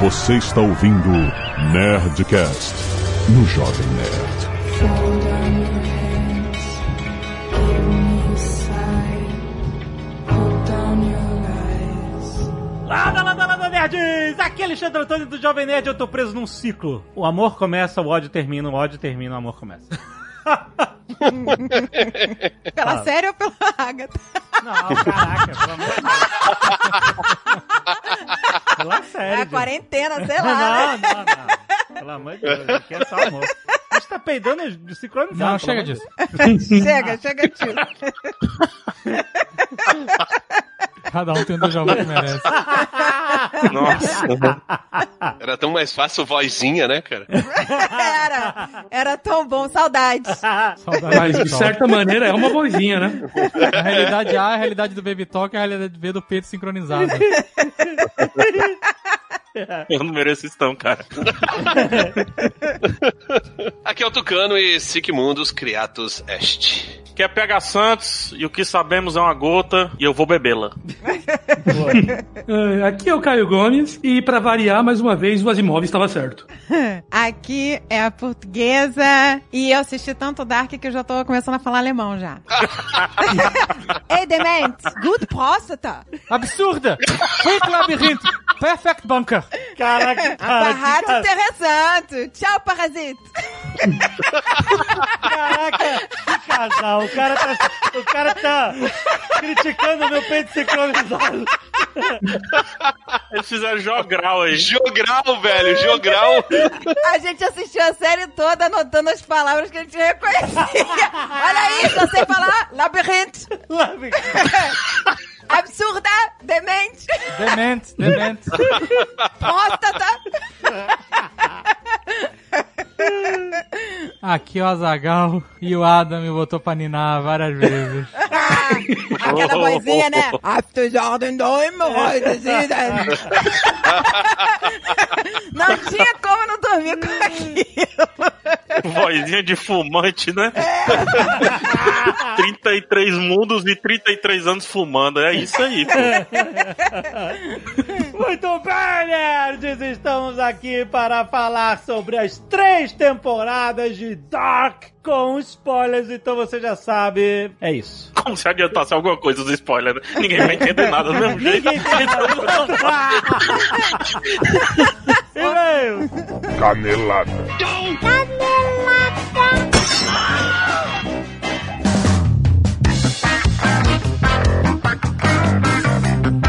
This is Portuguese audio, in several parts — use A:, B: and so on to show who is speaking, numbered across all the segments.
A: Você está ouvindo Nerdcast no Jovem Nerd.
B: Lada, lada, lada, nerds! Aqui é Alexandre Antônio do Jovem Nerd. Eu tô preso num ciclo. O amor começa, o ódio termina, o ódio termina, o amor começa.
C: pela ah. série ou pela Agatha?
B: Não, caraca, pelo amor de Deus. Pela série.
C: É a quarentena, sei lá. né?
B: Não, não, não. Pelo amor de Deus, aqui é só amor. A gente tá peidando de sincronizado.
D: Não, chega disso.
C: chega, chega disso.
D: Cada um tem dois jogos que merece.
E: Nossa. Era tão mais fácil vozinha, né, cara?
C: Era. Era tão bom. Saudades.
D: Saudades
F: Mas, de certa maneira, é uma vozinha, né?
D: A realidade A é a realidade do Baby Talk e a realidade B do peito sincronizado.
F: Eu não mereço isso não, cara.
E: Aqui é o Tucano e Sigmundos Criatus Est.
F: Que é PH Santos e o que sabemos é uma gota e eu vou bebê-la.
G: Aqui é o Caio Gomes e para variar mais uma vez o Asimov estava certo.
C: Aqui é a portuguesa e eu assisti tanto Dark que eu já tô começando a falar alemão já. Ei, Dement, good prostata.
D: Absurda. Quick labirinto. Perfect bunker.
B: Caraca, Ah, cara.
C: Barrato interessante. Tchau, parasito.
B: Caraca, que casal. O cara tá, o cara tá criticando o meu peito sincronizado.
F: Eles fizeram jogral aí.
E: Jogral, velho, jogral.
C: A gente assistiu a série toda anotando as palavras que a gente reconhecia. Olha aí, só sei falar labirinto. Labirinto. absurda, demente.
D: Demente, demente.
C: Próstata.
D: Aqui é o Azagal e o Adam me botou pra ninar várias vezes.
C: Aquela vozinha, né? After Jordan Não tinha como não dormir com aquilo.
F: Vozinha de fumante, né? É. 33 mundos e 33 anos fumando. É isso aí.
B: Pô. Muito bem, nerds! Estamos aqui para falar sobre as três temporadas de Dark com spoilers, então você já sabe. É isso.
F: Como se adiantasse alguma coisa dos spoilers? Né? Ninguém vai entender nada do mesmo jeito. Ninguém entende
A: nada. Canelada.
C: Canelada.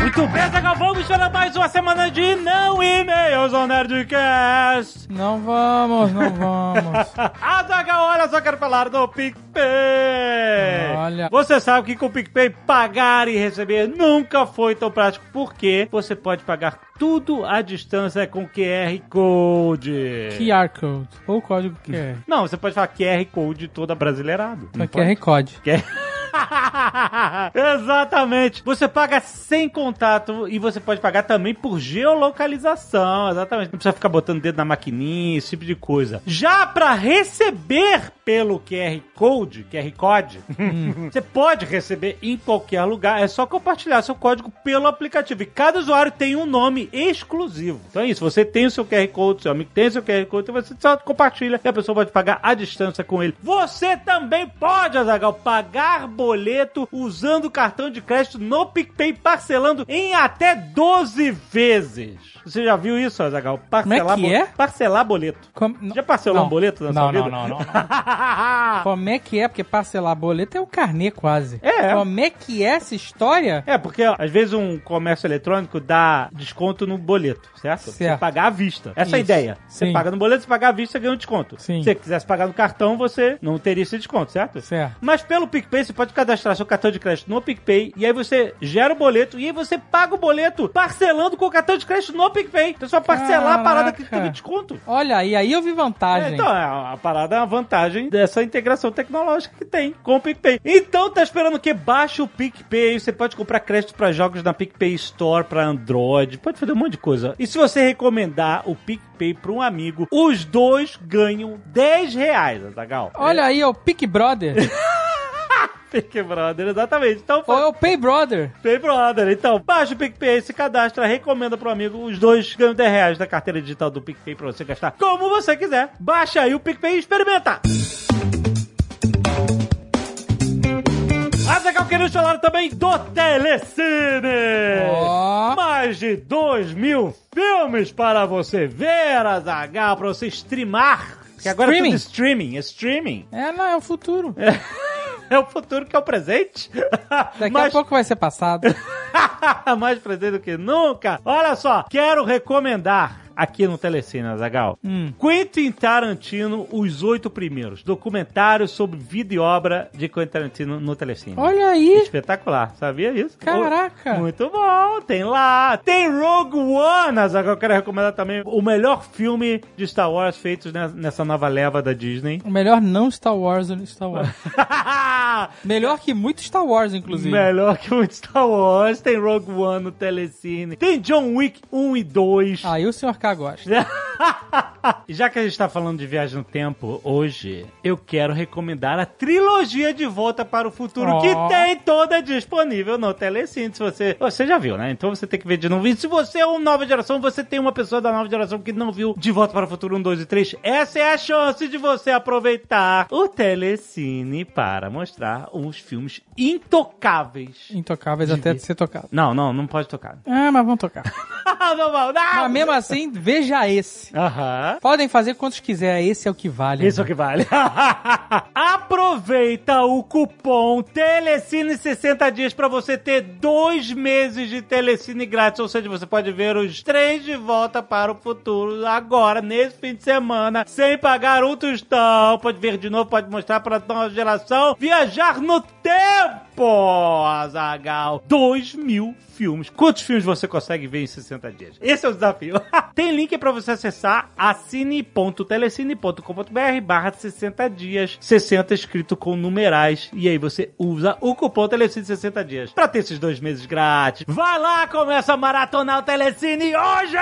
B: Muito bem, Zagal, vamos para mais uma semana de não e-mails ao Nerdcast.
D: Não vamos, não vamos.
B: Azagal, olha só, quero falar do PicPay.
D: Olha.
B: Você sabe que com o PicPay pagar e receber nunca foi tão prático, porque você pode pagar tudo à distância com QR Code.
D: QR Code. Ou código é. QR.
B: Não, você pode falar QR Code toda brasileirado.
D: Só QR Code.
B: QR... exatamente. Você paga sem contato e você pode pagar também por geolocalização. Exatamente. Não precisa ficar botando dedo na maquininha, esse tipo de coisa. Já para receber pelo QR Code, QR Code, você pode receber em qualquer lugar. É só compartilhar seu código pelo aplicativo. E cada usuário tem um nome exclusivo. Então é isso. Você tem o seu QR Code, seu amigo tem o seu QR Code, então você só compartilha e a pessoa pode pagar à distância com ele. Você também pode, Azagal, pagar boleto usando cartão de crédito no PicPay, parcelando em até 12 vezes. Você já viu isso, Azagal?
D: Parcelar Como é que é?
B: Parcelar boleto.
D: Como...
B: Já parcelou
D: não.
B: um boleto na
D: não,
B: sua
D: não,
B: vida?
D: Não, não, não.
B: Ah.
D: Como é que é? Porque parcelar boleto é o carnê quase.
B: É.
D: Como é que é essa história?
B: É, porque ó, às vezes um comércio eletrônico dá desconto no boleto, certo?
D: Certo.
B: Você pagar à vista. Essa é a
D: Isso.
B: ideia. Você
D: Sim.
B: paga no boleto, você paga à vista, ganha um desconto.
D: Sim.
B: Se você quisesse pagar no cartão, você não teria esse desconto, certo?
D: Certo.
B: Mas pelo PicPay, você pode cadastrar seu cartão de crédito no PicPay e aí você gera o boleto e aí você paga o boleto parcelando com o cartão de crédito no PicPay. Então é só parcelar a parada que
D: Caraca.
B: teve desconto.
D: Olha aí, aí eu vi
B: É,
D: vantagem.
B: então, é, a parada é uma vantagem dessa integração tecnológica que tem com o PicPay. Então, tá esperando o quê? Baixa o PicPay. Você pode comprar crédito pra jogos na PicPay Store, pra Android. Pode fazer um monte de coisa. E se você recomendar o PicPay pra um amigo, os dois ganham 10 reais, Azagal.
D: é Olha aí, é o Pick Brother.
B: Pick Brother, exatamente. Então,
D: Ou é o Pay Brother?
B: Pay Brother. Então, baixa o PicPay, se cadastra, recomenda pro amigo. Os dois ganham 10 reais da carteira digital do PicPay pra você gastar como você quiser. Baixa aí o PicPay e experimenta! Mas é que eu queria falar também do Telecine!
D: Ó.
B: Mais de 2 mil filmes para você ver, Azaghal, pra você streamar. Que agora é tudo
D: Streaming.
B: streaming, é streaming.
D: É, não, é o futuro.
B: É o futuro que é o presente.
D: Daqui
B: Mas-
D: a pouco vai ser passado.
B: Mais presente do que nunca. Olha só, quero recomendar aqui no Telecine, Zagal.
D: Hum.
B: Quentin Tarantino, os oito primeiros. Documentário sobre vida e obra de Quentin Tarantino no Telecine.
D: Olha aí.
B: Espetacular, sabia isso?
D: Caraca.
B: Muito bom, tem lá. Tem Rogue One, Azaghal, eu quero recomendar também o melhor filme de Star Wars feito ne- nessa nova leva da Disney.
D: O melhor não Star Wars do Star Wars. Melhor que muito Star Wars, inclusive.
B: Melhor que o Star Wars. Tem Rogue One no Telecine. Tem John Wick 1 e 2.
D: Aí o senhor K gosta.
B: É. E Já que a gente tá falando de viagem no tempo, hoje eu quero recomendar a trilogia de Volta para o Futuro,
D: Ó.
B: que tem toda disponível no Telecine. Se você. Você já viu, né? Então você tem que ver de novo. E se você é uma nova geração, você tem uma pessoa da nova geração que não viu De Volta para o Futuro 1, 2 e 3. Essa é a chance de você aproveitar o Telecine para mostrar uns filmes intocáveis.
D: Intocáveis
B: De
D: até
B: ver.
D: ser tocado.
B: Não, não, não pode tocar.
D: Ah, mas vamos tocar.
B: Ah, não, não, não.
D: Mas mesmo assim, veja esse.
B: Aham.
D: Podem fazer quantos quiser, esse é o que vale.
B: Isso é o que vale. Aproveita o cupom Telecine 60 dias pra você ter dois meses de Telecine grátis. Ou seja, você pode ver os três de volta para o futuro agora, nesse fim de semana, sem pagar um tostão. Pode ver de novo, pode mostrar pra nova geração. Viajar no tempo, Azagal. Dois mil filmes. Quantos filmes você consegue ver em 60 dias? Esse é o desafio. Tem link pra você acessar assine.telecine.com.br barra 60 dias, 60 escrito com numerais. E aí você usa o cupom Telecine 60 dias pra ter esses dois meses grátis. Vai lá, começa a maratonar o Telecine hoje!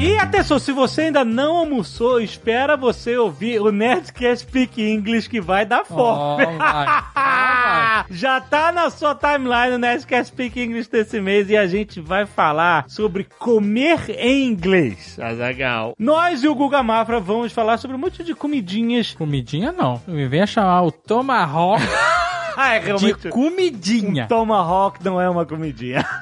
B: E atenção, se você ainda não almoçou, espera você ouvir o Nerdcast Speak English que vai dar fome.
D: Oh, vai.
B: Ah, Já tá na sua timeline o Nerdcast Speak English desse mês e a gente vai falar sobre comer em inglês, Azagal. Nós e o Guga Mafra vamos falar sobre um monte de comidinhas.
D: Comidinha não. Me venha chamar o Tomahawk
B: Ah, é Então,
D: de
B: realmente-
D: comidinha.
B: Tomahawk não é uma comidinha.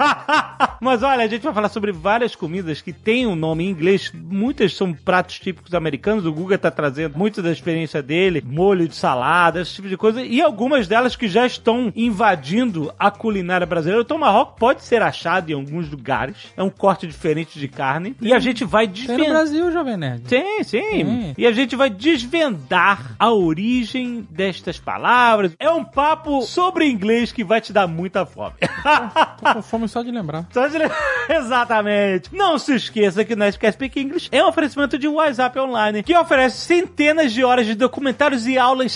B: Mas olha, a gente vai falar sobre várias comidas que têm um nome em inglês. Muitas são pratos típicos americanos. O Guga tá trazendo muito da experiência dele. Molho de salada, esse tipo de coisa. E algumas delas que já estão invadindo a culinária brasileira. O Tomahawk pode ser achado em alguns lugares. É um corte diferente de carne. E a gente vai
D: Tem no
B: diferenciar.
D: Brasil, Jovem Nerd.
B: Sim, sim.
D: Sim.
B: E a gente vai desvendar a origem destas palavras. É um papo sobre inglês que vai te dar muita fome.
D: Tô com fome só de lembrar.
B: Só de- Exatamente. Não se esqueça que o Nerdcast Speak English é um oferecimento de WhatsApp Online, que oferece centenas de horas de documentários e aulas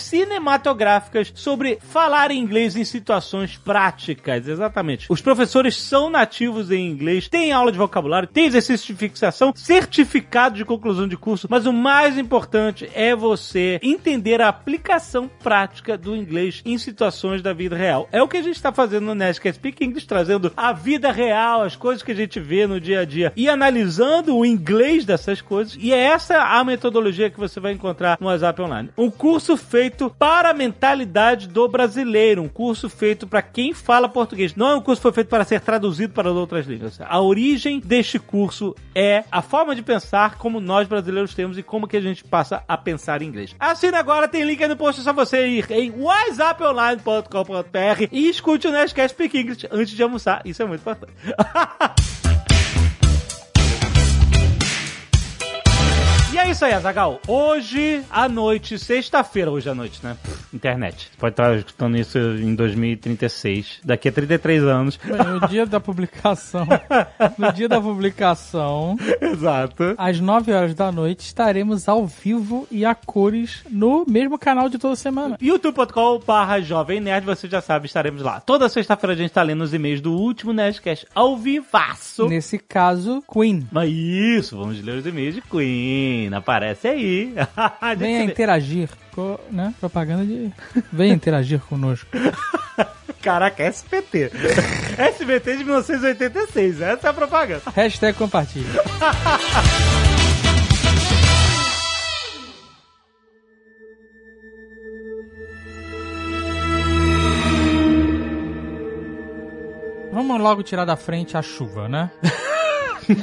B: cinematográficas sobre falar inglês em situações práticas. Exatamente. Os professores são nativos em inglês, têm aula de vocabulário, têm exercício de fixação, certificado de conclusão de curso, mas o mais importante é você entender a aplicação prática do inglês em situações da vida real. É o que a gente está fazendo no Nerdcast Speak English, trazendo a vida real, as coisas que a gente vê no dia a dia e analisando o inglês dessas coisas. E é essa a metodologia que você vai encontrar no WhatsApp Online. Um curso feito para a mentalidade do brasileiro, um curso feito para quem fala português. Não é um curso que foi feito para ser traduzido para outras línguas. A origem deste curso é a forma de pensar como nós brasileiros temos e como que a gente passa a pensar em inglês. Assina agora, tem link aí no post, é só você ir em whatsapponline.com.br e escute o Nerdcast Speak English antes de almoçar, isso é muito importante. E é isso aí, Azagal. Hoje à noite, sexta-feira, hoje à noite, né? Pff, internet. Você pode estar escutando isso em 2036, daqui a 33 anos.
D: Bem, No dia da publicação. No dia da publicação,
B: Exato.
D: às 9 horas da noite, estaremos ao vivo e a cores no mesmo canal de toda semana.
B: youtube.com barra Jovem Nerd, você já sabe, estaremos lá. Toda sexta-feira a gente tá lendo os e-mails do último Nerdcast ao vivaço.
D: Nesse caso, Queen.
B: Mas isso, vamos ler os e-mails de Queen. Na Aparece aí. A gente
D: Venha
B: vê.
D: interagir. Co- né? Propaganda de. Venha interagir conosco.
B: Caraca, SBT. SBT de 1986. Essa é a propaganda.
D: Hashtag compartilhe. Vamos logo tirar da frente a chuva, né?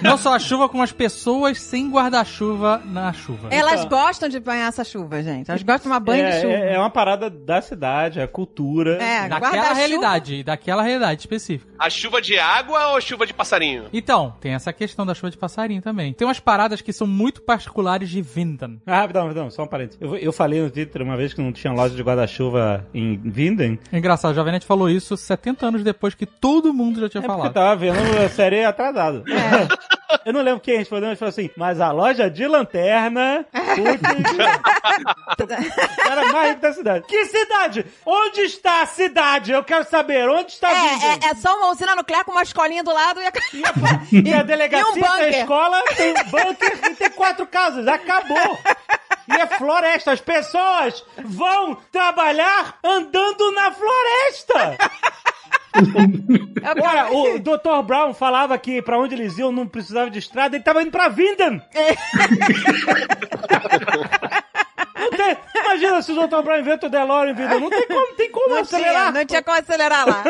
D: Não só a chuva, como as pessoas sem guarda-chuva na chuva.
C: Elas gostam de banhar essa chuva, gente. Elas gostam de tomar banho de
B: é,
C: chuva.
B: é- é uma parada da cidade, é cultura.
C: É,
D: Daquela
C: guarda-chuva-
D: realidade, daquela realidade específica.
E: A chuva de água ou chuva de passarinho?
D: Então, tem essa questão da chuva de passarinho também. Tem umas paradas que são muito particulares de né? Vindan.
B: Ah, rapidão, rapidão, só um parênteses. Eu, eu falei no Twitter uma vez que não tinha loja de guarda-chuva em Vinden.
D: É Engraçado, a Jovem Nerd falou isso 70 anos depois que todo mundo já tinha
B: É porque
D: falado.
B: tava vendo a série atrasada. Eu não lembro quem respondeu, mas falou assim, mas a loja de lanterna... putz, Era mais rico da cidade. Que cidade? Onde está a cidade? Eu quero saber, onde está a Vinden?
C: É, é, é só uma usina nuclear com uma escolinha do lado e a...
B: E a, e a
C: E um
B: delegacia
C: bunker.
B: da escola tem um bunker e tem quatro casas. Acabou! E é floresta. As pessoas vão trabalhar andando na floresta!
C: Eu quero-
B: Ora, o Dr. Brown falava que pra onde eles iam não precisava de estrada, ele tava indo pra Vinden!
C: É.
B: Não tem- imagina se o Dr. Brown inventa o DeLorean em Vinden. Não tem como, tem como
C: Não tinha, né?
B: acelerar.
C: não tinha como acelerar lá.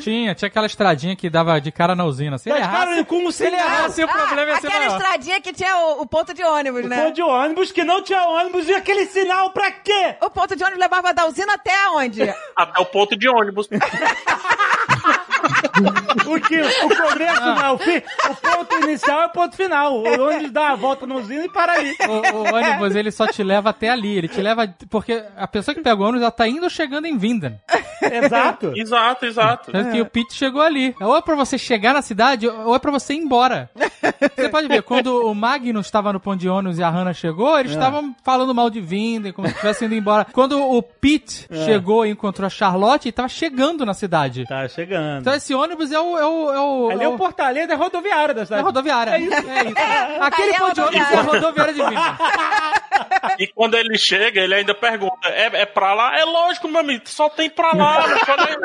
D: Tinha, tinha aquela estradinha que dava de cara na usina. Se ele
B: Mas,
D: errasse,
B: cara, como
D: se ele errasse o problema ia ser
C: Ah, aquela
D: maior.
C: estradinha que tinha o, o ponto de ônibus,
B: O
C: né?
B: ponto de ônibus que não tinha ônibus e aquele sinal pra quê?
C: O ponto de ônibus levava da usina até onde?
F: Até o ponto de ônibus.
B: O que? O começo não é o fim. O ponto inicial é o ponto final. Onde dá a volta na usina e para ali.
D: O, o ônibus, ele só te leva até ali. Ele te leva... Porque a pessoa que pega o ônibus, ela tá indo ou chegando em Vindan.
B: Exato.
F: Exato, exato.
D: Tanto que o Pete chegou ali. Ou é pra você chegar na cidade, ou é pra você ir embora. Você pode ver, quando o Magnus estava no ponto de ônibus e a Hannah chegou, eles estavam falando mal de Vinden, como se estivesse indo embora. Quando o Pete chegou e encontrou a Charlotte, ele tava chegando na cidade.
B: Tá chegando.
D: Então esse ônibus é o... É o, é
C: Então,
D: o
B: Ali é o portaleta, é rodoviária da
D: é
B: cidade.
D: a rodoviária. É isso. É isso. Aquele
C: ali é
D: ponto de ônibus é a rodoviária de Vinden.
F: E quando ele chega, ele ainda pergunta: é, é pra lá? É lógico, meu amigo, só tem pra lá. Não falei,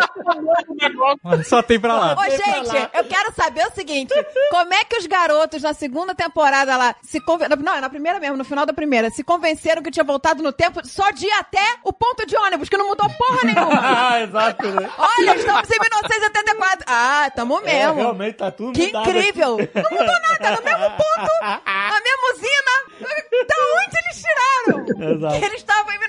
F: o negócio.
D: Só tem pra lá.
C: Ô, gente, eu quero saber o seguinte: como é que os garotos na segunda temporada lá se convenceram. Não, é na primeira mesmo, no final da primeira, se convenceram que tinha voltado no tempo só de ir até o ponto de ônibus, que não mudou porra nenhuma.
B: Ah, exato. né?
C: Olha, estamos em 1974. Ah, tamo
B: É,
C: mesmo.
B: realmente tá tudo
C: Que
B: mudado.
C: incrível! Não mudou nada, tá no mesmo ponto, na mesma usina. Da onde eles tiraram?
B: Exato.
C: Eles estavam em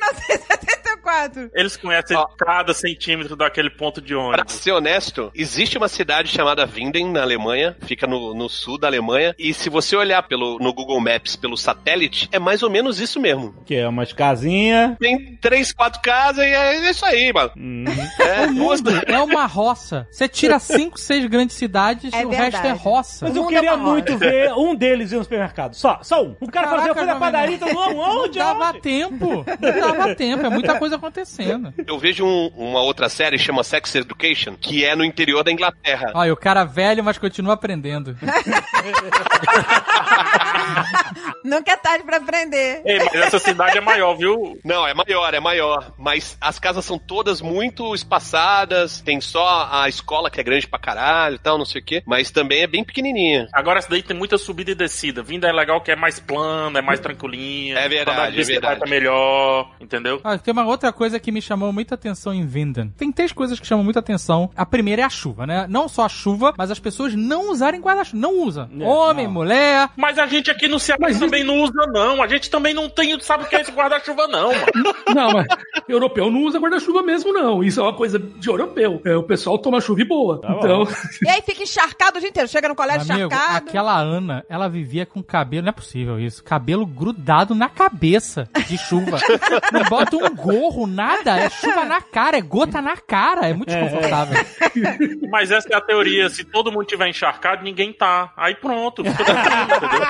C: 1974.
F: Eles conhecem
E: Ó.
F: cada centímetro daquele ponto de
E: Pra
F: ônibus.
E: ser honesto, existe uma cidade chamada Winden, na Alemanha, fica no, no sul da Alemanha, e se você olhar pelo, no Google Maps pelo satélite, é mais ou menos isso mesmo.
B: Que é umas casinhas.
E: Tem três, quatro casas e é isso aí, mano. É, duas-
D: É uma roça. Você tira cinco, seis grandes cidades,
C: É
D: o resto
C: verdade.
D: é roça.
B: Mas eu
C: Mundo
B: queria
C: é uma
B: muito ver um deles ir no supermercado. Só, só um. O cara falou assim, eu fui na
D: Caraca,
B: padaria, então não, onde?
D: Não dava
B: onde?
D: tempo. Não dava tempo. É muita coisa acontecendo.
E: Eu vejo um- uma outra série chama Sex Education, que é no interior da Inglaterra.
D: Olha, o cara velho, mas continua aprendendo.
C: Nunca é tarde pra aprender.
F: Ei, mas essa cidade é maior, viu?
E: Não, é maior, é maior. Mas as casas são todas muito espaçadas, tem só a escola que é grande pra caralho e tal, não sei o quê. Mas também é bem pequenininha.
F: Agora essa daí tem muita subida e descida. Vinda é legal que é mais plana, é mais tranquilinha.
E: É verdade,
F: Andar de
E: é
F: bicicleta
E: verdade.
F: melhor, entendeu?
D: Ah, tem uma outra coisa que me chamou muita atenção em Vindan. Tem três coisas que chamam muita atenção. A primeira é a chuva, né? Não só a chuva, mas as pessoas não usarem guarda-chuva. Não usa.
B: É,
D: Homem,
B: não.
D: mulher.
F: Mas a gente aqui no Ceará também não usa, não. A gente também não tem, sabe o que é esse guarda-chuva, não, mano.
G: Não, mas europeu não usa guarda-chuva mesmo, não. Isso é uma coisa de europeu. É, o pessoal toma chuva e boa.
B: Tá bom.
G: então,
C: E aí fica encharcado o dia inteiro. Chega no colégio
D: Amigo,
C: encharcado.
D: aquela Ana, ela vivia com cabelo, não é possível isso, cabelo grudado na cabeça de chuva. não bota um gorro, nada, é chuva na cara, é gota na cara, é muito desconfortável.
F: Mas essa é a teoria. Se todo mundo tiver encharcado, ninguém tá. Aí pronto. fica tranquilo, entendeu?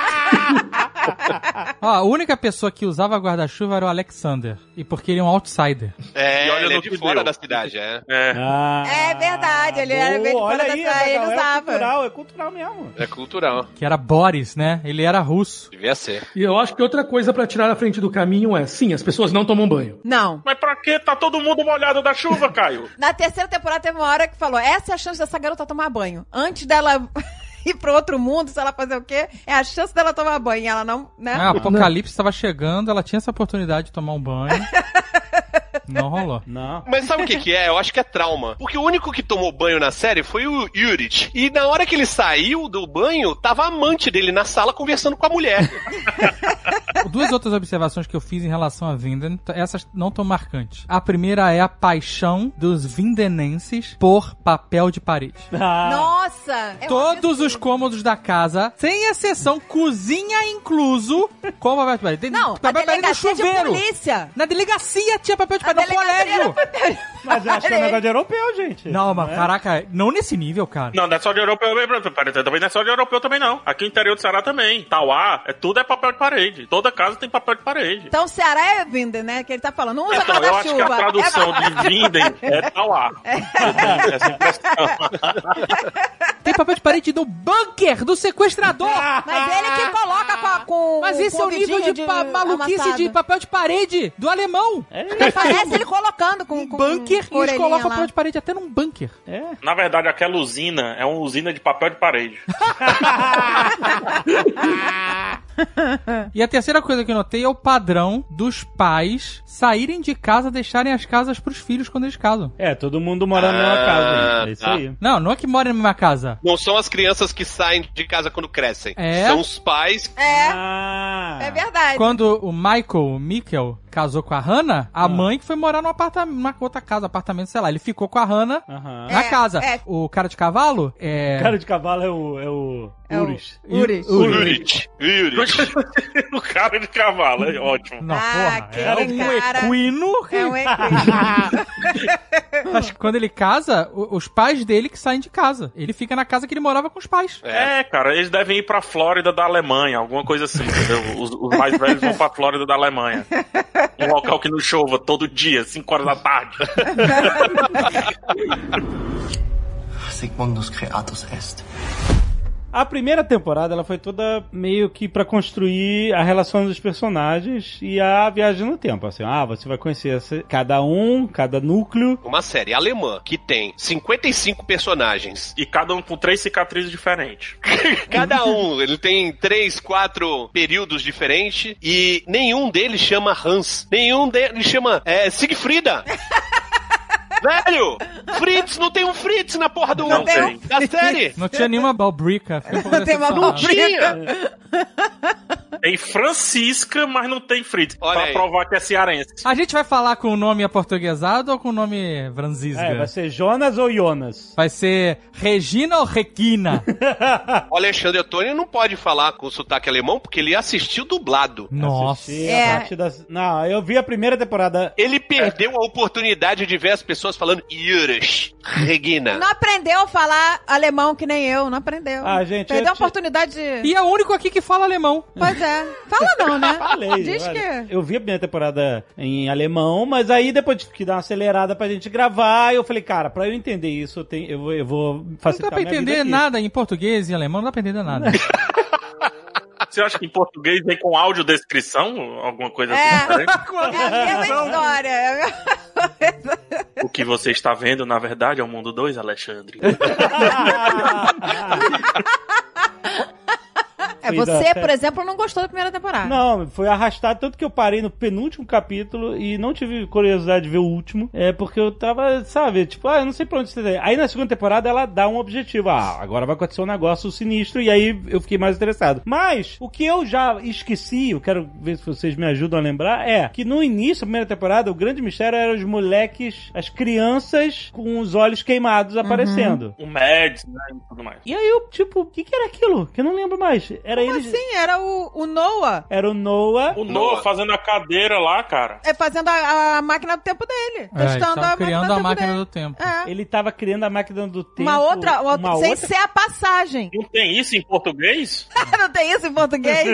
D: Ó, a única pessoa que usava guarda-chuva era o Alexander. E porque ele é um outsider.
E: É,
F: E olha
E: ele é
F: no
E: de
F: que
E: fora
F: deu.
E: da cidade, é.
F: É.
C: É verdade, ele era bem de fora
B: Ah, olha
C: da
B: aí,
C: cidade,
B: essa
C: ele
B: galera
C: usava.
B: É cultural, é cultural mesmo.
E: É cultural.
D: Que era Boris, né? Ele era russo.
E: Devia ser.
G: E eu acho que outra coisa pra tirar da frente do caminho é, sim, as pessoas não tomam banho.
C: Não.
F: Mas pra que tá todo mundo molhado da chuva, Caio?
C: Na terceira temporada teve uma hora que falou: essa é a chance dessa garota tomar banho. Antes dela ir pro outro mundo, se ela fazer o quê? É a chance dela tomar banho. E Ela não, né?
D: Ah, o apocalipse estava chegando, ela tinha essa oportunidade de tomar um banho. Não rolou.
B: Não.
E: Mas sabe o que que é? Eu acho que é trauma. Porque o único que tomou banho na série foi o Yurich. E na hora que ele saiu do banho, tava a amante dele na sala conversando com a mulher.
D: Duas outras observações que eu fiz em relação a Vinden, t- essas não tão marcantes. A primeira é a paixão dos vindenenses por papel de parede.
B: Ah,
C: Nossa! é um
D: Todos
C: absurdo.
D: os cômodos da casa, sem exceção, cozinha incluso, com papel de parede. Tem
C: Não, a
D: papel de parede Tá no
C: delegacia de
D: chuveiro.
C: polícia.
D: Na delegacia tinha papel de
C: A
D: parede, no
C: delegacia era
D: colégio.
C: papel-
B: mas eu acho que é um negócio de europeu, gente.
D: Não, mas
B: é?
D: caraca, não nesse nível, cara.
F: Não, não é só de europeu. Peraí, também não é só de europeu também, não. Aqui no interior do Ceará também. Tauá, é, tudo é papel de parede. Toda casa tem papel de parede.
C: Então, Ceará é vinda, né? Que ele tá falando. Não usa
F: Então, eu acho que a
C: guarda-chuva.
F: tradução de Vinden é Tauá. Essa impressão.
D: Tem papel de parede do bunker do sequestrador.
C: Mas ele que coloca com, a- com
D: Mas esse
C: com
D: é o nível
C: vidinho
D: de, pa- maluquice
C: amassado.
D: de papel de parede do alemão.
C: Parece ele colocando com, com
D: Um bunker e
C: com
D: eles colocam
C: orelhinha
D: papel
C: lá.
D: de parede até num bunker.
B: É.
F: Na verdade, aquela usina é uma usina de papel de parede.
C: É.
D: E a terceira coisa que eu notei é o padrão dos pais saírem de casa, deixarem as casas pros filhos quando eles casam.
B: É, todo mundo morando na mesma
E: Ah,
B: casa. É isso
E: tá.
B: aí.
D: Não, não é que moram na mesma casa.
E: Não são as crianças que saem de casa quando crescem.
D: É?
E: São os pais.
C: É,
B: Ah.
C: é verdade.
D: Quando o Michael, o Mikkel, casou com a Hannah, a mãe que foi morar num apartamento, numa outra casa, apartamento, sei lá. Ele ficou com a Hannah
B: Aham.
D: na
C: É,
D: casa.
C: é.
D: O cara de cavalo é.
B: O cara de cavalo é o. É o.
C: É o-
B: Uris.
C: Uris.
E: Yurich. Yurich.
F: o cara de cavalo, é ótimo.
D: Não,
C: Ah,
D: porra, é
C: aquele
D: um
C: cara-
D: equino.
C: É um equívoco.
D: Mas quando ele casa, o- os pais dele que saem de casa. Ele fica na casa que ele morava com os pais.
E: É.
F: É, cara, eles devem ir pra Flórida da Alemanha, alguma coisa assim, entendeu? Os, os mais velhos vão pra Flórida da Alemanha. Um local que não chova todo dia, 5 horas da tarde.
H: Sigmundus Creatus est.
B: A primeira temporada ela foi toda meio que pra construir a relação dos personagens e a viagem no tempo. Assim, ah, você vai conhecer esse- cada um, cada núcleo.
E: Uma série alemã que tem 55 personagens.
F: E cada um com três cicatrizes diferentes.
E: Cada um, ele tem três, quatro períodos diferentes e nenhum deles chama Hans. Nenhum deles chama é, Siegfrieda. Velho! Fritz, não tem um Fritz na porra do
F: Não tem.
E: da série!
D: Não tinha nenhuma balbrica. Fiquei um pouco
C: Tem uma
D: decepcionado.
C: balbrica.
E: Tinha!
F: Tem Francisca, mas não tem Fritz.
E: Olha
F: pra
E: aí.
F: provar que é cearense.
D: A gente vai falar com o nome aportuguesado ou com o nome Franzisga?
B: É, vai ser Jonas ou Jonas?
D: Vai ser Regina ou Requina?
E: O Alexandre Antônio não pode falar com sotaque alemão porque ele assistiu dublado.
D: Nossa.
B: Assisti
C: É.
B: a parte das... Não, eu vi a primeira temporada.
E: Ele perdeu a oportunidade de ver as pessoas falando Irish, Regina.
C: Não aprendeu a falar alemão que nem eu, não aprendeu.
B: Ah, gente,
C: Perdeu
B: eu
C: a
B: te-
C: oportunidade de.
D: E é o único aqui que fala alemão.
C: Pois é. Fala não, né?
B: Falei,
C: Diz
B: olha,
C: que.
B: Eu vi a primeira temporada em alemão, mas aí depois tive que dar uma acelerada pra gente gravar. Eu falei, cara, pra eu entender isso, eu, tenho, eu, vou, eu vou
D: Não
B: facilitar
D: dá pra
B: minha vida
D: entender
B: aqui.
D: nada em português e alemão, não dá pra entender nada. É,
F: Você acha que em português vem com audiodescrição? Alguma coisa
C: É.
F: assim diferente?
C: É a mesma história. é a mesma-
E: É.
F: O que você está vendo, na verdade, é o mundo 2, Alexandre.
C: É,
B: Fez
C: você,
B: até-
C: por exemplo, não gostou da primeira temporada.
B: Não, foi arrastado tanto que eu parei no penúltimo capítulo e não tive curiosidade de ver o último. É porque eu tava, sabe, tipo, ah, eu não sei pra onde você tá. Aí na segunda temporada ela dá um objetivo. Ah, agora vai acontecer um negócio sinistro e aí eu fiquei mais interessado. Mas o que eu já esqueci, eu quero ver se vocês me ajudam a lembrar, é que no início da primeira temporada o grande mistério era os moleques, as crianças com os olhos queimados aparecendo.
C: Uhum.
F: O Mads, né? E tudo mais.
B: E aí eu, tipo, o que, que era aquilo? Que eu não lembro mais. É Era
C: Como
B: eles.
C: assim? Era o, o Noah
B: Era o Noah.
F: O Noah fazendo a cadeira lá, cara.
C: é, fazendo a, a máquina do tempo dele.
D: É, eles
C: testando
D: estavam
C: a máquina
D: criando
C: do
D: a
C: tempo
D: máquina
C: dele.
D: do tempo.
C: É.
B: Ele tava criando a máquina do tempo.
C: Uma outra, uma-
B: uma
C: sem
B: outra-
C: ser a passagem.
F: Não tem isso em português?
C: Não tem isso em português?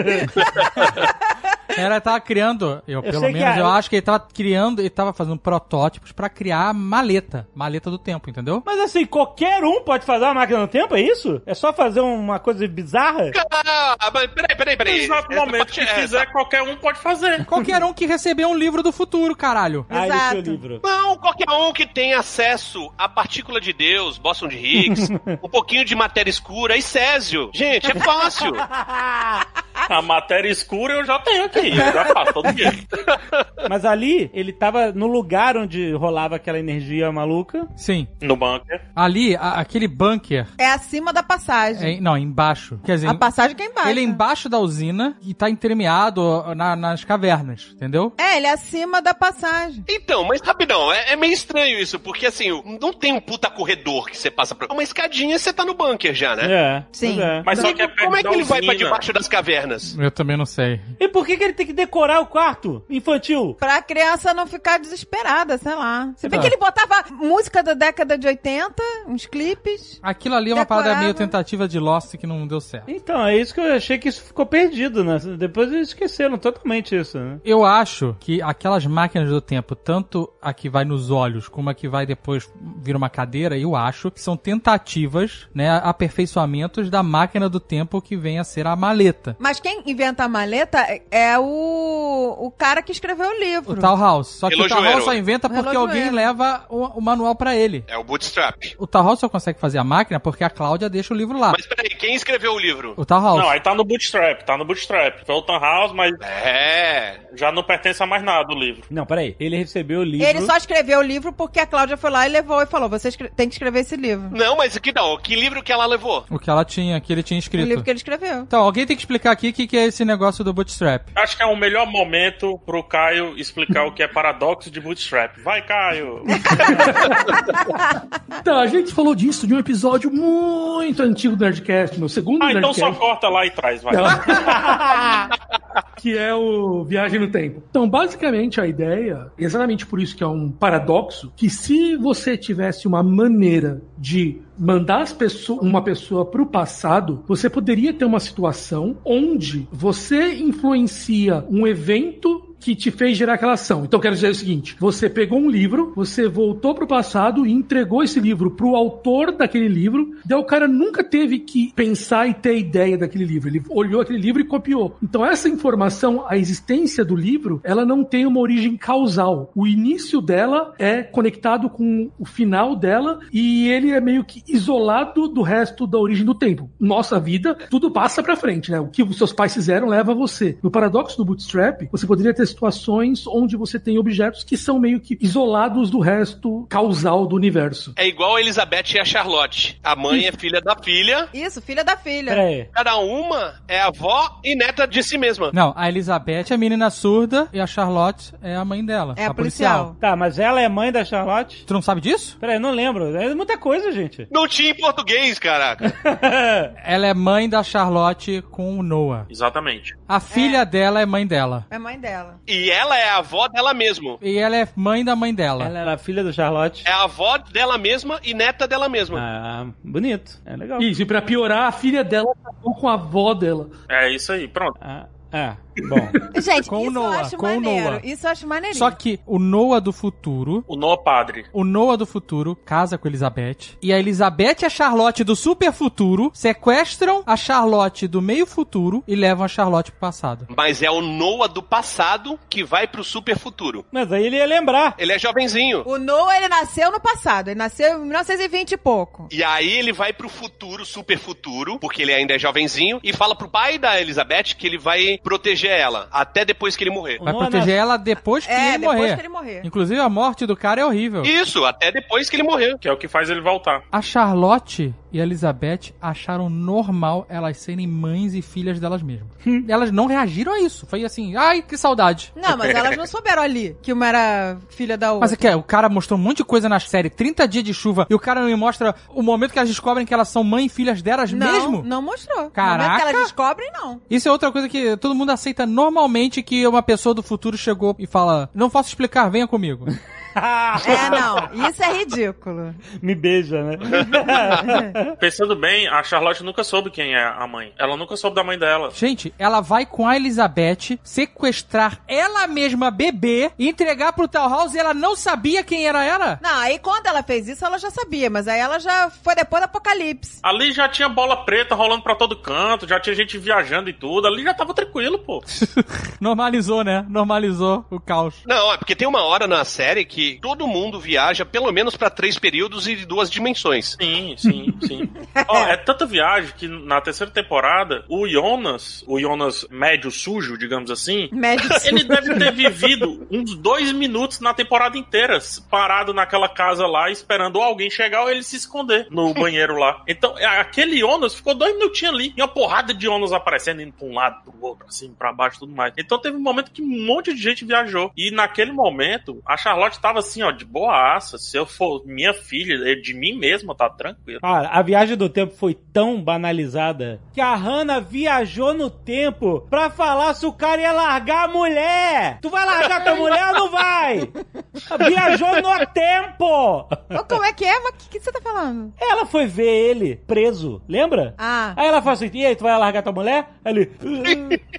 D: Ela tava criando, eu, pelo
B: sei que
D: menos,
B: a-
D: eu acho que ele tava criando, ele tava fazendo protótipos pra criar a maleta, maleta do tempo, entendeu?
B: Mas assim, qualquer um pode fazer uma máquina do tempo, é isso? É só fazer uma coisa bizarra?
E: Ah, mas peraí, peraí,
F: No
E: peraí.
F: exato
E: Essa
F: momento
E: parte
F: que
E: é essa.
F: quiser, qualquer um pode fazer.
D: Qualquer um que recebeu um livro do futuro, caralho.
B: Ah, esse é o
C: Exato.
B: livro.
E: Não, qualquer um que tem acesso à partícula de Deus, Boston de Higgs, um pouquinho de matéria escura e Césio. Gente, é fácil. Ah.
F: A matéria escura eu já tenho aqui. Eu já faço todo dia.
B: Mas ali, ele tava no lugar onde rolava aquela energia maluca.
D: Sim.
F: No bunker.
D: Ali, a- aquele bunker,
C: é acima da
D: é
C: passagem.
D: em- não, embaixo. Quer dizer,
C: A passagem que é embaixo.
D: ele é embaixo da usina e tá entremeado ó, na- nas cavernas, entendeu?
C: É, ele é acima da passagem.
E: Então, mas rapidão, é, é meio estranho isso, porque assim, não tem um puta corredor que você passa pra. É Uma escadinha você tá no bunker já, né?
B: É.
C: Sim.
B: pois é.
F: Mas só que é perto
E: Como é que
F: da
E: ele vai pra
F: usina.
E: debaixo das cavernas?
D: Eu também não sei.
B: E por que, que ele tem que decorar o quarto infantil?
C: Pra criança não ficar desesperada, sei lá. Se bem
B: Tá.
C: que ele botava música da década de 80, uns clipes.
D: Aquilo ali é uma
C: Decorava.
D: parada meio tentativa de Lost que não deu certo.
B: Então, é isso que eu achei que isso ficou perdido, né? Depois eles esqueceram totalmente isso, né?
D: Eu acho que aquelas máquinas do tempo, tanto a que vai nos olhos como a que vai depois vir uma cadeira, eu acho que são tentativas, né, aperfeiçoamentos da máquina do tempo que vem a ser a maleta.
C: Mas quem inventa a maleta é- é o, o cara que escreveu o
D: O
C: livro.
D: Tal House. Só que o Tal
E: Relojoeiro.
D: House só inventa porque
C: Relojoeiro.
D: alguém leva o, o manual pra ele.
E: É o bootstrap.
D: O Tal House só consegue fazer a máquina porque a Cláudia deixa o livro lá.
E: Ah. Mas peraí, quem escreveu o livro?
D: O Tal House.
F: Não, aí tá no Bootstrap, tá no Bootstrap. Foi o Tom House, mas
E: É.
F: já não pertence a mais nada o livro.
B: Não, peraí. Ele recebeu o livro.
C: Ele só escreveu o livro porque a Cláudia foi lá e levou e falou: você escre- tem que escrever esse livro.
E: Não, mas que não. Que livro que ela levou?
D: O que ela tinha, que ele tinha
C: O livro
D: escrito.
C: que ele escreveu.
D: Então, alguém tem que explicar aqui o que, que é esse negócio do Bootstrap.
F: Acho que é o melhor momento pro Caio explicar o que é paradoxo de Bootstrap. Vai, Caio!
G: Tá, a gente falou disso de um episódio muito antigo do Nerdcast, meu segundo
F: Ah, então só
G: Nerdcast.
F: corta lá e traz, vai.
G: que é o Viagem no Tempo. Então, basicamente, a ideia, exatamente por isso que é um paradoxo, que se você tivesse uma maneira de mandar as pesso- uma pessoa para o passado, você poderia ter uma situação onde você influencia um evento que te fez gerar aquela ação. Então quero dizer o seguinte, você pegou um livro, você voltou pro passado e entregou esse livro pro autor daquele livro, daí o cara nunca teve que pensar e ter ideia daquele livro. Ele olhou aquele livro e copiou. Então essa informação, a existência do livro, ela não tem uma origem causal. O início dela é conectado com o final dela e ele é meio que isolado do resto da origem do tempo. Nossa vida, tudo passa pra frente, né? O que os seus pais fizeram leva a você. No paradoxo do bootstrap, você poderia ter situações onde você tem objetos que são meio que isolados do resto causal do universo.
E: É igual a Elizabeth e a Charlotte. A mãe é filha da filha.
C: Isso, filha da filha.
B: Peraí.
E: Cada uma é avó e neta de si mesma.
D: Não, a Elizabeth é a menina surda e a Charlotte é a mãe dela.
C: É a policial.
B: Tá, mas ela é mãe da Charlotte?
D: Tu não sabe disso?
B: Peraí, não lembro. É muita coisa, gente.
E: Não tinha em português, caraca.
D: Ela é mãe da Charlotte com o Noah.
F: Exatamente.
D: A filha dela é mãe dela.
C: É mãe dela.
E: E ela é a avó dela mesma.
D: E ela é mãe da mãe dela.
B: Ela era filha do Charlotte.
E: É a avó dela mesma e neta dela mesma.
B: Ah, bonito. É legal.
G: Isso, e pra piorar, a filha dela casou com a avó dela.
F: É isso aí, pronto.
B: Ah, ah,
C: é
B: bom.
C: Gente,
D: Com o
C: isso
D: Noah,
C: eu acho
D: com o
C: maneiro.
D: Noah.
C: Isso eu acho maneirinho.
D: Só que o Noah do futuro.
F: O nó padre.
D: O Noah do futuro casa com a Elizabeth. E a Elizabeth e a Charlotte do super futuro sequestram a Charlotte do meio futuro e levam a Charlotte pro passado.
E: Mas é o Noah do passado que vai pro super futuro.
B: Mas aí ele ia lembrar.
E: Ele é jovenzinho.
C: O Noah, ele nasceu no passado. Ele nasceu em 1920 e pouco.
E: E aí ele vai pro futuro, super futuro, porque ele ainda é jovenzinho, e fala pro pai da Elizabeth que ele vai proteger ela, até depois que ele morrer.
D: Vai
B: Nolan-
D: proteger ela depois que
C: É,
D: ele
C: depois
D: morrer.
C: que ele morrer.
D: Inclusive, a morte do cara é horrível.
E: Isso, até depois que ele morreu.
F: Que é o que faz ele voltar.
D: A Charlotte e a Elizabeth acharam normal elas serem mães e filhas delas mesmas. elas não reagiram a isso. Foi assim, ai, que saudade.
C: Não, mas elas não souberam ali que uma era filha da outra.
D: Mas é que o cara mostrou um monte de coisa na série, 30 dias de chuva, e o cara não me mostra o momento que elas descobrem que elas são mãe e filhas delas
C: não,
D: mesmo?
C: não mostrou.
D: Caraca.
C: No momento que elas descobrem, não.
D: Isso é outra coisa que todo mundo aceita normalmente que uma pessoa do futuro chegou e fala: Não posso explicar, venha comigo.
C: É, não. Isso é ridículo.
B: Me beija, né?
F: Pensando bem, a Charlotte nunca soube quem é a mãe. Ela nunca soube da mãe dela.
D: Gente, ela vai com a Elizabeth sequestrar ela mesma a bebê e entregar pro tal house e ela não sabia quem era ela?
C: Não, aí quando ela fez isso, ela já sabia, mas aí ela já foi depois do apocalipse.
F: Ali já tinha bola preta rolando pra todo canto, já tinha gente viajando e tudo. Ali já tava tranquilo, pô.
D: Normalizou, né? Normalizou o caos.
E: Não, é porque tem uma hora na série que todo mundo viaja pelo menos pra três períodos e duas dimensões.
F: Sim, sim, sim. Ó, é tanta viagem que na terceira temporada, o Jonas, o Jonas médio sujo, digamos assim,
C: Médio
F: ele deve ter vivido uns dois minutos na temporada inteira, parado naquela casa lá, esperando alguém chegar ou ele se esconder no banheiro lá. Então, é, aquele Jonas ficou dois minutinhos ali, e uma porrada de Jonas aparecendo, indo pra um lado, pro outro, assim, pra baixo tudo mais. Então teve um momento que um monte de gente viajou. E naquele momento, a Charlotte tava assim, ó, de boaça. Se eu for minha filha, é de mim mesma, tá tranquilo.
B: Cara, a viagem do tempo foi tão banalizada que a Hannah viajou no tempo pra falar se o cara ia largar a mulher. Tu vai largar tua mulher ou não vai? Viajou no tempo.
C: Ô, Como é que é? Mas o que, que você tá falando?
B: Ela foi ver ele preso, lembra?
C: Ah,
B: Aí ela fala assim, e aí, tu vai largar tua mulher? Aí Ele,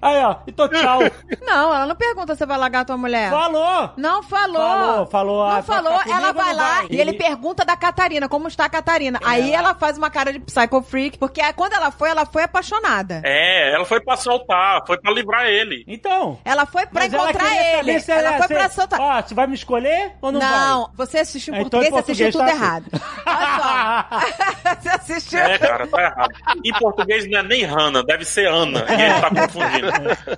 B: "Ah." aí ó, então tchau.
C: não, ela não pergunta se você vai largar tua mulher.
B: Falou!
C: Não falou.
B: Falou, falou, ah,
C: Não falou,
B: tá comigo
C: ela
B: ou
C: vai
B: não
C: lá
B: vai?
C: e ele pergunta da Catarina, como está a Catarina. Aí ela faz uma cara de psycho freak, porque é- quando ela foi, ela foi apaixonada.
F: É, ela foi pra soltar, foi pra livrar ele.
B: Então...
C: Ela foi pra
B: mas ela
C: encontrar
B: queria saber
C: ele.
B: se
C: ela foi
B: se-
C: pra soltar.
B: Ó, você vai me escolher ou não,
C: não, você assistiu em
B: Ah, então
C: português,
B: em
C: você assistiu tudo
B: português
C: errado. Olha
B: vai?
C: só. você assistiu.
F: É, cara, tá errado. Em português não é nem Hannah, deve ser Ana. E ele tá confundindo.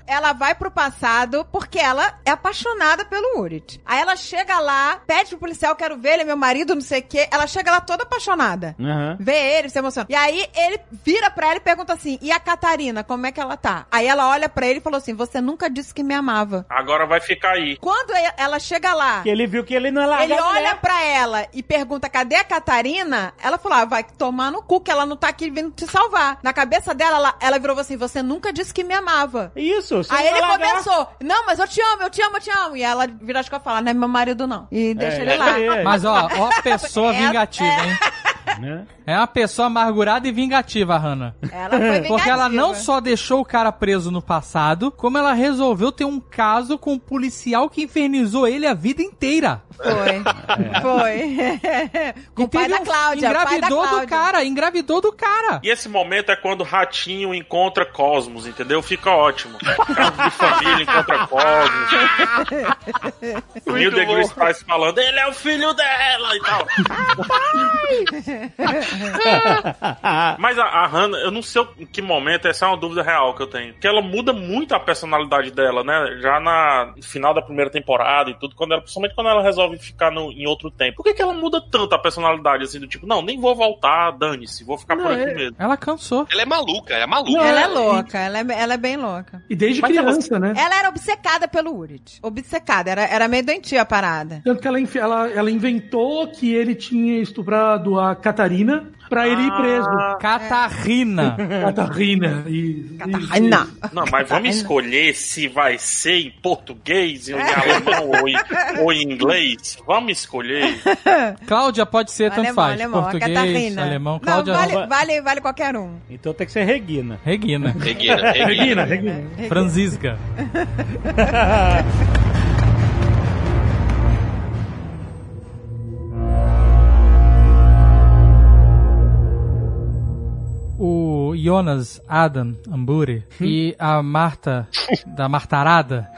C: Ela vai pro passado porque ela é apaixonada pelo Urit. Aí ela chega lá, pede pro policial, quero ver, ele é meu marido, não sei o quê. Ela chega lá toda apaixonada.
B: Aham.
C: Vê ele, se emociona. E aí ele vira pra ela e pergunta assim: e a Catarina, como é que ela tá? Aí ela olha pra ele e falou assim: você nunca disse que me amava.
F: Agora vai ficar aí.
C: Quando e- ela chega lá,
B: Que ele viu que ele não é né? ia largar
C: ele
B: a
C: olha
B: mulher.
C: pra ela e pergunta: cadê a Catarina? Ela falou: ah, vai tomar no cu que ela não tá aqui vindo te salvar. Na cabeça dela, ela, ela virou assim: você nunca disse que me amava.
B: Isso, você
C: Aí
B: não é
C: ele
B: vai largar.
C: começou, não, mas eu te amo, eu te amo, eu te amo. E ela vira as costas e fala, não é meu marido não. E deixa
B: É,
C: ele lá.
B: isso aí.
D: Mas ó, ó a pessoa
C: É,
D: vingativa, hein?
B: Né?
D: É uma pessoa amargurada e vingativa, a Hannah.
C: Ela foi
D: Porque ela não
C: vingativa.
D: só deixou o cara preso no passado, como ela resolveu ter um caso com o policial que infernizou ele a vida inteira.
C: Foi. Foi. Com
D: E
C: o pai
D: teve
C: da Cláudia.
D: um-
C: pai da
D: Engravidou
C: Cláudia.
D: do cara, engravidou do cara.
F: E esse momento é quando o ratinho encontra Cosmos, entendeu? Fica ótimo. Caso de família encontra Cosmos. o
E: Muito
F: Neil
E: bom.
F: deGrasse Tyson falando, ele é o filho dela e tal. Mas a, a Hannah, eu não sei o- em que momento, essa é uma dúvida real que eu tenho. Que ela muda muito a personalidade dela, né? Já na no final da primeira temporada e tudo, quando ela, principalmente quando ela resolve ficar no- em outro tempo. Por que, que ela muda tanto a personalidade, assim, do tipo, não, nem vou voltar, dane-se, vou ficar por
E: é,
F: aqui mesmo.
D: Ela cansou.
E: Ela é maluca, é maluca.
C: Ela é louca, ela é, ela é bem louca.
G: E desde
C: é
F: Mas
G: criança,
D: É.
G: né?
C: Ela era obcecada pelo Urit. Obcecada, era, era meio doentia a parada.
G: Tanto que ela, inf- ela, ela inventou que ele tinha estuprado a Catarina pra ele ir preso.
C: É.
D: Catarina.
C: Ah.
G: Catarina. Isso,
C: Ai,
G: isso.
C: não.
F: Não, mas vamos escolher se vai ser em português, em alemão ou em, ou em inglês. Vamos escolher.
D: Cláudia pode ser, tanto
C: Alemão,
D: faz.
C: alemão.
D: Português,
C: Catarina.
D: alemão.
C: Não,
D: Cláudia
C: vale, vale, vale qualquer um.
B: Então tem que ser Regina.
D: Regina.
E: Regina, Regina.
G: Regina, Regina.
D: Franzisca. O Jonas Adam Amburi
C: Hum.
D: e a Marta, da Martarada,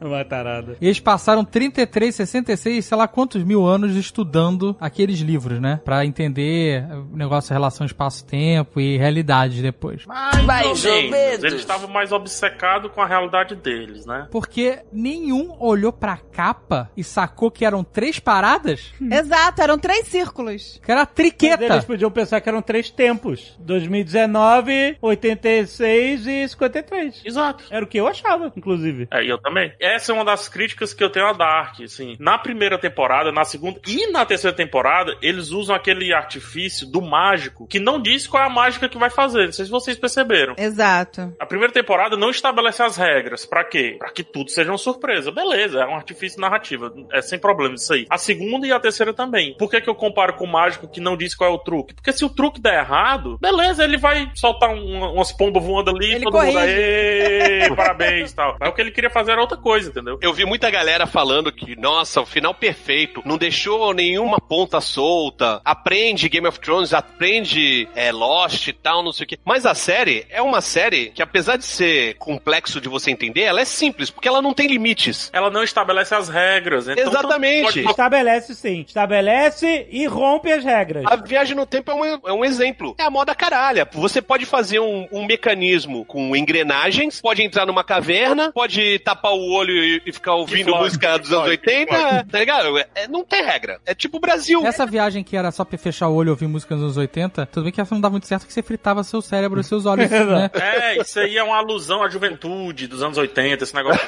B: Uma tarada.
D: eles passaram 33, 66, sei lá quantos mil anos estudando aqueles livros, né? Pra entender o negócio, a relação espaço-tempo e realidade depois.
F: Mais,
H: Mais ou menos.
F: Ele estava mais obcecado com a realidade deles, né?
D: Porque nenhum olhou pra capa e sacou que eram três paradas?
C: Exato, eram três círculos.
D: Que era a
B: Mas Eles
D: triqueta.
B: podiam pensar que eram três tempos: 2019, 86 e 53.
F: Exato.
B: Era o que eu achava, inclusive.
F: É, e eu também. Essa é uma das críticas que eu tenho a Dark, assim. Na primeira temporada, na segunda e na terceira temporada, eles usam aquele artifício do mágico, que não diz qual é a mágica que vai fazer. Não sei se vocês perceberam.
C: Exato.
F: A primeira temporada não estabelece as regras. Pra quê? Pra que tudo seja uma surpresa. Beleza, é um artifício narrativo. É sem problema isso aí. A segunda e a terceira também. Por que, que eu comparo com o mágico que não diz qual é o truque? Porque se o truque der errado, beleza, ele vai soltar um- umas pombas voando ali,
C: Ele
F: todo
C: corrige.
F: mundo aí, parabéns e tal. Mas o que ele queria fazer era outra coisa, entendeu?
E: Eu vi muita galera falando que, nossa, o final perfeito, não deixou nenhuma ponta solta, aprende Game of Thrones, aprende é, Lost e tal, não sei o quê. Mas a série é uma série que, apesar de ser complexo de você entender, ela é simples, porque ela não tem limites.
F: Ela não estabelece as regras. Então,
E: Exatamente.
F: tanto
B: Estabelece sim. Estabelece e rompe as regras.
E: A viagem no tempo é um, é um exemplo. É a moda caralha. Você pode fazer um, um mecanismo com engrenagens, pode entrar numa caverna, pode tapar o olho e, e ficar ouvindo
F: Floyd,
E: música dos anos
F: Floyd,
E: 80,
F: Floyd.
E: tá ligado? É- é- não tem regra. É tipo o Brasil.
D: Essa viagem que era só pra fechar o olho e ouvir música nos anos 80, tudo bem que essa não dava muito certo, que você fritava seu cérebro e seus olhos, né?
F: É, isso aí é uma alusão à juventude dos anos 80, esse negócio.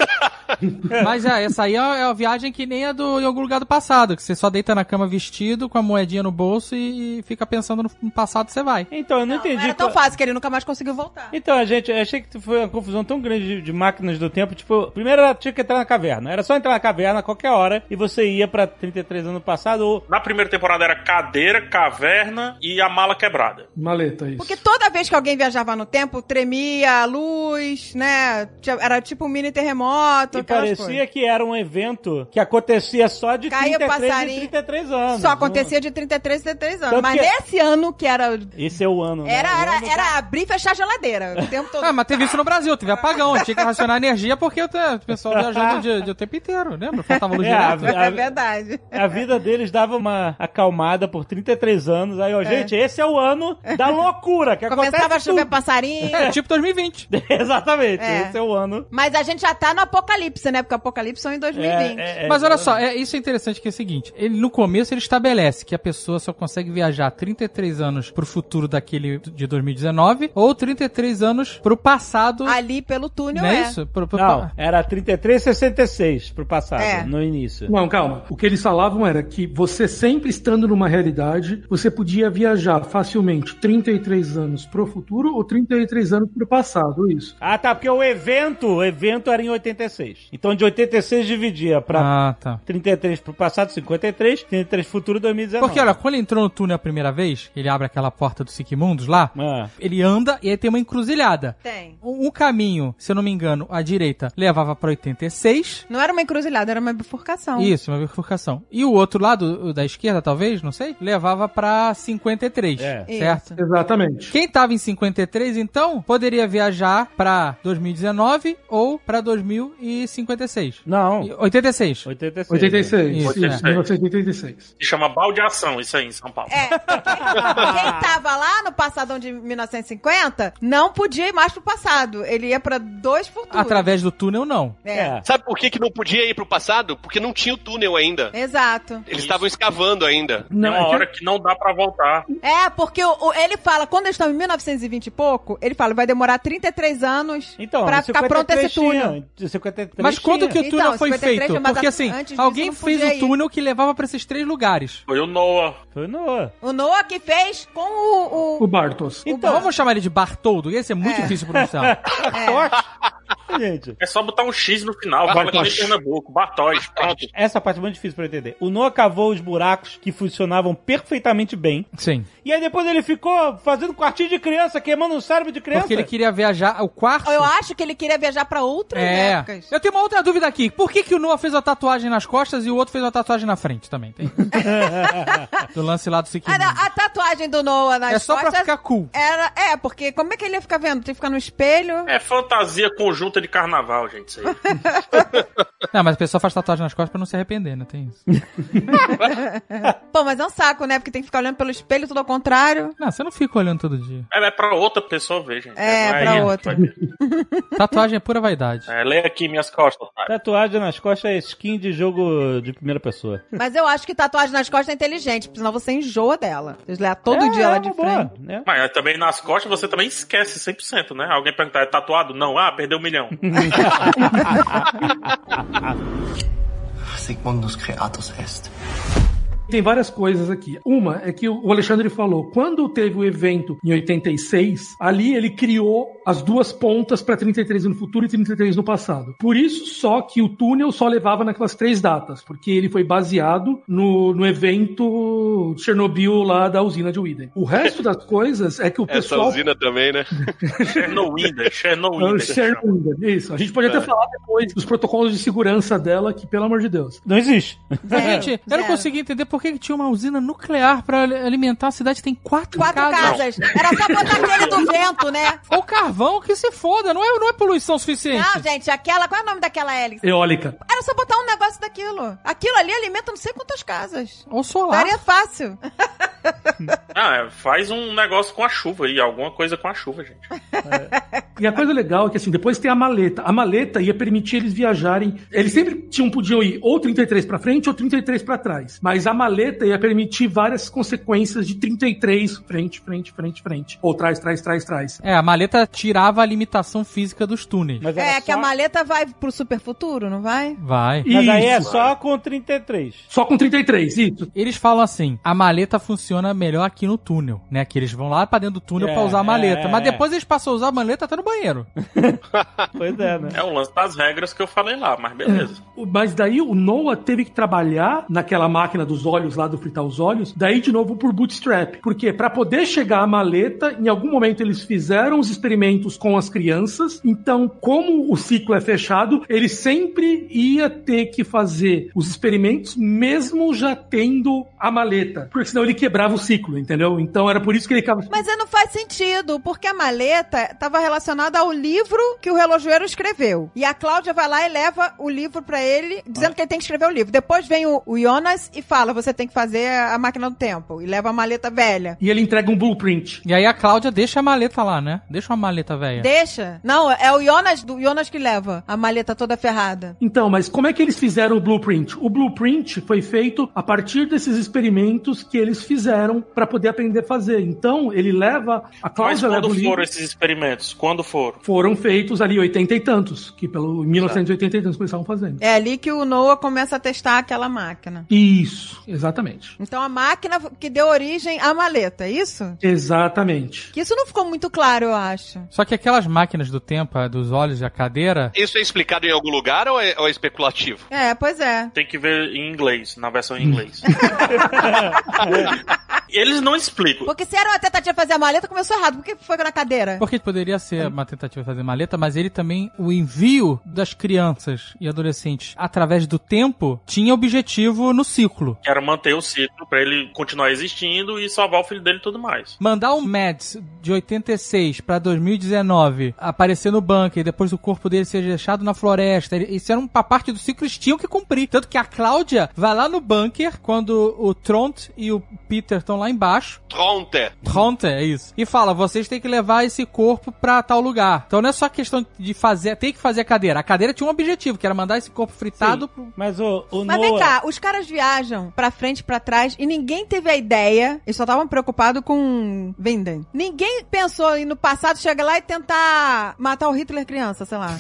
D: Mas é, essa aí é é uma viagem que nem a do em algum lugar do passado, que você só deita na cama vestido, com a moedinha no bolso e, e fica pensando no, no passado, você vai.
B: Então, eu não,
C: Não
B: entendi.
C: era tão
B: qual-
C: fácil que ele nunca mais conseguiu voltar.
B: Então, gente, eu achei que foi uma confusão tão grande de, de máquinas do tempo. Tipo, primeiro ela tinha que entrar na caverna. Era só entrar na caverna a qualquer hora e você ia pra 33 anos passado. Ou...
F: Na primeira temporada era cadeira, caverna e a mala quebrada.
G: Maleta, isso.
C: Porque toda vez que alguém viajava no tempo, tremia a luz, né? Tinha- Era tipo um mini terremoto,
B: E
C: aquelas
B: parecia que era um evento que acontecia só de
C: Caía
B: 33 em
C: passarinho.
B: 33
C: coisas.
B: anos.
C: Só acontecia de 33 a 33 anos.
B: um Tanto
C: Mas
B: que-
C: nesse ano que era.
B: Não- Esse é o ano. né?
C: Era, era, era abrir e fechar a geladeira o tempo todo.
D: Ah, mas teve isso no Brasil, teve apagão, tinha que racionar energia porque o te- o pessoal viajando de, de o tempo inteiro, lembra? Faltava luz
B: É,
D: direto.
B: a-
C: É verdade.
B: A vida deles dava uma acalmada por 33 anos. Aí, ó, gente, esse é o ano da loucura que
C: Começava a
B: acontece
C: chover
B: tudo.
C: passarinho.
D: É, tipo 2020.
B: Exatamente,
C: É.
B: esse é o ano.
C: Mas a gente já tá no apocalipse, né? Porque o apocalipse são em 2020.
B: É, é, é.
D: Mas olha só, é, isso é interessante que é o seguinte, ele no começo ele estabelece que a pessoa só consegue viajar 33 anos pro futuro daquele de 2019 ou 33 anos pro passado,
C: Ali pelo túnel
D: não é,
C: é.
D: isso? Pro- pro-
B: Não, era 33,66 pro passado,
C: É.
B: no início.
G: Não, calma. O que eles falavam era que você sempre estando numa realidade, você podia viajar facilmente 33 anos pro futuro ou 33 anos pro passado, isso.
B: Ah, tá, porque o evento, o evento era em 86. Então de 86 dividia pra
D: Ah, tá.
B: 33 pro passado, 53, 33 futuro, 2019.
D: Porque, olha, quando ele entrou no túnel a primeira vez, ele abre aquela porta do Siquimundos lá,
B: Ah,
D: ele anda e aí tem uma encruzilhada.
C: Tem.
D: Um um caminho, se eu não me engano, à direita levava pra 86.
C: Não era uma encruzilhada, era uma bifurcação.
D: Isso, uma bifurcação. E o outro lado, o da esquerda, talvez, não sei, levava pra 53.
B: É.
D: Certo?
C: Isso.
G: Exatamente.
D: Quem tava em 53, então, poderia viajar pra 2019 ou pra 2056.
B: Não,
D: E 86.
B: 86.
G: 86.
D: Isso,
G: Isso,
D: é.
G: 1986.
F: Se chama baldeação isso aí em São Paulo.
C: É, porque quem tava lá no passadão de 1950 não podia ir mais pro passado. Ele ia pra dois futuros.
D: Através do túnel, não.
C: É.
E: Sabe por que, que não podia ir pro passado? Porque não tinha o túnel ainda.
C: Exato.
E: Eles estavam escavando ainda.
F: Tem uma
G: é que-
F: hora que não dá pra voltar.
C: É, porque o, o- ele fala, quando eles estão em 1920 e pouco, ele fala, vai demorar 33 anos
B: Então,
C: pra
B: em
C: ficar pronto esse
B: 53
C: túnel.
B: tinha, em 53
D: Mas quando que o
C: Então,
D: túnel foi
C: 53,
D: feito?
C: mas
D: Porque
C: a-
D: assim,
C: antes disso
D: alguém
C: não
D: fez
C: podia
D: o
C: ir.
D: túnel que levava pra esses três lugares.
F: Foi o Noah.
B: Foi no...
C: O Noah que fez com o... o-
G: O Bartos.
D: Então,
B: Então-
D: é vamos chamar ele de Bartoldo, ia ser muito difícil pronunciar.
C: é.
B: Então, gente.
F: É só botar um X no final, fala que é de Pernambuco, Bartóis, pronto.
B: Essa parte é muito difícil pra eu entender. O Noah cavou os buracos que funcionavam perfeitamente bem.
D: Sim.
B: E aí depois ele ficou fazendo quartinho de criança, queimando um cérebro de criança.
D: Porque ele queria viajar o quarto.
C: Eu acho que ele queria viajar pra outras
D: É.
C: épocas.
D: Eu tenho uma outra dúvida aqui. Por que, que o Noah fez uma tatuagem nas costas e o outro fez uma tatuagem na frente também? Tem. do lance lá do
C: Ah,
D: Siqueira.
C: não, a tatuagem do Noah nas
D: É só pra
C: costas
D: ficar cool.
C: Era, é, porque como é que ele ia ficar vendo? Tem que ficar no espelho.
F: É fantasia conjunta de carnaval, gente, isso aí.
D: Não, mas a pessoa faz tatuagem nas costas pra não se arrepender, né? Tem isso.
C: Pô, mas é um saco, né? Porque tem que ficar olhando pelo espelho, tudo ao contrário.
D: Não, você não fica olhando todo dia.
F: É, é pra outra pessoa ver, gente.
C: É,
F: não
C: pra
F: ele que
C: outra.
F: vai ver.
D: Tatuagem é pura vaidade.
F: É, leia aqui minhas costas, tá?
B: Tatuagem nas costas é skin de jogo de primeira pessoa.
C: Mas eu acho que tatuagem nas costas é inteligente, porque senão você enjoa dela. Você lê todo dia ela de
B: É, uma boa,
C: frente.
B: né?
F: Mas Ah, é, também nas costas você também esquece 100%, né? Alguém perguntar, é tatuado? Não. Ah, perdeu um milhão.
H: Sigmundus Creatus est.
G: Tem várias coisas aqui. Uma é que o Alexandre falou, quando teve o evento em 86, ali ele criou as duas pontas para 33 no futuro e 33 no passado. Por isso só que o túnel só levava naquelas três datas, porque ele foi baseado no, no evento Chernobyl lá da usina de Widen. O resto das coisas é que o
E: Essa
G: pessoal
E: usina também, né?
F: Chernowinder,
G: é o
F: Chernowinder.
G: Chernobyl, isso. A gente pode
E: É.
G: até falar depois dos protocolos de segurança dela, que pelo amor de Deus.
B: Não existe.
C: Zero,
D: Gente, eu não
C: É, zero.
D: consegui entender por que, que tinha uma usina nuclear pra ali- alimentar a cidade. Tem quatro,
C: Quatro casas. Era só botar aquele do vento, né?
D: É o carvão que se foda. Não é, não é poluição suficiente.
C: Não, gente, aquela. Qual é o nome daquela hélice?
G: Eólica.
C: Era só botar um negócio daquilo. Aquilo ali alimenta não sei quantas casas.
D: Ou solar.
C: Daria fácil.
F: Ah, é, faz um negócio com a chuva aí, alguma coisa com a chuva, gente.
G: E a coisa legal é que assim, depois tem a maleta. A maleta ia permitir eles viajarem. Eles sempre tinham podiam ir ou 33 pra frente ou 33 pra trás. Mas a maleta ia permitir várias consequências de 33 frente, frente, frente, frente. Ou trás, trás, trás, trás.
D: É, a maleta tirava a limitação física dos túneis.
B: Mas era
C: É, que a
B: só-
C: maleta vai pro super futuro, não vai?
D: Vai.
B: Mas aí é
G: Isso.
B: só com 33.
G: Só com 33, isso.
D: Eles falam assim: a maleta funciona melhor aqui no túnel, né? Que eles vão lá pra dentro do túnel
B: É,
D: pra usar a maleta.
B: é,
D: Mas
B: é.
D: depois eles passam a usar a maleta até no banheiro.
B: Pois é, né?
F: É o lance das regras que eu falei lá, mas
B: É,
F: beleza.
G: O- Mas daí o Noah teve que trabalhar naquela máquina dos olhos lá do fritar os olhos, daí de novo por bootstrap. Porque para poder chegar à maleta, em algum momento eles fizeram os experimentos com as crianças. Então, como o ciclo é fechado, ele sempre ia ter que fazer os experimentos mesmo já tendo a maleta, porque senão ele quebrava o ciclo, entendeu? Então era por isso que ele ficava
C: Mas aí não faz sentido, porque a maleta estava relacionada ao livro que o relojoeiro escreveu. E a Cláudia vai lá e leva o livro pra ele, dizendo que ele tem que escrever o livro. Depois vem o, o Jonas e fala: você tem que fazer a máquina do tempo. E leva a maleta velha.
G: e ele entrega um blueprint.
D: E aí a Cláudia deixa a maleta lá, né? Deixa uma maleta velha.
C: Deixa? Não, é o Jonas, do Jonas que leva a maleta toda ferrada.
G: Então, mas como é que eles fizeram o blueprint? O blueprint foi feito a partir desses experimentos que eles fizeram para poder aprender a fazer. Então, ele leva a
F: Mas
B: né,
G: cláusula leva
F: quando
G: o livro.
F: foram esses experimentos? Quando foram?
G: Foram feitos ali oitenta e tantos, que pelo em 1980 e tantos começavam fazendo.
C: É ali que o Noah começa a testar aquela máquina.
G: Isso, exatamente.
C: Então a máquina que deu origem à maleta, é isso?
G: Exatamente.
C: Que isso não ficou muito claro, eu acho.
D: Só que aquelas máquinas do tempo, a dos olhos e a cadeira.
E: Isso é explicado em algum lugar ou é, ou é especulativo?
C: É, pois é.
F: Tem que ver em inglês, na versão em inglês. Eles não explicam.
C: Porque se era uma tentativa de fazer a maleta, começou errado. Por que foi na cadeira?
D: Porque poderia ser uma tentativa de fazer maleta, mas ele também, o envio das crianças e adolescentes através do tempo, tinha objetivo no ciclo.
F: Quero manter o ciclo pra ele continuar existindo e salvar o filho dele e tudo mais.
D: Mandar o Mads de 86 pra 2019 aparecer no bunker e depois o corpo dele ser deixado na floresta. ele- Isso era uma parte do ciclo que eles tinham que cumprir. Tanto que a Cláudia vai lá no bunker quando o Tront e o Peter estão lá embaixo.
E: Tronte.
D: Pronto, é isso. E fala, vocês têm que levar esse corpo pra tal lugar. Então não é só questão de fazer, tem que fazer a cadeira. A cadeira tinha um objetivo, que era mandar esse corpo fritado pro...
B: Mas o, o
C: Mas
B: Noah...
C: vem cá, os caras viajam pra frente e pra trás e ninguém teve a ideia. Eles só estavam preocupados com Vinden. Ninguém pensou em no passado chegar lá e tentar matar o Hitler criança, sei lá.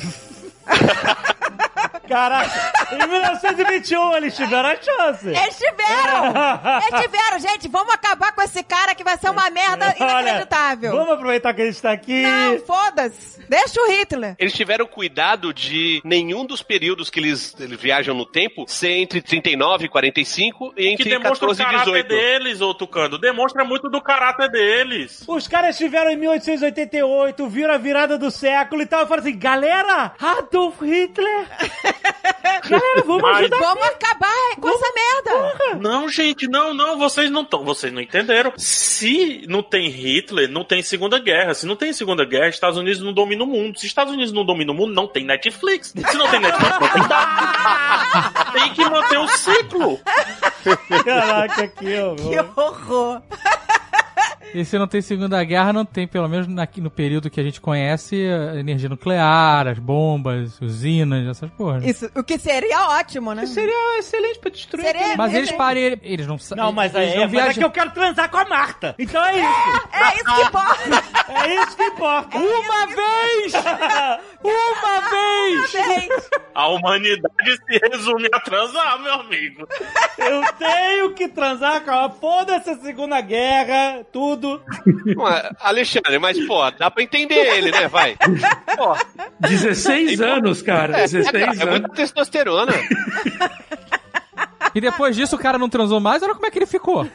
B: Caraca, em 1921 eles tiveram a chance.
C: Eles tiveram! Eles tiveram, gente. Vamos acabar com esse cara que vai ser uma merda É inacreditável.
B: Olha, vamos aproveitar que a gente tá aqui.
C: Não, foda-se. Deixa o Hitler.
E: Eles tiveram cuidado de nenhum dos períodos que eles, eles viajam no tempo ser entre 39 e 45 e
F: Que
E: entre
F: demonstra
E: 14
F: o
E: e
F: caráter
E: 18.
F: deles, ô Tucano. Demonstra muito do caráter deles.
B: Os caras tiveram em 1888, viram a virada do século e tal, e falaram assim, galera, Adolf Hitler! galera, vamos
F: Mas-
B: ajudar!
C: Vamos acabar com essa merda.
F: Não, gente, não, não, vocês não estão, vocês não entenderam. Se não tem Hitler, não tem Segunda Guerra. Se não tem Segunda Guerra, Estados Unidos não domina o mundo. Se Estados Unidos não domina o mundo, não tem Netflix. Se não tem Netflix, não tem W. Tem que manter o ciclo.
B: Caraca, aqui, ó.
C: Que horror.
D: E se não tem Segunda Guerra, não tem, pelo menos na- no período que a gente conhece, a energia nuclear, as bombas, usinas, essas né? porras.
C: Isso, o que seria ótimo, né?
B: Seria excelente pra destruir.
C: Seria-
D: Mas eles
C: é-
D: parem, eles não sabem.
B: Não, mas, aí,
D: eles não
B: mas é que
D: viajam.
B: eu quero transar com a Marta. Então é isso.
C: É isso que importa.
B: É isso que importa.
D: Uma vez! Uma vez!
C: Gente,
F: A humanidade se resume a transar, meu amigo.
B: Eu tenho que transar com a foda-se a Segunda Guerra, tudo.
E: Não, é- Alexandre, mas pô, dá pra entender ele, né? Vai. Pô,
G: 16 anos, cara.
E: é, cara,
G: 16
E: é
G: anos.
E: muita testosterona.
D: E depois disso o cara não transou mais, olha como é que ele ficou.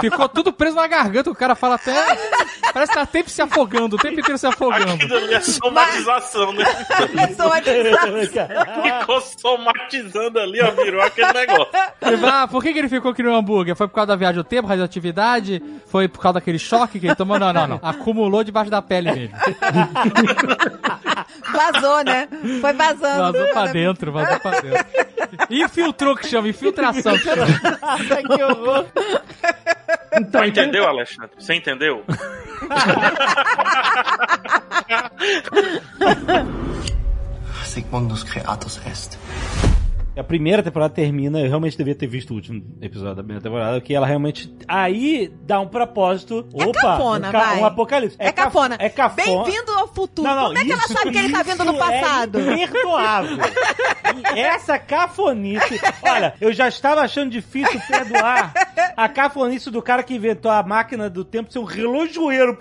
D: ficou tudo preso na garganta, o cara fala até. Parece que tá sempre se afogando, o tempo inteiro se
F: Aqui
D: afogando.
F: dali é somatização, né?
C: pessoa de
F: Ficou somatizando ali, ó, virou aquele negócio.
D: Ele fala, ah, por que, que ele ficou aqui no hambúrguer? Foi por causa da viagem ao tempo, radioatividade? Foi por causa daquele choque que ele tomou? Não, não, não. Acumulou debaixo da pele mesmo.
C: vazou, né? Foi vazando.
D: Vazou pra dentro, vazou pra dentro. Infiltrou que chama, infiltração que chama.
B: que horror.
G: Então,
F: Entendeu, Alexandre? Você entendeu?
H: Sigmundus Creatus est.
B: A primeira temporada termina, eu realmente devia ter visto o último episódio da primeira temporada, que ela realmente. Aí dá um propósito.
C: É
B: Opa!
C: cafona,
B: um, ca-
C: vai.
B: um apocalipse.
C: É
B: ca-
C: cafona.
B: É cafona.
C: Bem-vindo ao futuro.
B: Não, não,
C: Como é que
B: isso-
C: ela sabe que ele tá vindo do
B: isso é
C: passado?
B: Imperdoável. E essa cafonice. Olha, eu já estava achando difícil perdoar a cafonice do cara que inventou a máquina do tempo ser um relojoeiro.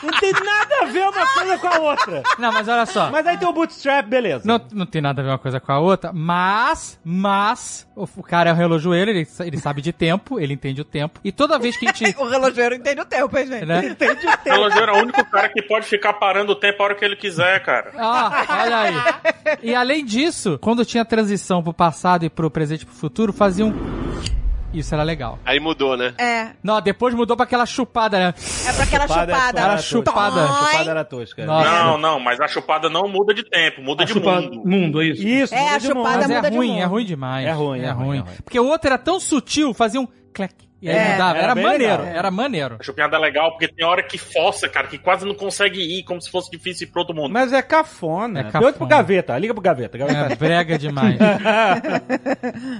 B: Não tem nada a ver uma coisa com a outra.
D: Não, mas olha só.
B: Mas aí tem o bootstrap, beleza.
D: Não, não tem nada a ver uma coisa com a outra, mas, mas, o, o cara é um relojoeiro, ele, sa- ele sabe de tempo, ele entende o tempo, e toda vez que a gente,
C: O relojeiro entende o tempo, hein, gente?
D: né?
B: Entende o
F: O
B: tempo.
F: relojeiro é o único cara que pode ficar parando o tempo a hora que ele quiser, cara.
D: Ah, olha aí. E além disso, quando tinha transição pro passado e pro presente e pro futuro, fazia um... Isso era legal.
E: Aí mudou, né?
C: É,
D: Não, depois mudou pra aquela chupada, né?
C: é pra aquela
B: Chupada,
C: chupada.
B: era
D: Era chupada.
C: Tom.
B: Chupada era tosca.
D: Nossa.
F: Não, não, mas a chupada não muda de tempo, muda
G: Ah, é. A
F: de
G: chupa-
F: mundo.
G: mundo, é isso.
B: Isso,
C: É,
B: muda
C: a
B: de
C: chupada
B: mundo.
D: Mas é
C: muda de
D: ruim,
C: humor.
D: é ruim demais.
B: É ruim, é ruim, é ruim.
D: Porque o outro era tão sutil, fazia um clec. E aí
C: É,
D: mudava.
B: era
D: Era,
B: bem
D: maneiro,
B: legal.
D: era maneiro.
F: A chupinhada é legal porque tem hora que força, cara, que quase não consegue ir, como se fosse difícil ir pro outro mundo.
B: Mas é cafona.
D: É
B: Pergunta
D: cafona.
B: pro Gaveta, liga pro Gaveta. Gaveta.
D: É brega demais.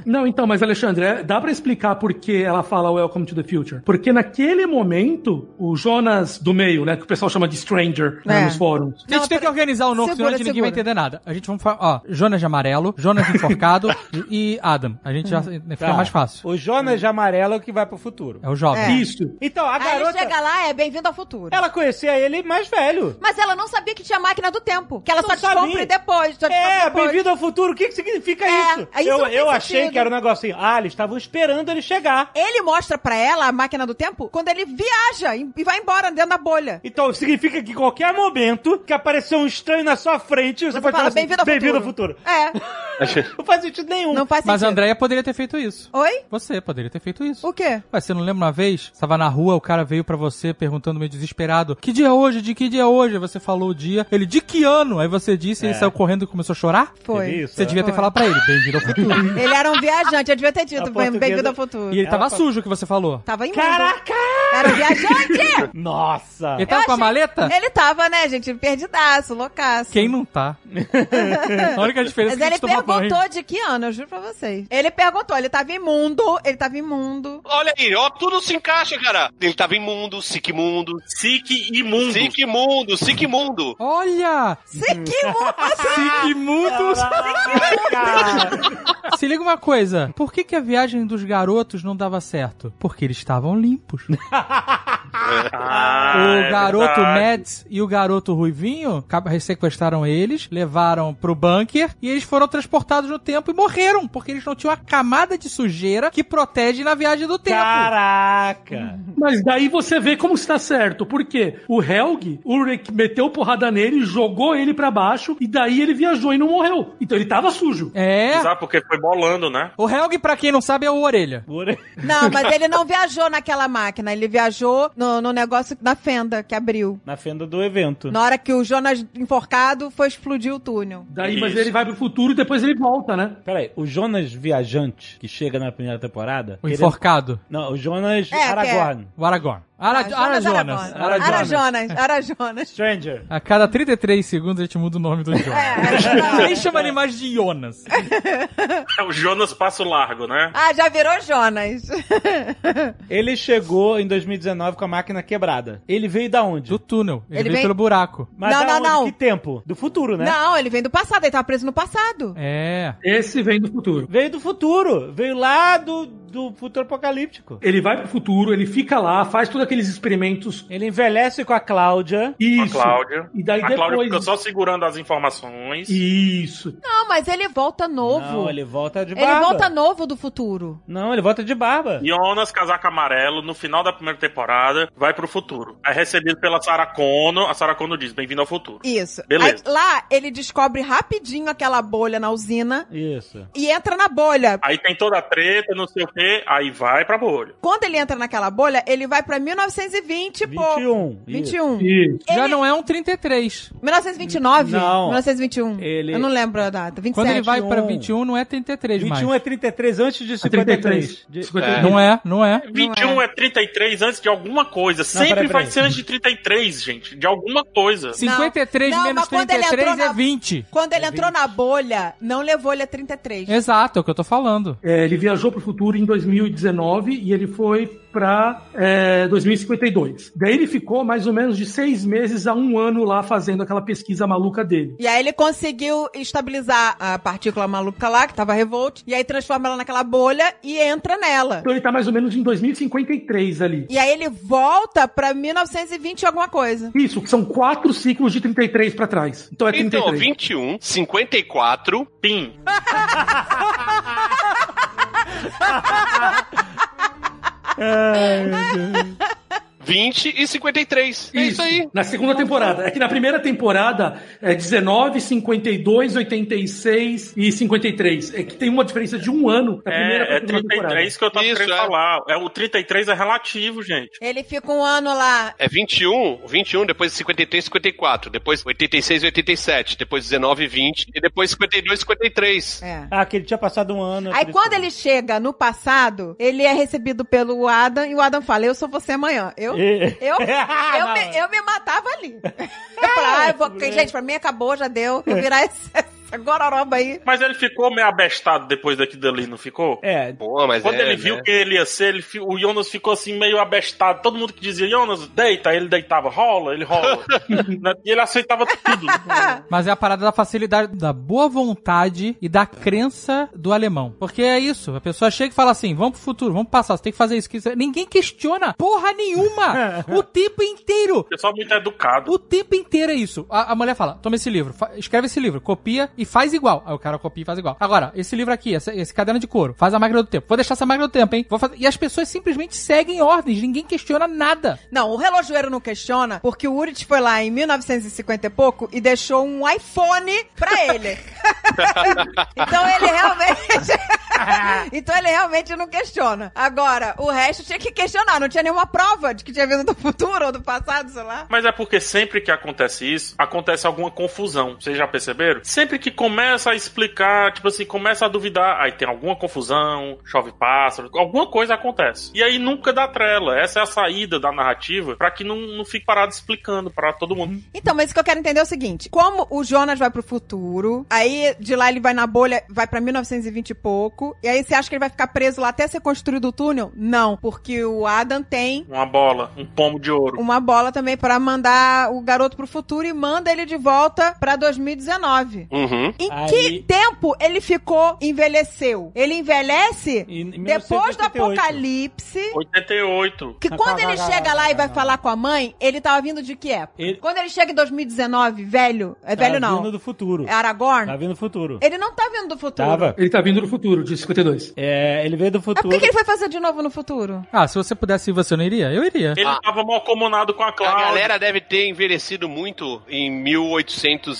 G: Não, então, mas Alexandre, é- dá pra explicar por que ela fala Welcome to the Future? Porque naquele momento, o Jonas do meio, né, que o pessoal chama de Stranger né,
C: É.
G: nos fóruns.
D: A gente
C: Não,
D: tem
C: pera-
D: que organizar o nome, senão
C: Segura,
D: a gente ninguém vai
C: segura.
D: entender nada. A gente vamos falar, ó, Jonas de amarelo, Jonas de enforcado e Adam. A gente já
C: Hum.
D: fica
B: Tá.
D: mais fácil.
B: O Jonas de amarelo é o que vai pro futuro.
D: É o jovem.
G: Isso.
B: Então, a
C: Aí ele
B: garota.
C: chega lá, é bem-vindo ao futuro.
B: Ela conhecia ele mais velho.
C: Mas ela não sabia que tinha máquina do tempo. Que ela
B: Não
C: só descobre
B: sabia.
C: depois. Só
B: É,
C: descobre depois.
B: bem-vindo ao futuro. O que, que significa
C: tá É,
B: isso?
C: aí isso
B: eu
C: não tem
B: eu achei
C: sentido.
B: que era um negocinho. Ah, eles estavam esperando ele chegar.
C: Ele mostra pra ela a máquina do tempo quando ele viaja e e vai embora dentro da bolha.
B: Então, significa que qualquer momento que aparecer um estranho na sua frente, você,
C: Você
B: pode
C: fala,
B: falar assim,
C: bem-vindo ao
B: bem-vindo ao
C: futuro.
B: futuro.
C: É,
B: Não faz sentido nenhum.
C: não faz
D: Mas a
C: sentido.
D: Andrea poderia ter feito isso.
C: Oi?
D: Você poderia ter feito isso.
C: O quê?
D: Ué, você não lembra uma vez? Você tava na rua, o cara veio pra você perguntando meio desesperado: Que dia é hoje? De que dia é hoje? Aí Você falou o dia. Ele, de que ano? Aí você disse,
B: É.
D: ele saiu correndo e começou a chorar?
C: Foi.
B: Isso,
D: Você
B: é.
D: devia ter
C: Foi.
D: falado pra ele: Bem-vindo ao futuro.
C: Ele era um viajante, eu devia ter
B: A
C: dito.
B: portuguesa-
C: Bem-vindo ao futuro.
D: e ele
B: Ela
D: tava
B: fa-
D: sujo o que você falou.
C: Tava imundo.
B: Caraca!
C: Era um viajante!
B: Nossa!
D: Ele tava
C: Eu
D: com a
C: achei-
D: maleta?
C: Ele tava, né, gente? Perdidaço, loucaço.
D: Quem não tá? a única
C: Mas
D: diferença é que a
C: ele
D: gente toma banho.
C: perguntou de que ano, eu juro pra vocês. Ele perguntou, ele tava imundo, ele tava imundo.
E: Olha aí, ó, tudo se encaixa, cara. Ele tava imundo, siquimundo,
F: Sique imundo.
E: siquimundo, siquimundo.
D: Olha!
B: Uhum.
C: Seguimos!
D: Sigmundos! tá
B: Caraca!
D: Se liga uma coisa. Por que, que a viagem dos garotos não dava certo? Porque eles estavam limpos.
F: Ah,
D: o
F: é
D: garoto
F: verdade.
D: Mads e o garoto Ruivinho capa- sequestraram eles, levaram pro bunker e eles foram transportados no tempo e morreram, porque eles não tinham a camada de sujeira que protege na viagem do tempo.
B: Caraca!
G: Mas daí você vê como está certo. Porque o Helg, o Rick meteu porrada nele, jogou ele pra baixo, e daí ele viajou e não morreu. Então ele tava sujo.
D: É.
F: Exato, porque foi bolando, né?
D: O Helg, pra quem não sabe, é o orelha.
C: Não, mas ele não viajou naquela máquina, ele viajou no, no negócio da fenda que abriu.
B: Na fenda do evento.
C: Na hora que o Jonas enforcado foi explodir o túnel.
G: Daí, mas
F: Isso.
G: ele vai pro futuro e depois ele volta, né?
B: Peraí, o Jonas Viajante, que chega na primeira temporada.
D: O
B: ele- é-
D: enforcado.
B: Não, o Jonas
C: É, que é-
B: Aragorn.
D: O Aragorn.
C: Ah,
D: Ara, Ara
C: Arajonas.
D: Jonas. Ara
C: Ara
D: Jonas.
C: Jonas. Ara Jonas.
B: Stranger.
D: A cada 33 segundos a gente muda o nome do
C: É,
D: Jonas. Ninguém chama ele mais de Jonas.
F: É o Jonas Passo Largo, né?
C: Ah, já virou Jonas.
B: Ele chegou em 2019 com a máquina quebrada. Ele veio da onde?
D: Do túnel. Ele,
C: Ele
D: veio
C: vem-
D: pelo buraco.
B: Mas
C: Não,
B: da
C: não,
B: onde?
C: não.
B: Que tempo? Do futuro, né?
C: Não, ele vem do passado, ele tava preso no passado.
D: É.
G: Esse vem do futuro.
B: Veio do futuro. Veio lá do, do futuro apocalíptico.
G: Ele vai pro futuro, ele fica lá, faz todos aqueles experimentos.
B: Ele envelhece com a Cláudia.
G: Isso.
F: A Cláudia.
G: E daí
F: a Cláudia
G: depois. né?
F: fica só segurando as informações.
G: Isso.
C: Não, mas ele volta novo.
B: Não, ele volta
D: é
B: de
C: Ele
B: barba.
C: volta novo do futuro.
B: Não, ele volta de barba.
F: Jonas, casaco amarelo, no final da primeira temporada, vai pro futuro. É recebido pela Sarah Connor. A Sarah Connor diz, bem-vindo ao futuro.
C: Isso.
F: Beleza.
C: Aí, lá, ele descobre rapidinho aquela bolha na usina
B: Isso.
C: e entra na bolha.
F: Aí tem toda a treta, não sei o quê, aí vai pra bolha.
C: Quando ele entra naquela bolha, ele vai pra 1920 Tipo, e um. pouco.
B: 21. Isso.
C: 21.
G: Isso.
D: Já não é um 33.
C: 1929?
B: Não.
C: 1921.
B: Ele-
C: Eu não lembro a data. 27.
D: Quando ele vai pra
B: 21.
D: 21, não é 33 mais.
B: 21 é 33 antes de 53.
G: 33.
B: De-
G: 53.
D: Não é, não é.
F: 21 é. 33 antes de alguma coisa. Sempre
B: peraí,
F: vai
B: peraí.
F: ser antes de 33, gente. De alguma coisa.
D: 53
C: Não,
D: menos
C: mas quando ele
D: 33
C: entrou
D: é
C: na-
D: 20.
C: Quando ele entrou na bolha, não levou ele a 33.
D: Exato, é o que eu tô falando.
G: É, ele viajou pro futuro em 2019 e ele foi pra é, 2052. Daí ele ficou mais ou menos de seis meses a um ano lá fazendo aquela pesquisa maluca dele.
C: E aí ele conseguiu estabilizar a partícula maluca lá, que tava revolt, e aí transforma ela naquela bolha e entra nela.
G: Então ele tá mais ou menos em 2053 ali.
C: E aí ele volta pra 1920 e alguma coisa.
G: Isso, que são quatro ciclos de 33 pra trás. Então é
E: Então,
G: 33.
E: 21, 54.
F: Pim.
B: Ai, meu Deus.
E: 20 e 53. É isso aí.
G: Na segunda temporada. É que na primeira temporada é 19, 52, 86 e 53. É que tem uma diferença de um ano da primeira
F: É, é
G: pra segunda temporada.
F: 33 que eu tava
E: Isso,
F: querendo
E: é.
F: falar. É, o 33 é relativo, gente.
C: Ele fica um ano lá.
E: É 21, 21, depois 53, 54, depois 86, 87, depois 19, 20 e depois 52, 53.
C: É.
B: Ah, que ele tinha passado um ano.
C: Aí quando ele chega no passado, ele é recebido pelo Adam e o Adam fala: Eu sou você amanhã.
B: E-
C: Eu. Eu, eu,
B: Não.
C: me, eu me matava ali. Eu falava, ah, eu vou- gente, pra mim acabou, já deu. Vou virar esse- essa gororoba aí.
F: Mas ele ficou meio abestado depois daqui dali, não ficou?
B: É,
E: Pô, mas
F: Quando
E: é,
F: ele viu
E: né?
F: quem ele ia ser, ele fi- o Jonas ficou assim meio abestado. Todo mundo que dizia, Jonas, deita, ele deitava, rola, ele rola. Né? e ele aceitava tudo. né?
D: Mas é a parada da facilidade, da boa vontade e da crença do alemão. Porque é isso, a pessoa chega e fala assim, vamos pro futuro, vamos passar, você tem que fazer isso. que isso. Ninguém questiona porra nenhuma o tempo inteiro.
F: O pessoal muito educado.
D: O tempo inteiro é isso. A, a mulher fala: toma esse livro, fa- escreve esse livro, copia e faz igual. Aí o cara copia e faz igual. Agora, esse livro aqui, essa- esse caderno de couro, faz a máquina do tempo. Vou deixar essa máquina do tempo, hein? Vou fazer... E as pessoas simplesmente seguem ordens, ninguém questiona nada.
C: Não, o relojoeiro não questiona, porque o Urit foi lá em 1950 e pouco e deixou um iPhone pra ele. então ele realmente. então ele realmente não questiona. Agora, o resto tinha que questionar. Não tinha nenhuma prova de que tinha vindo do futuro ou do passado, sei lá.
F: Mas é porque sempre que acontece isso, acontece alguma confusão. Vocês já perceberam? Sempre que começa a explicar, tipo assim, começa a duvidar, aí tem alguma confusão, chove pássaro, alguma coisa acontece. E aí nunca dá trela. Essa é a saída da narrativa pra que não, não fique parado explicando pra todo mundo.
C: Então, mas isso que eu quero entender é o seguinte: como o Jonas vai pro futuro, aí de lá ele vai na bolha, vai pra 1920 e pouco, e aí você acha que ele vai ficar preso lá até ser construído o túnel? Não, porque o Adam tem
F: Uma bola, um pomo de ouro.
C: uma bola também pra mandar o garoto pro futuro e manda ele de volta pra 2019.
E: Uhum.
C: Em
B: Aí-
C: que tempo ele ficou envelheceu? Ele envelhece
B: Em- em
C: depois do
B: 1988.
C: apocalipse.
F: 88.
C: Que
B: Não,
C: quando
B: calma,
C: ele
B: calma,
C: chega
B: calma,
C: lá e vai
B: calma.
C: falar com a mãe, ele tava vindo de que época?
B: Ele-
C: Quando ele chega em 2019, velho. É velho
B: Tá
C: não.
B: vindo do futuro.
C: É Aragorn?
B: Tá vindo do futuro.
C: Ele não tá vindo do futuro.
B: Tava.
G: Ele tá vindo do futuro, de 52.
B: É, ele veio do
C: Mas por
B: futuro.
C: que, que ele foi fazer de novo no futuro?
D: Ah, se você pudesse ir, você não iria? Eu iria.
F: Ele
E: Ah.
F: tava mal comunado com a
E: A
F: Cláudia.
E: galera deve ter envelhecido muito em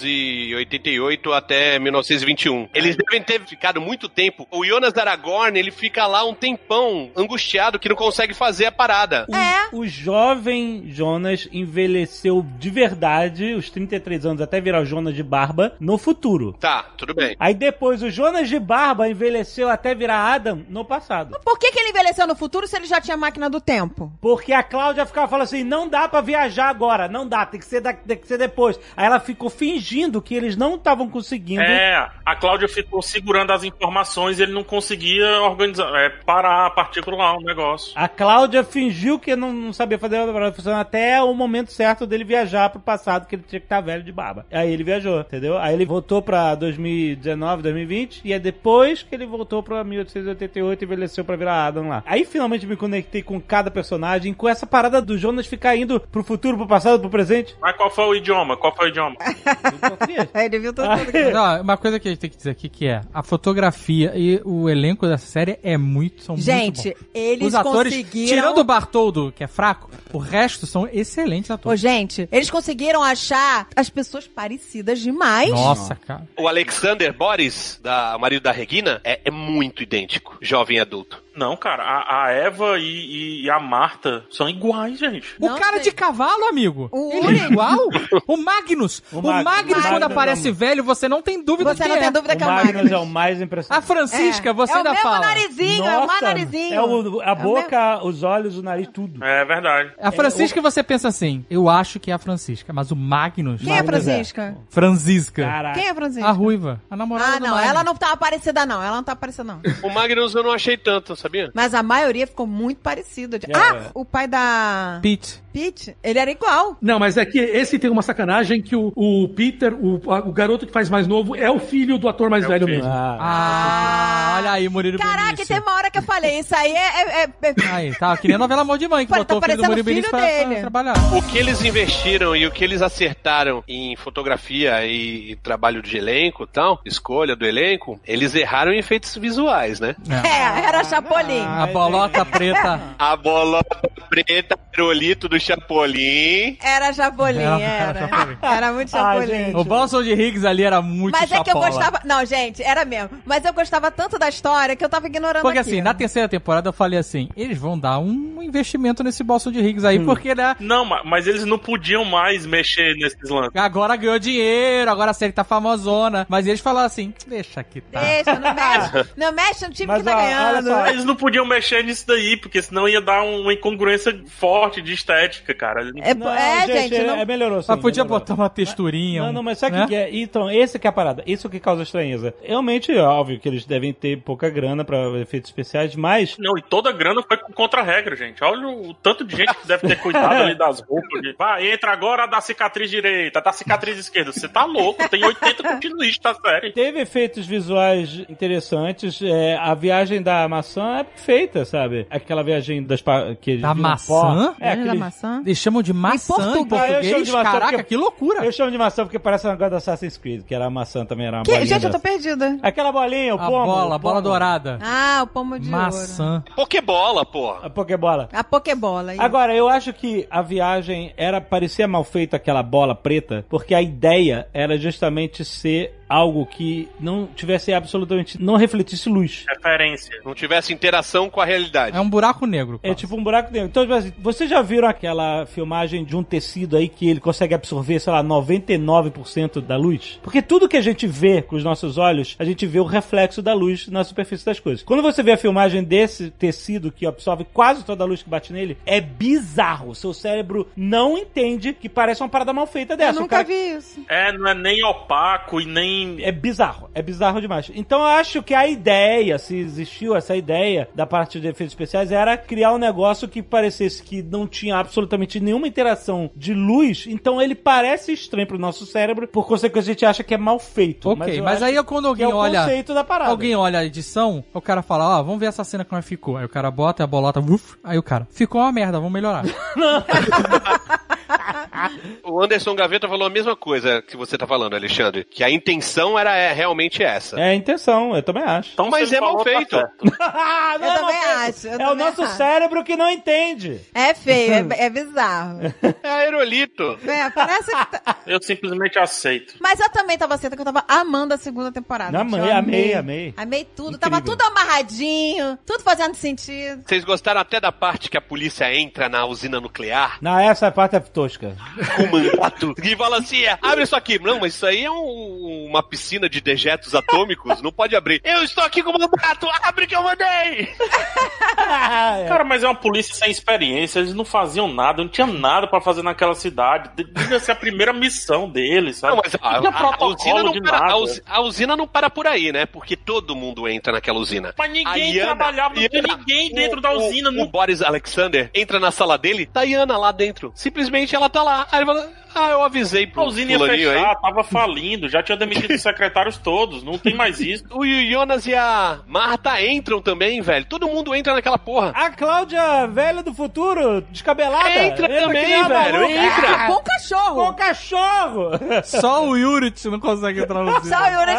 E: 1888 até 1921. Eles devem ter ficado muito tempo. O Jonas Aragorn, ele fica lá um tempão angustiado que não consegue fazer a parada.
B: O,
C: É.
B: o jovem Jonas envelheceu de verdade, os 33 anos até virar o Jonas de barba, no futuro.
E: Tá, tudo bem.
B: Aí depois o Jonas de barba envelheceu até virar Adam no passado.
C: Por que, que ele envelheceu no futuro se ele já tinha máquina do tempo?
B: Porque a Cláudia ficava falando assim: não dá pra viajar agora, não dá, tem que ser, da- tem que ser depois. Aí ela ficou fingindo que eles não estavam conseguindo.
F: É, a Cláudia ficou segurando as informações e ele não conseguia organizar, é, parar, particular o negócio.
B: A Cláudia fingiu que não, não sabia fazer a parada funcionar até o momento certo dele viajar pro passado, que ele tinha que estar velho de barba. Aí ele viajou, entendeu? Aí ele voltou pra 2019, 2020, e é depois que ele voltou pra 1888 e envelheceu pra virar Adam lá. Aí finalmente me conectei com cada personagem, com essa parada do Jonas ficar indo pro futuro, pro passado, pro presente.
F: Mas qual foi o idioma? Qual foi o idioma?
B: Em português.
C: Aí É, ele viu tudo.
B: Aí-
D: Mas, ó, uma coisa que a gente tem que dizer aqui que é a fotografia e o elenco da série é muito são
C: Gente,
D: muito bons.
C: eles
D: os atores
C: conseguiram...
D: tirando o Bartoldo que é fraco, o resto são excelentes
C: Ô,
D: atores.
C: gente, eles conseguiram achar as pessoas parecidas demais.
D: Nossa, cara.
E: O Alexander Boris, da, o marido da Regina, é, é muito idêntico, jovem adulto.
F: Não, cara, a, a Eva e, e- e a Marta são iguais, gente.
D: O
C: Não
D: cara
C: sei.
D: de cavalo, amigo.
C: O
D: ele é
C: Uri.
D: igual? O Magnus.
B: O
D: O,
B: Magnus.
D: Magnus, quando
B: Magnus,
D: aparece
B: não.
D: velho, você não tem dúvida
C: Você
D: de
C: não
D: quem
C: tem
D: é.
C: dúvida que é
B: o
C: o
B: Magnus
C: Magnus.
B: é o mais
D: A
B: impressionante.
D: Francisca,
C: É.
D: você
C: é
D: ainda
C: o mesmo
D: fala.
C: narizinho, é o mais narizinho.
B: é o, a
C: É o
B: boca, os olhos, o nariz, tudo.
F: É verdade.
D: A Francisca, você pensa assim, eu acho que é a Francisca, mas o Magnus...
C: Quem é a
B: Magnus é.
C: Francisca?
D: Francisca.
B: Caraca.
C: Quem é a Francisca?
D: A ruiva, a namorada
C: Ah,
D: do
C: não,
D: Magnus.
C: ela não tá parecida, não. Ela não tá parecida, não.
E: O Magnus eu não achei tanto, sabia?
C: Mas a maioria ficou muito parecida.
B: É.
C: Ah, o pai da
D: Pete.
C: Pete, ele era igual.
G: Não, mas é que esse tem uma sacanagem que o, o Peter, o, a- o garoto que faz mais novo, é o filho do ator mais
F: É o
G: velho
F: filho.
G: mesmo.
B: Ah,
D: Ah, olha aí, Murilo
C: Caraca,
D: Benício.
C: tem uma hora que eu falei, isso aí é. é- é- é-
D: Aí, tá, que nem a novela Amor de Mãe, que
C: Pô,
D: botou
C: tá
D: o filho do
C: parecendo
D: Murilo
C: o filho
D: Benício pra, pra
C: dele.
D: trabalhar.
E: O que eles investiram e o que eles acertaram em fotografia e, e trabalho de elenco e tal, escolha do elenco, eles erraram em efeitos visuais, né?
D: Ah.
C: É, era Chapolin.
B: Ah,
D: A bolota preta.
E: A bolota preta, pirolito do Chapolin.
C: Era Chapolin,
D: Era-
C: era.
D: era Chapolin.
C: Era, muito
B: Ah,
C: Chapolin.
B: gente.
D: O Balson de Higgs ali era muito
C: Mas é que eu
D: chapola.
C: gostava. Não, gente, era mesmo. Mas eu gostava tanto da história que eu tava ignorando
D: Porque
C: aquilo.
D: assim, na terceira temporada eu falei assim, eles vão dar um investimento nesse Balson de Higgs
B: Hum.
D: aí, porque né,
F: Não, ma- mas eles não podiam mais mexer nesses lances.
D: agora ganhou dinheiro, agora a série tá famosona. Mas eles falaram assim, deixa que tá.
C: Deixa, não mexe. Não mexe no time
B: Mas,
C: que tá
B: ó, olha
C: ganhando.
B: só,
F: Ah, Eles não podiam mexer nisso daí, porque senão ia dar um, uma incongruência forte de estética, cara.
C: É,
B: não,
C: é, gente,
B: é-
C: não-
B: é, melhorou sim.
D: Mas podia
B: melhorou.
D: botar uma texturinha.
B: Não,
D: um-
B: não, mas sabe o
D: né?
B: que que é? Então, esse que é a parada. Isso que causa estranheza. Realmente, é óbvio que eles devem ter pouca grana pra efeitos especiais, mas
F: Não, e toda a grana foi com contra-regra, gente. Olha o tanto de gente que deve ter cuidado ali das roupas. de, Vai, entra agora da cicatriz direita, da cicatriz esquerda. Você tá louco, tem 80 continuistas da série.
B: teve efeitos visuais interessantes. é, a viagem da maçã é perfeita, sabe? Aquela viagem das... pa- Que eles
D: Da
B: viram
D: maçã?
B: pó. É,
C: Era da
B: aqueles...
C: maçã?
D: Eles chamam de maçã em
C: português.
D: português.
B: Ah, eu chamo de maçã
D: Caraca,
B: porque-
D: que loucura.
B: Eu chamo de maçã porque parece um negócio do Assassin's Creed, que era a maçã também, era uma
C: Que-
B: bolinha
C: gente, eu
B: dessa.
C: tô perdida.
B: Aquela bolinha, o
D: A
B: pomo.
D: bola,
B: o
D: a bola
B: pomo.
D: dourada.
C: Ah, o pomo de ouro.
D: Maçã.
E: Pokébola, porra.
B: A Pokébola.
C: A Pokébola. aí.
B: Agora, eu acho que a viagem era parecia mal feita aquela bola preta, porque a ideia era justamente ser algo que não tivesse absolutamente, não refletisse luz.
F: Referência.
E: Não tivesse interação com a realidade.
D: É um buraco negro.
B: É tipo um buraco negro. Então, tipo assim, vocês já viram aquela filmagem de um tecido aí que ele consegue absorver, sei lá, 99% da luz? Porque tudo que a gente vê com os nossos olhos, a gente vê o reflexo da luz na superfície das coisas. Quando você vê a filmagem desse tecido que absorve quase toda a luz que bate nele, é bizarro. Seu cérebro não entende que parece uma parada mal feita dessa.
C: Eu
B: O
C: nunca
B: cara-
C: vi isso.
F: É, não é nem opaco e nem.
B: é bizarro, é bizarro demais. Então eu acho que a ideia, se existiu essa ideia da parte de efeitos especiais, era criar um negócio que parecesse que não tinha absolutamente nenhuma interação de luz, então ele parece estranho pro nosso cérebro, por consequência a gente acha que é mal feito.
D: Ok, mas,
B: eu acho
D: aí é quando
B: que é
D: alguém
B: o
D: olha.
B: conceito da parada.
D: Alguém olha a edição, o cara fala, ó, vamos ver essa cena como é que ficou. Aí o cara bota a bolota, uf, aí o cara, ficou uma merda, vamos melhorar.
E: O Anderson Gaveta falou a mesma coisa que você tá falando, Alexandre. Que a intenção era é, realmente essa.
B: É a intenção, eu também acho.
F: Então,
E: Mas
F: você
E: é mal
F: falou, tá
E: feito.
F: certo.
B: Ah, não
C: Eu
B: é
C: também
B: mal feito.
C: acho, eu
B: é o
C: também
B: nosso
C: acho.
B: cérebro que não entende.
C: É feio, é, é bizarro.
E: É aerolito.
C: É, parece que tá-
F: Eu simplesmente aceito.
C: Mas eu também tava certa que eu tava amando a segunda temporada.
B: Não,
C: gente, Ah, eu
B: amei, amei, amei.
C: Amei tudo.
B: Incrível.
C: Tava tudo amarradinho, tudo fazendo sentido.
E: Vocês gostaram até da parte que a polícia entra na usina nuclear
B: Não, essa parte é tosca.
E: com o mandato e fala assim: é, abre isso aqui. Não, mas isso aí é um- uma piscina de dejetos atômicos, não pode abrir. Eu estou aqui com o mandato, abre que eu mandei!
F: Cara, mas é uma polícia sem experiência, eles não faziam nada, não tinha nada pra fazer naquela cidade. De- Devia ser a primeira missão deles, sabe?
E: Não, mas é a,
F: não tinha
E: a- a usina
F: protocolo
E: não
F: de
E: para,
F: nada.
E: a usi- a usina não para por aí, né? Porque todo mundo entra naquela usina.
F: Mas ninguém
E: A Iana-
F: trabalhava, não tinha
E: Iana-
F: ninguém
E: o-
F: dentro da
E: o-
F: usina.
E: O,
F: não-
E: Boris Alexander entra na sala dele, tá a Iana lá dentro. Simplesmente ela tá lá. Aí ele fala, ah, eu avisei
F: A
E: pro
F: usina ia
E: fulaninho
F: fechar,
E: aí.
F: tava falindo, já tinha demitido os secretários todos, não tem mais isso.
E: O Jonas e a Marta entram também, velho. Todo mundo entra naquela porra.
B: A Cláudia, velha do futuro, descabelada.
E: Entra também,
B: que nem uma
E: velho,
B: maluca.
E: entra.
B: Ah,
C: Com o cachorro.
B: Com o cachorro!
D: Só o Yurit não consegue entrar no
C: Só
D: Zila.
C: eu, né?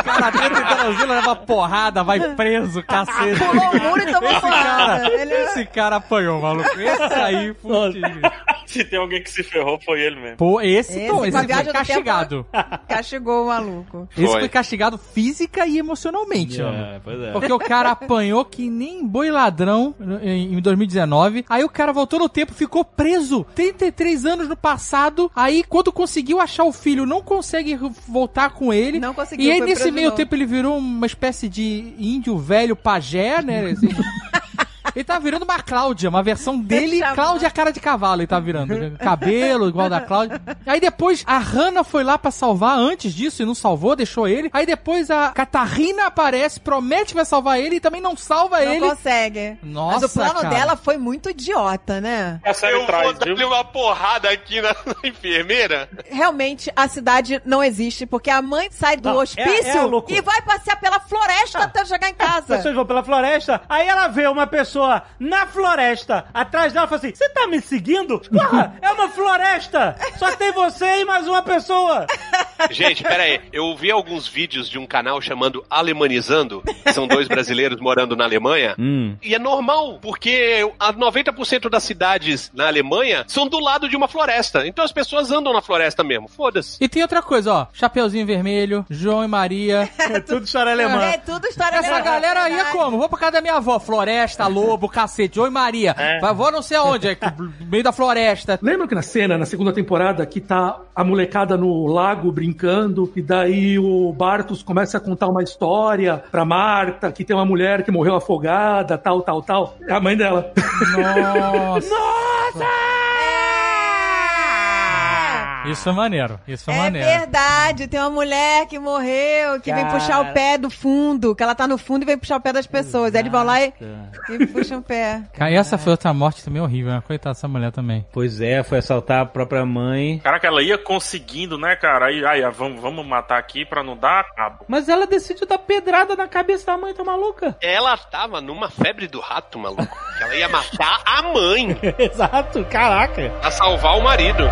D: O cara tenta entrar no Zila, leva porrada, vai preso, cacete.
C: Pulou o muro e tomou
D: Esse cara,
C: porrada. Ele- é
D: esse cara apanhou, maluco. Esse aí, fudido.
F: Se tem alguém que se ferrou, foi ele mesmo.
D: Pô, esse,
C: Esse
D: então,
C: com a
D: esse foi
C: viagem do tempo-
D: castigado.
C: Castigou o maluco.
D: Esse
E: Foi.
D: foi castigado física e emocionalmente, mano.
B: É, pois é.
D: Porque o cara apanhou que nem boi ladrão em em 2019. Aí o cara voltou no tempo, ficou preso 33 anos no passado. Aí quando conseguiu achar o filho, não consegue voltar com ele.
C: Não conseguiu,
D: E aí
C: foi
D: nesse
C: preso
D: meio
C: não.
D: tempo ele virou uma espécie de índio velho pajé, né? assim. Ele tá virando uma Cláudia, uma versão dele.
C: Deixa eu
D: Cláudia cara de cavalo ele tá virando. né? Cabelo igual da Cláudia. Aí depois a Hannah foi lá pra salvar antes disso e não salvou, deixou ele. Aí depois a Catarina aparece, promete que vai salvar ele e também não salva
C: não
D: ele.
C: consegue.
D: Nossa,
C: Mas o plano
D: cara.
C: dela foi muito idiota, né?
F: A série traz, viu?
E: uma porrada aqui na, na enfermeira.
C: Realmente, a cidade não existe, porque a mãe sai do
B: Não, é- é a
C: hospício
B: loucura.
C: e vai passear pela
D: Ah.
C: floresta até chegar em
B: As
D: é
C: casa.
B: pessoas vão pela floresta, aí ela vê uma pessoa na floresta, atrás dela, e fala assim: Você tá me seguindo? Porra, é uma floresta! Só tem você e mais uma pessoa!
E: Gente, pera aí. Eu vi alguns vídeos de um canal chamando Alemanizando. que São dois brasileiros morando na Alemanha. E é normal, porque a 90% das cidades na Alemanha são do lado de uma floresta. Então as pessoas andam na floresta mesmo. Foda-se.
D: E tem outra coisa, ó. Chapeuzinho Vermelho, João e Maria.
B: É tudo história
C: É
B: alemã.
C: tudo história
D: Essa
C: legal,
D: galera aí é
C: verdade.
D: como? Vou pra casa da minha avó. Floresta, lobo, cacete, João e Maria. Vai, vou não sei aonde, é, no meio da floresta.
G: Lembra que na cena, na segunda temporada, que tá a molecada no lago brincando, e daí o Bartos começa a contar uma história pra Marta, que tem uma mulher que morreu afogada, tal, tal, tal. É a mãe dela.
D: Nossa.
C: É.
D: Isso é maneiro, isso é,
C: É
D: maneiro.
C: verdade, tem uma mulher que morreu, que vem
B: Cara.
C: puxar o pé do fundo, que ela tá no fundo e vem puxar o pé das pessoas. Aí eles vão lá e, e puxam o pé.
D: Cara, e essa foi outra morte também horrível, né? Coitada dessa mulher também.
B: Pois é, foi assaltar a própria mãe.
F: Caraca, ela ia conseguindo, né, cara? Aí, aí vamos, vamos matar aqui pra não dar cabo.
B: Mas ela decidiu dar pedrada na cabeça da mãe, tá maluca?
E: Ela tava numa febre do rato, maluco. Que Ela ia matar a mãe
B: Exato, caraca.
E: pra salvar o marido.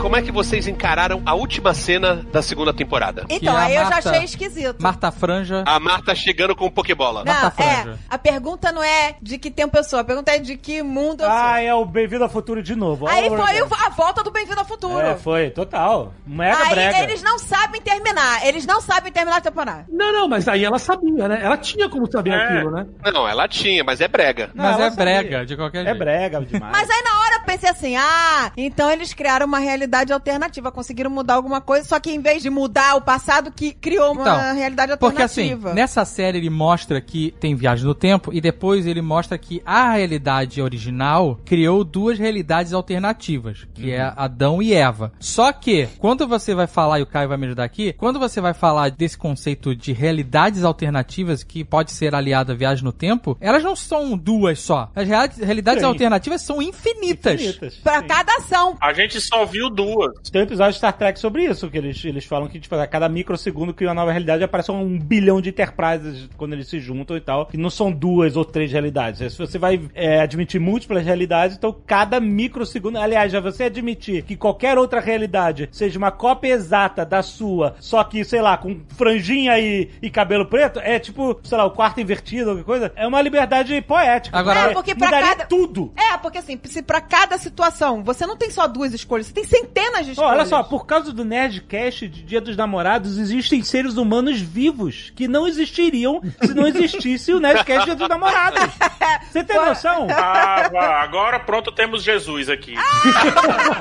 E: como é que vocês encararam a última cena da segunda temporada?
C: Então,
D: E a
C: aí eu já
D: Marta-
C: achei esquisito.
D: Marta Franja.
E: A Marta chegando com o Pokébola.
C: Não,
D: Marta
C: é.
D: Franja.
C: A pergunta não é de que tempo eu sou, a pergunta é de que mundo eu sou.
B: Ah, é o Bem-vindo ao Futuro de novo.
C: Aí
B: Olha,
C: foi
B: olha.
C: o- a volta do Bem-vindo ao Futuro.
B: É, foi, total. Mega
C: Aí
B: brega.
C: eles não sabem terminar. Eles não sabem terminar a temporada.
G: Não, não, mas aí ela sabia, né? Ela tinha como saber
F: É.
G: aquilo, né?
E: Não, ela tinha, mas é brega.
B: Não,
D: Mas
B: ela
D: é
B: sabia.
D: brega, de qualquer
B: É
D: jeito.
B: brega demais.
C: Mas aí na hora eu pensei assim: ah, então eles criaram uma realidade alternativa, conseguiram mudar alguma coisa, só que em vez de mudar o passado, que criou uma
D: Então,
C: realidade
D: Porque assim,
C: alternativa.
B: né?
D: nessa série ele mostra que tem viagem no tempo e depois ele mostra que a realidade original criou duas realidades alternativas, que
B: Uhum.
D: é Adão e Eva. Só que, quando você vai falar, e o Caio vai me ajudar aqui, quando você vai falar desse conceito de realidades alternativas que pode ser aliada à viagem no tempo, elas não são duas só. As rea- realidades
B: Sim.
D: alternativas são infinitas.
B: Infinitas.
C: Pra
B: Sim.
C: cada ação.
F: A gente só viu duas.
B: Tem um episódio de Star Trek sobre isso, que eles, eles falam que tipo, a cada microsegundo cria uma nova realidade aparece um bilhão de enterprises quando eles se juntam e tal. E não são duas ou três realidades. Se você vai é, admitir múltiplas realidades, então cada microsegundo. Aliás, já você admitir que qualquer outra realidade seja uma cópia exata da sua, só que, sei lá, com franjinha e, e cabelo preto, é tipo, sei lá, o quarto invertido, alguma coisa, é uma liberdade poética.
D: Agora-
C: É, porque pra
B: mudaria
C: cada-
B: tudo.
C: É, porque assim, se pra cada situação, você não tem só duas escolhas, você tem centenas de
B: Ó,
C: escolhas.
B: olha só, por causa do Nerdcast de Dia dos Namorados, existem seres humanos vivos que não existiriam se não existisse o Nerdcast de Dia dos Namorados. Você tem noção?
F: Ah, vá, agora pronto, temos Jesus aqui.
E: Ah,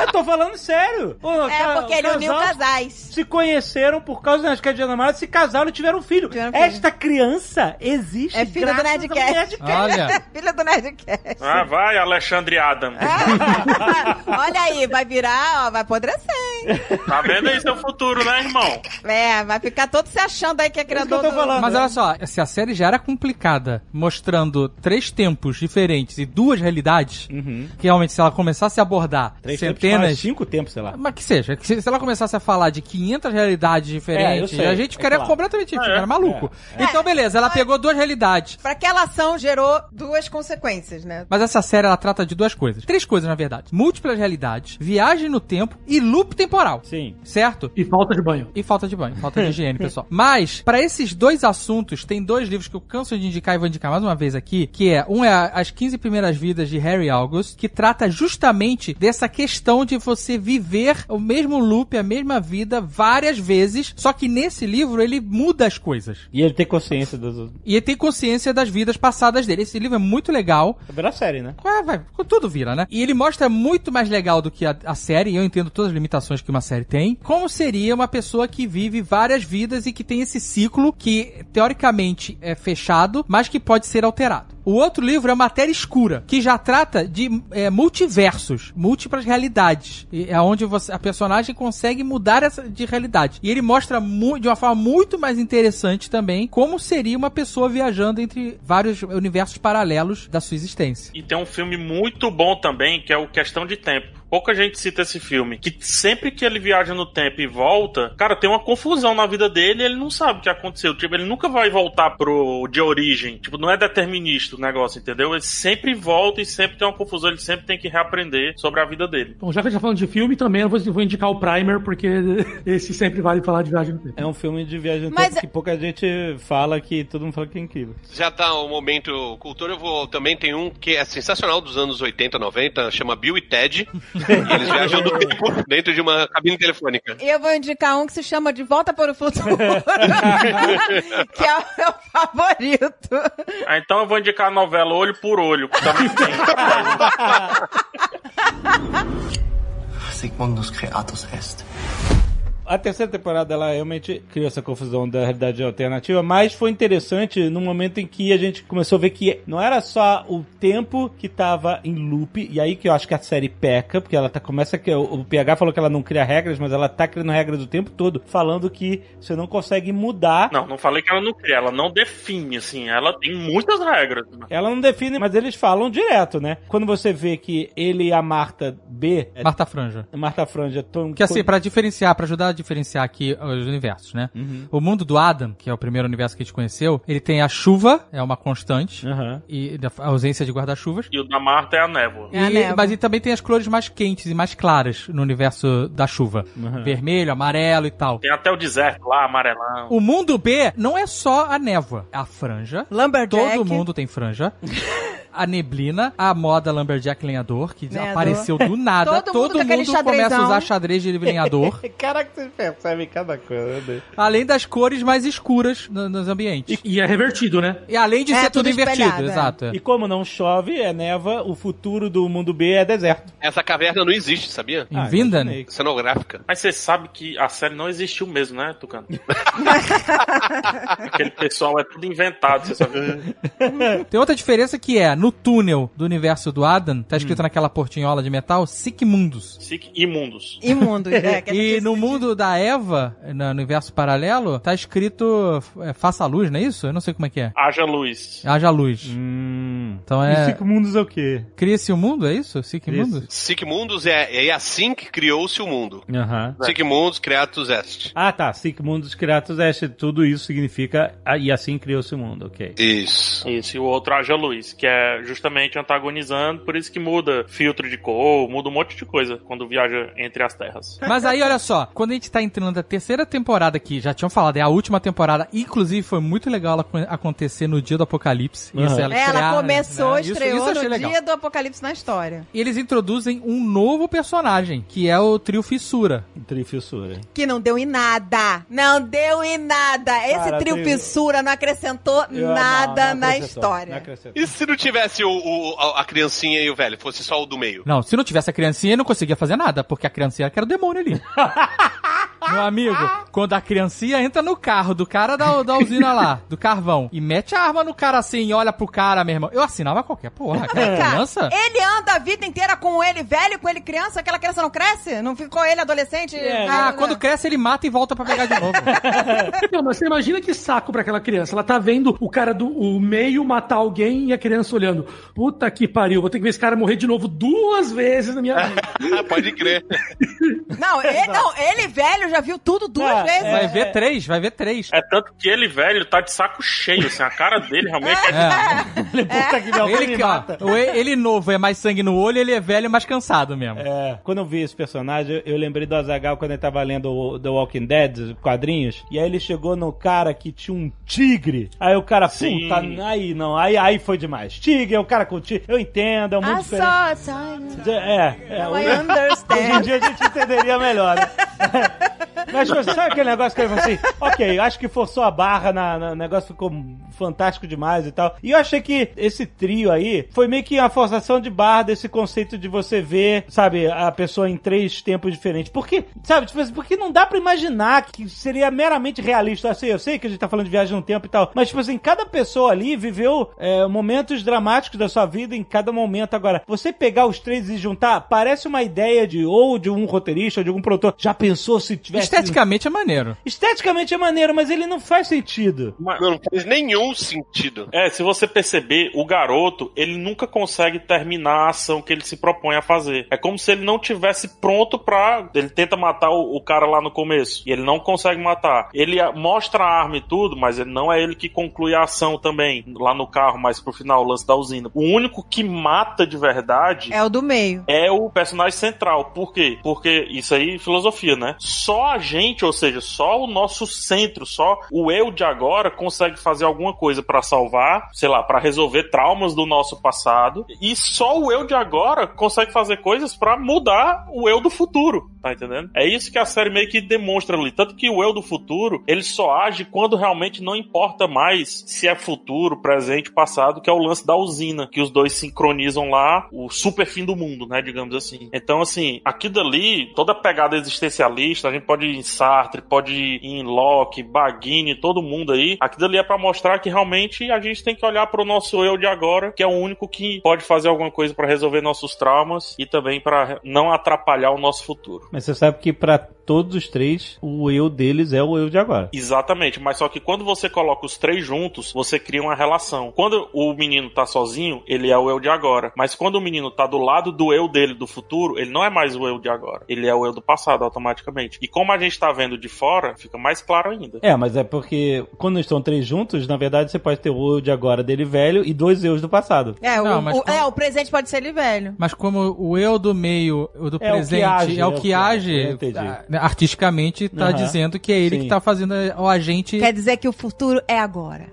B: Eu tô falando sério. Ô,
C: É,
B: ca-
C: porque ele uniu
B: casal
C: casais.
B: Se conheceram por causa do Nerdcast de Dia dos Namorados, se casaram e tiveram um filho.
C: Tiveram um filho.
B: Esta criança existe
C: É filha do
B: graças ao
C: Nerdcast.
D: Olha.
C: Filha do Nerdcast.
F: Ah, vai, Alexandre Adam.
E: Ah.
C: Olha aí, vai virar, ó, vai apodrecer, hein?
F: Tá vendo aí seu futuro, né, irmão?
C: É, vai ficar todo se achando aí que é
B: É isso que
C: criador
B: eu tô
C: do-
B: falando.
D: Mas olha só, se a série já era complicada, mostrando três tempos diferentes e duas realidades,
B: Uhum.
D: que realmente se ela começasse a abordar
B: Três tempos, mais um?
D: centenas...
B: cinco tempos, sei lá.
D: Mas que seja, que se, se ela começasse a falar de 500 realidades
B: eu
D: diferentes,
B: sei,
D: a gente
B: é
D: ficaria
B: claro.
D: completamente
F: Ah, é.
D: ficaria maluco. Então, beleza, ela pegou duas realidades.
C: Pra aquela ação gerou duas consequências, né?
D: Mas essa série, ela trata de duas coisas. Três coisas, na verdade. Múltiplas realidades, viagem no tempo e loop temporal.
B: Sim.
D: Certo?
G: E falta de banho.
D: E falta de banho, falta de higiene, pessoal. Mas, pra esses dois assuntos, tem dois livros que eu canso de indicar e vou indicar mais uma vez aqui, que é, um é a- As 15 Primeiras Vidas, de Harry August, que trata justamente dessa questão de você viver o mesmo loop, a mesma vida, várias vezes, só que nesse livro ele muda as coisas.
B: E ele tem consciência dos...
D: E ele tem consciência das vidas passadas dele. Esse livro é muito legal,
B: É a série, né?
D: Ué, vai, tudo vira, né? E ele mostra muito mais legal do que a, a série, e eu entendo todas as limitações que uma série tem, como seria uma pessoa que vive várias vidas e que tem esse ciclo que, teoricamente, é fechado, mas que pode ser alterado. O outro livro é Matéria Escura, que já trata de é, multiversos, múltiplas realidades, e é onde você- a personagem consegue mudar essa, de realidade. E ele mostra mu- de uma forma muito mais interessante também como seria uma pessoa viajando entre vários universos paralelos da sua existência.
F: E tem um filme muito bom também, que é o Questão de Tempo. Pouca gente cita esse filme. Que sempre que ele viaja no tempo e volta, cara, tem uma confusão na vida dele e ele não sabe o que aconteceu. Tipo, ele nunca vai voltar pro de origem. Tipo, não é determinista o negócio, entendeu? Ele sempre volta e sempre tem uma confusão. Ele sempre tem que reaprender sobre a vida dele.
G: Bom, já que a gente tá falando de filme, também eu vou, vou indicar o Primer, porque esse sempre vale falar de viagem no tempo.
B: É um filme de viagem no
C: Mas
B: tempo que pouca gente fala que todo mundo fala que é incrível.
E: Já tá o momento cultura, eu vou também tem um que é sensacional dos anos 80, 90, chama Bill e Ted. e eles viajam no tempo dentro de uma cabine telefônica.
C: Eu vou indicar um que se chama De Volta para o Futuro, que é o meu favorito.
F: Ah, então eu vou indicar a novela Olho por Olho, que também tem.
H: Sigmundus Creatus est.
B: A terceira temporada, ela realmente criou essa confusão da realidade alternativa, mas foi interessante no momento em que a gente começou a ver que não era só o tempo que tava em loop, e aí que eu acho que a série peca, porque ela tá, começa que o, o PH falou que ela não cria regras, mas ela tá criando regras o tempo todo, falando que você não consegue mudar.
F: Não, não falei que ela não cria, ela não define, assim. Ela tem muitas regras. né?
B: Ela não define, mas eles falam direto, né? Quando você vê que ele e a Marta B, é,
D: Marta Franja.
B: Marta Franja, estão
D: Que assim, pra diferenciar, pra ajudar a diferenciar aqui os universos, né? O mundo do Adam, que é o primeiro universo que a gente conheceu, ele tem a chuva, é uma constante,
B: Aham.
D: e da- a ausência de guarda-chuvas.
F: E o da Marta é a névoa.
C: É a
D: E-
C: névoa.
D: mas ele também tem as cores mais quentes e mais claras no universo da chuva. Vermelho, amarelo e tal.
F: Tem até o deserto lá, amarelão.
D: O mundo B não é só a névoa, é a franja.
C: Lumberjack.
D: Todo mundo tem franja. A neblina, a moda Lumberjack lenhador, que
C: Lenhador.
D: apareceu do nada.
C: Todo mundo com aquele
D: começa a
C: xadrezão.
D: usar xadrez de lenhador.
B: Caraca, vocês percebem cada coisa, né?
D: além das cores mais escuras no- nos ambientes.
G: E, e é revertido, né?
D: E além de
C: É,
D: ser
C: tudo
D: tudo,
C: espelhado,
D: invertido,
C: é.
D: exato.
B: E como não chove, é neva, o futuro do mundo B é deserto.
E: Essa caverna não existe, sabia?
D: Em
B: Ah,
D: Vindan?
B: imaginei.
E: Cenográfica.
F: Mas você sabe que a série não existiu mesmo, né, Tucano? Aquele pessoal é tudo inventado, você sabe.
D: Tem outra diferença que é, no túnel do universo do Adam,
B: Hum.
D: tá escrito naquela portinhola de metal, Sigmundus.
F: Sic imundos.
C: Imundo, né? que a
D: E
C: gente-
D: no mundo da Eva, na- no universo paralelo, tá escrito é, faça a luz, não é isso? Eu não sei como é que é.
F: Haja luz.
D: Haja luz.
B: Hum.
D: Então
B: E os
D: é.
B: cinco mundos é o quê?
D: Cria-se o mundo, é isso? Sigmundus?
E: Sigmundus é, é assim que criou-se o mundo.
B: Aham.
E: Sigmundus creatus est.
B: Ah, tá. Cinco mundos criados, este, tudo isso significa. ah, E assim criou-se o mundo, ok.
E: Isso.
F: Isso, e o outro haja luz, que é justamente antagonizando, por isso que muda filtro de cor, muda um monte de coisa quando viaja entre as terras.
D: Mas aí, olha só, quando a gente tá entrando na terceira temporada que já tinham falado, é a última temporada, inclusive foi muito legal ela co- acontecer no dia do apocalipse.
B: Aham.
D: Isso,
C: É, Ela,
D: ela, estrear,
C: começou,
D: né? Isso-
C: estreou
D: isso eu achei
C: no
D: legal.
C: dia do Apocalipse na história.
D: E eles introduzem um novo personagem, que é o trio Fissura.
B: Trifissura.
C: Que não deu em nada. Não deu em nada. Esse
B: Cara,
C: trio
B: tem-
C: Pissura não acrescentou nada na história.
E: E se não tivesse o, o- a, a criancinha e o velho? Fosse só o do meio?
D: Não, se não tivesse a criancinha, ele não conseguia fazer nada, porque a criancinha que era o demônio ali. Meu amigo, quando a criancinha entra no carro do cara da, da usina lá, do carvão, e mete a arma no cara assim e olha pro cara, meu irmão. Eu assinava qualquer porra, cara.
C: Cara, é
D: Criança?
C: Tá. Ele anda a vida inteira com ele velho, com ele criança, aquela criança não cresce? Não ficou ele adolescente?
D: Ah, quando cresce ele mata e volta pra pegar de novo.
G: Não, mas você imagina que saco pra aquela criança. Ela tá vendo o cara do o meio matar alguém e a criança olhando. Puta que pariu, vou ter que ver esse cara morrer de novo duas vezes na minha vida.
E: Ah, Pode crer.
C: Não, ele, não, ele velho já viu tudo duas
B: Não,
C: vezes.
D: Vai ver três, vai ver três.
F: É tanto que ele, velho, tá de saco cheio, assim, a cara dele realmente é
D: É.
B: Puta que me
D: Ele, ó, o e- ele novo é mais sangue no olho, ele é velho e mais cansado mesmo.
B: É, quando eu vi esse personagem, eu lembrei do Azagal quando ele tava lendo o The Walking Dead, os quadrinhos, e aí ele chegou no cara que tinha um tigre. Aí o cara,
F: Sim.
B: puta, aí não, aí, aí foi demais. Tigre, é o cara com tigre, eu entendo, é muito
C: I
B: diferente.
C: saw a sign.
B: É, é.
C: I
B: Hoje em
C: understand.
B: dia a gente entenderia melhor, né? Mas tipo, sabe aquele negócio que ele falou assim, ok, acho que forçou a barra, na, na- o negócio ficou fantástico demais e tal. E eu achei que esse trio aí foi meio que uma forçação de barra desse conceito de você ver, sabe, a pessoa em três tempos diferentes. Porque, sabe, tipo assim, porque não dá pra imaginar que seria meramente realista. Assim, eu sei que a gente tá falando de viagem no tempo e tal, mas tipo assim, cada pessoa ali viveu é, momentos dramáticos da sua vida em cada momento. Agora, você pegar os três e juntar, parece uma ideia de ou de um roteirista ou de algum produtor. Já pensou se tivesse...
D: Esteticamente é maneiro.
B: Esteticamente é maneiro, mas ele não faz sentido.
F: uma,
E: Não faz nenhum sentido.
F: É, se você perceber, o garoto, ele nunca consegue terminar a ação que ele se propõe a fazer. É como se ele não tivesse pronto pra. Ele tenta matar o, o cara lá no começo e ele não consegue matar. Ele ah, mostra a arma e tudo, mas ele- não é ele que conclui a ação também lá no carro, mas pro final, o lance da usina. O único que mata de verdade
C: É o do meio.
F: é o personagem central. Por quê? Porque isso aí é filosofia, né? Só a gente, ou seja, só o nosso centro, só o eu de agora consegue fazer alguma coisa pra salvar, sei lá, pra resolver traumas do nosso passado, e só o eu de agora consegue fazer coisas pra mudar o eu do futuro, tá entendendo? É isso que a série meio que demonstra ali, tanto que o eu do futuro, ele só age quando realmente não importa mais se é futuro, presente, passado, que é o lance da usina, que os dois sincronizam lá o super fim do mundo, né, digamos assim. Então, assim, aqui dali, toda a pegada existencialista, a gente pode ir em Sartre, pode ir em Locke, Baghini, todo mundo aí, aqui dali é pra mostrar que realmente a gente tem que olhar pro nosso eu de agora, que é o único que pode fazer alguma coisa pra resolver nossos traumas e também pra não atrapalhar o nosso futuro.
B: Mas você sabe que pra todos os três, o eu deles é o eu de agora.
F: Exatamente, mas só que quando você coloca os três juntos, você cria uma relação. Quando o menino tá sozinho, ele é o eu de agora. Mas quando o menino tá do lado do eu dele do futuro, ele não é mais o eu de agora. Ele é o eu do passado, automaticamente. E como a gente tá vendo de fora, fica mais claro ainda.
B: É, mas é porque quando estão três juntos, na verdade você pode ter o eu de agora dele velho e dois eus do passado.
C: É,
D: Não,
C: o,
D: mas
C: o-
D: como-
C: é, o presente pode ser ele velho.
D: Mas como o eu do meio, o
B: É
D: do
B: o que
D: presente,
B: age,
D: é o que age,
B: eu entendi.
D: ah, artisticamente tá
B: Aham.
D: dizendo que é ele
B: Sim.
D: que tá fazendo a- o agente.
C: Quer dizer que o futuro é agora.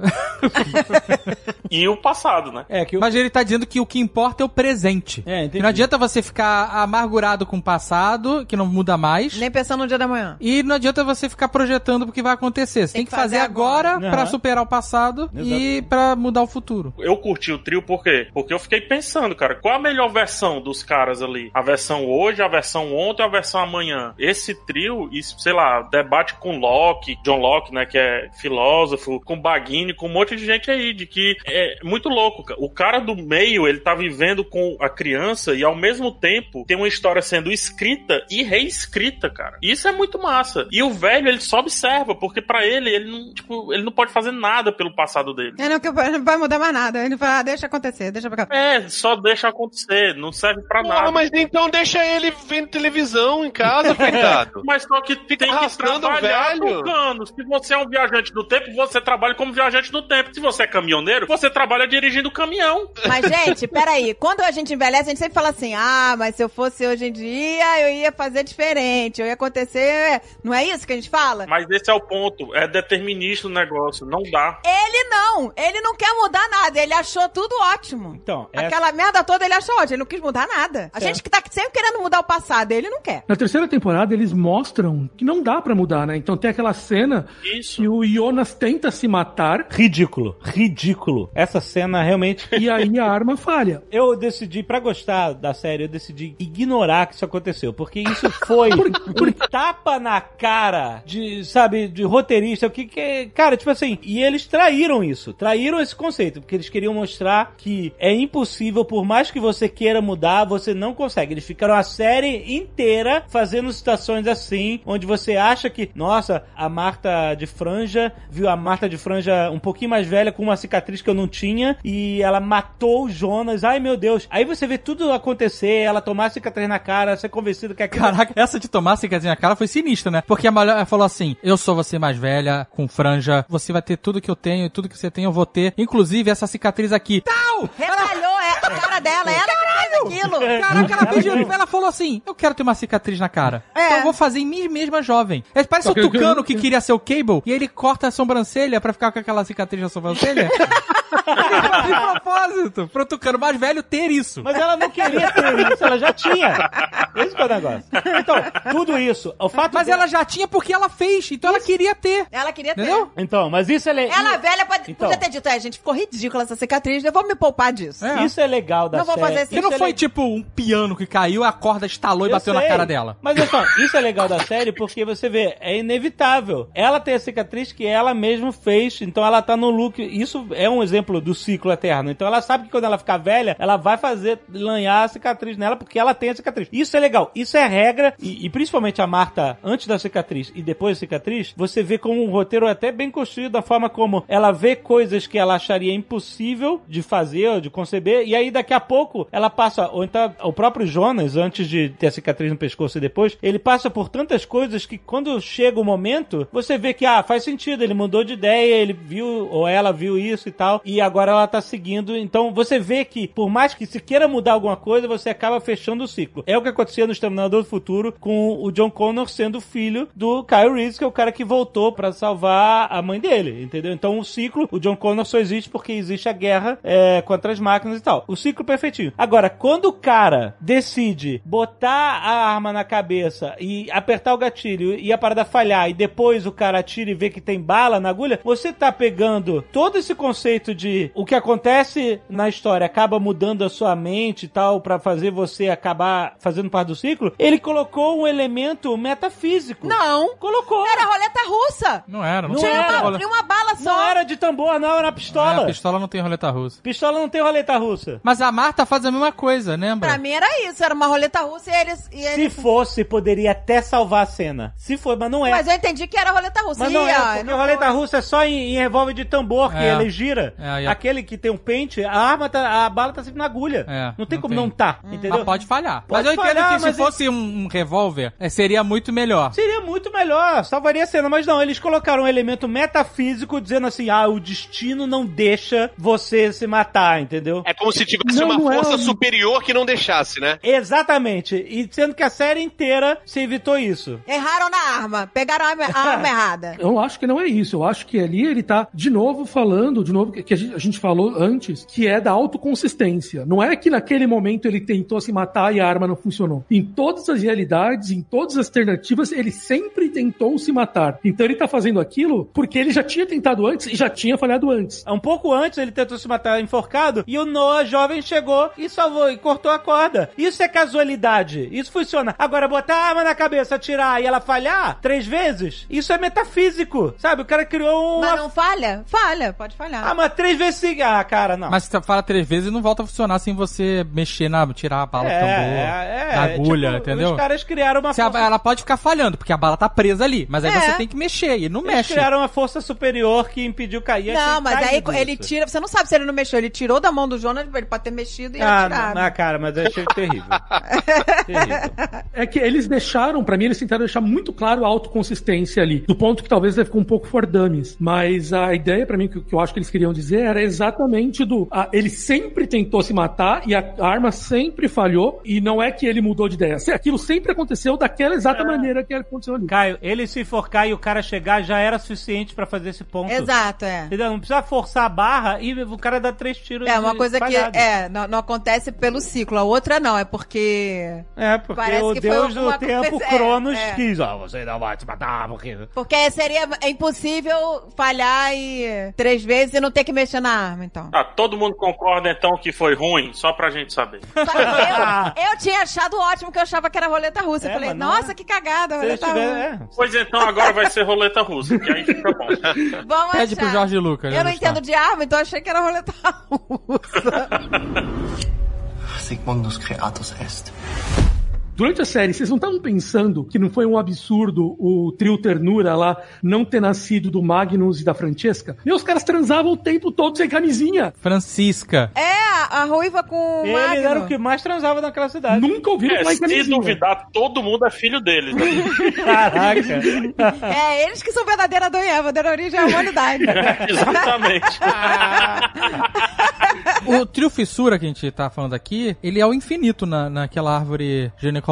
F: E o passado, né?
B: É, que o-
D: Mas ele tá dizendo que o que importa é o presente.
B: É, entendi.
D: Que não adianta você ficar amargurado com o passado, que não muda mais.
C: Nem pensando no dia da manhã.
D: E não adianta você ficar projetando porque vai acontecer. Você tem, que fazer, agora, pra
B: agora. Aham.
D: superar o passado e pra mudar o futuro.
F: Eu curti o trio por quê? Porque eu fiquei pensando, cara, qual a melhor versão dos caras ali? A versão hoje, a versão ontem, a versão amanhã? Esse trio, isso, sei lá, debate com Locke, John Locke, né, que é filósofo, com Baghini, com um monte de gente aí, de que é muito louco, cara. O cara do meio, ele tá vivendo com a criança e ao mesmo tempo tem uma história sendo escrita e reescrita, cara. Isso é muito massa. E o velho, ele só observa, porque pra ele, ele não, tipo, ele não pode fazer nada pelo passado dele.
C: É, não, que não vai mudar mais nada. Ele fala, ah, deixa acontecer, deixa pra cá.
F: É, só deixa acontecer, não serve pra
E: Porra,
F: nada. Mas...
E: mas então deixa ele vendo televisão em casa, coitado.
F: só que
E: Fica
F: tem que
E: arrastando o
F: trabalhar
E: velho.
F: com canos. Se você é um viajante do tempo, você trabalha como viajante do tempo. Se você é caminhoneiro, você trabalha dirigindo caminhão.
C: Mas, gente, peraí. Quando a gente envelhece, a gente sempre fala assim: ah, mas se eu fosse hoje em dia, eu ia fazer diferente, eu ia acontecer. Não é isso que a gente fala?
F: Mas esse é o ponto, é determinista o negócio, não dá.
C: Ele não, ele não quer mudar nada, ele achou tudo ótimo.
B: Então, é
C: Aquela merda toda ele achou ótimo, ele não quis mudar nada. A gente que tá sempre querendo mudar o passado, ele não quer.
G: Na terceira temporada, eles mostram que não dá pra mudar, né? Então tem aquela cena
F: Isso.
G: que o Jonas tenta se matar
B: é ridículo, ridículo. Essa cena realmente
G: e aí a arma falha.
B: eu decidi, pra gostar da série, eu decidi ignorar que isso aconteceu. Porque isso foi um tapa na cara de, sabe, de roteirista. O que que é- Cara, tipo assim, e eles traíram isso. Traíram esse conceito. Porque eles queriam mostrar que é impossível, por mais que você queira mudar, você não consegue. Eles ficaram a série inteira fazendo situações assim, onde você acha que, nossa, a Marta de Franja viu a Marta de Franja um pouquinho mais velha, com uma cicatriz que eu não tinha, e ela matou o Jonas. Ai meu Deus. Aí você vê tudo acontecer, ela tomar a cicatriz na cara, ser convencido que aquilo.
D: Caraca, essa de tomar cicatriz na cara foi sinistra, né? Porque a mulher falou assim: eu sou você mais velha, com franja, você vai ter tudo que eu tenho, e tudo que você tem eu vou ter, inclusive essa cicatriz aqui. Tal!
C: Retalhou é, a cara dela, ela que fez aquilo.
B: É.
D: Caraca, ela,
B: Caralho.
D: pediu, ela falou assim: eu quero ter uma cicatriz na cara.
C: É.
D: Então eu vou fazer em mim mesma jovem. É, parece
G: Só
D: o
G: que-
D: Tucano que queria ser o Cable e ele corta a sobrancelha pra ficar com aquela cicatriz na sobrancelha. De propósito, pro Tucano mais velho ter isso.
B: Mas é ela não queria ter isso, ela já tinha. Esse que é o negócio. Então, tudo isso. O fato
D: Mas
B: dela-
D: ela já tinha porque ela fez, então ela queria ter.
C: Ela queria ter.
D: Entendeu?
B: Então, mas isso é. le-
C: Ela velha pode,
B: Então.
C: podia ter dito, é, gente, ficou ridícula essa cicatriz, eu vou me poupar disso.
D: É.
B: Isso é legal da
C: Não vou
B: série.
C: fazer
D: Que não
B: Isso é
D: foi
B: le-
D: tipo um piano que caiu, a corda estalou e
B: Eu
D: bateu na
B: sei.
D: cara dela.
B: Mas olha só, isso é legal da série porque você vê, é inevitável. Ela tem a cicatriz que ela mesma fez, então ela tá no look. Isso é um exemplo do ciclo eterno. Então ela sabe que quando ela ficar velha, ela vai fazer lanhar a cicatriz nela porque ela tem a cicatriz. Isso é legal, isso é regra. E, e principalmente a Marta, antes da cicatriz e depois da cicatriz, você vê como um roteiro é até bem construído, da forma como ela vê coisas que ela acharia impossível de fazer ou de conceber, e aí daqui a pouco ela passa, ou então o próprio Jonas, antes de ter a cicatriz no pescoço e depois, ele passa por tantas coisas que quando chega o momento, você vê que, ah, faz sentido, ele mudou de ideia, ele viu, ou ela viu isso e tal, e agora ela tá seguindo, então você vê que, por mais que se queira mudar alguma coisa, você acaba fechando o ciclo. É o que acontecia no Exterminador do Futuro com o John Connor sendo filho do Kyle Reese, que é o cara que voltou pra salvar a mãe dele, entendeu? Então o ciclo, o John Connor só existe porque existe a guerra é, contra as máquinas e tal. O ciclo perfeitinho. Agora, quando o cara decide botar a arma na cabeça e apertar o gatilho e a parada falhar e depois o cara atira e vê que tem bala na agulha, você tá pegando todo esse conceito de o que acontece na história acaba mudando a sua mente e tal, pra fazer você acabar fazendo parte do ciclo, ele colocou um elemento metafísico.
C: Não.
B: Colocou.
C: Era roleta russa.
D: Não era,
B: Não
D: não, tinha
C: Tinha
B: era.
C: uma,
D: roleta
C: tinha uma bala só.
B: Não era de tambor, não, era
D: russa. É,
B: pistola.
D: a pistola não tem roleta russa.
B: Pistola não tem roleta russa.
D: Mas a Marta faz a mesma coisa, lembra?
C: Pra mim era isso, era uma roleta russa e eles. E
B: Se
C: eles...
B: fosse, poderia até salvar a cena. Se for, mas não é.
C: Mas eu entendi que era roleta russa.
B: Mas não
C: Ih,
B: é,
C: ó,
B: porque
C: não
B: o roleta
C: foi.
B: russa é só em, em revólver de tambor, que
D: É.
B: ele gira.
D: É, e a-
B: Aquele que tem um pente, a arma tá, a bala tá sempre na agulha.
D: É,
B: não tem
D: não
B: como
D: tem.
B: não tá,
C: Hum.
B: entendeu?
D: Mas pode falhar.
B: Pode
D: mas eu entendo
B: falhar,
D: que se
B: mas é-
D: fosse um um revólver, é, seria muito melhor.
B: Seria muito melhor, salvaria a cena, mas não, eles colocaram um elemento metafísico dizendo assim: ah, o destino não deixha você se matar, entendeu?
E: É como se tivesse
G: Não,
E: uma
G: não é
E: força
G: um-
E: superior que não deixasse, né?
C: É.
B: Exatamente, e sendo que a série inteira se evitou isso.
C: Erraram na arma. Pegaram a arma, a arma errada.
G: Eu acho que não é isso. Eu acho que ali ele tá de novo falando, de novo, que que a gente, a gente falou antes, que é da autoconsistência. Não é que naquele momento ele tentou se matar e a arma não funcionou. Em todas as realidades, em todas as alternativas, ele sempre tentou se matar. Então ele tá fazendo aquilo porque ele já tinha tentado antes e já tinha falhado antes.
B: Um pouco antes ele tentou se matar enforcado e o Noah jovem chegou e salvou e cortou a corda. Isso é casualidade, isso funciona. Agora botar a arma na cabeça, atirar e ela falhar três vezes, isso é metafísico, sabe? O cara criou uma.
C: Mas não falha? Falha, pode falhar.
B: Ah, mas três vezes seguidas. Ah, cara, não.
D: Mas você fala três vezes e não volta a funcionar sem você mexer na. tirar a bala do tambor, da é agulha,
B: É, tipo,
D: entendeu?
B: Os caras criaram uma
D: Se a-
B: força,
D: ela pode ficar falhando, porque a bala tá presa ali. Mas aí
C: É.
D: você tem que mexer e não
B: eles
D: mexe.
B: criaram uma força superior que impediu cair.
C: não,
B: achei
C: mas
B: tarde
C: aí
B: disso.
C: ele tira. Você não sabe se ele não mexeu. Ele tirou da mão do Jonas, ele pode ter mexido e
B: Ah,
C: atirado.
B: não, ah, cara, mas eu achei terrível. terrível.
G: É que eles deixaram, pra mim, eles tentaram deixar muito claro a autoconsistência ali. Do ponto que talvez ele ficou um pouco for dummies. Mas a ideia, pra mim, que, que eu acho que eles queriam dizer era exatamente do. ah, ele sempre tentou se matar e a, a arma sempre falhou. E não é que ele mudou de ideia. Se- Aquilo sempre aconteceu daquela
B: É.
G: exata maneira que aconteceu ali.
B: Caio, ele se enforcar e o cara chegar já era suficiente pra fazer esse ponto.
C: Exato, é.
B: Entendeu? Não precisa forçar a barra e o cara dá três tiros.
C: É uma
B: de-
C: coisa que
B: espalhados.
C: é, não, não acontece pelo ciclo, a outra não, é porque.
B: É, porque
C: Parece
B: o
C: que foi
B: deus do
C: uma
B: tempo,
C: coisa- é,
B: Cronos,
C: é.
B: quis. Ó, você não vai te matar, porque.
C: Porque seria é impossível falhar e três vezes e não ter que mexer na arma, então.
F: Ah, todo mundo concorda então que foi ruim? Só pra gente saber.
C: Só que eu, eu tinha achado ótimo que eu achava que era roleta russa.
B: É,
C: eu falei,
B: mas não é.
C: nossa, que cagada,
B: Se ele
C: roleta
B: tiver.
C: russa.
B: é.
F: Pois então agora vai ser roleta russa, que aí fica bom.
B: é.
C: Vamos
D: Pede
C: achar.
D: pro Jorge Lucas,
C: tá. Eu não
D: vamos achar.
C: entendo de arma, então achei que era roleta russa.
H: Sigmundus Creatus est.
G: Durante a série, vocês não estavam pensando que não foi um absurdo o trio Ternura lá não ter nascido do Magnus e da Francesca? E os caras transavam o tempo todo sem camisinha.
D: Francisca.
C: é, a ruiva com o
B: Ele
C: um Magno.
B: era o que mais transava naquela cidade.
G: Nunca
F: É,
G: ouviram falar em
F: se
G: camisinha.
F: duvidar, todo mundo é filho deles. Né?
B: Caraca.
D: Tá
C: É, eles que são verdadeira Adão e Eva, a origem à humanidade.
F: Exatamente.
D: O trio fissura que a gente tá falando aqui, ele é o infinito na, naquela árvore ginecológica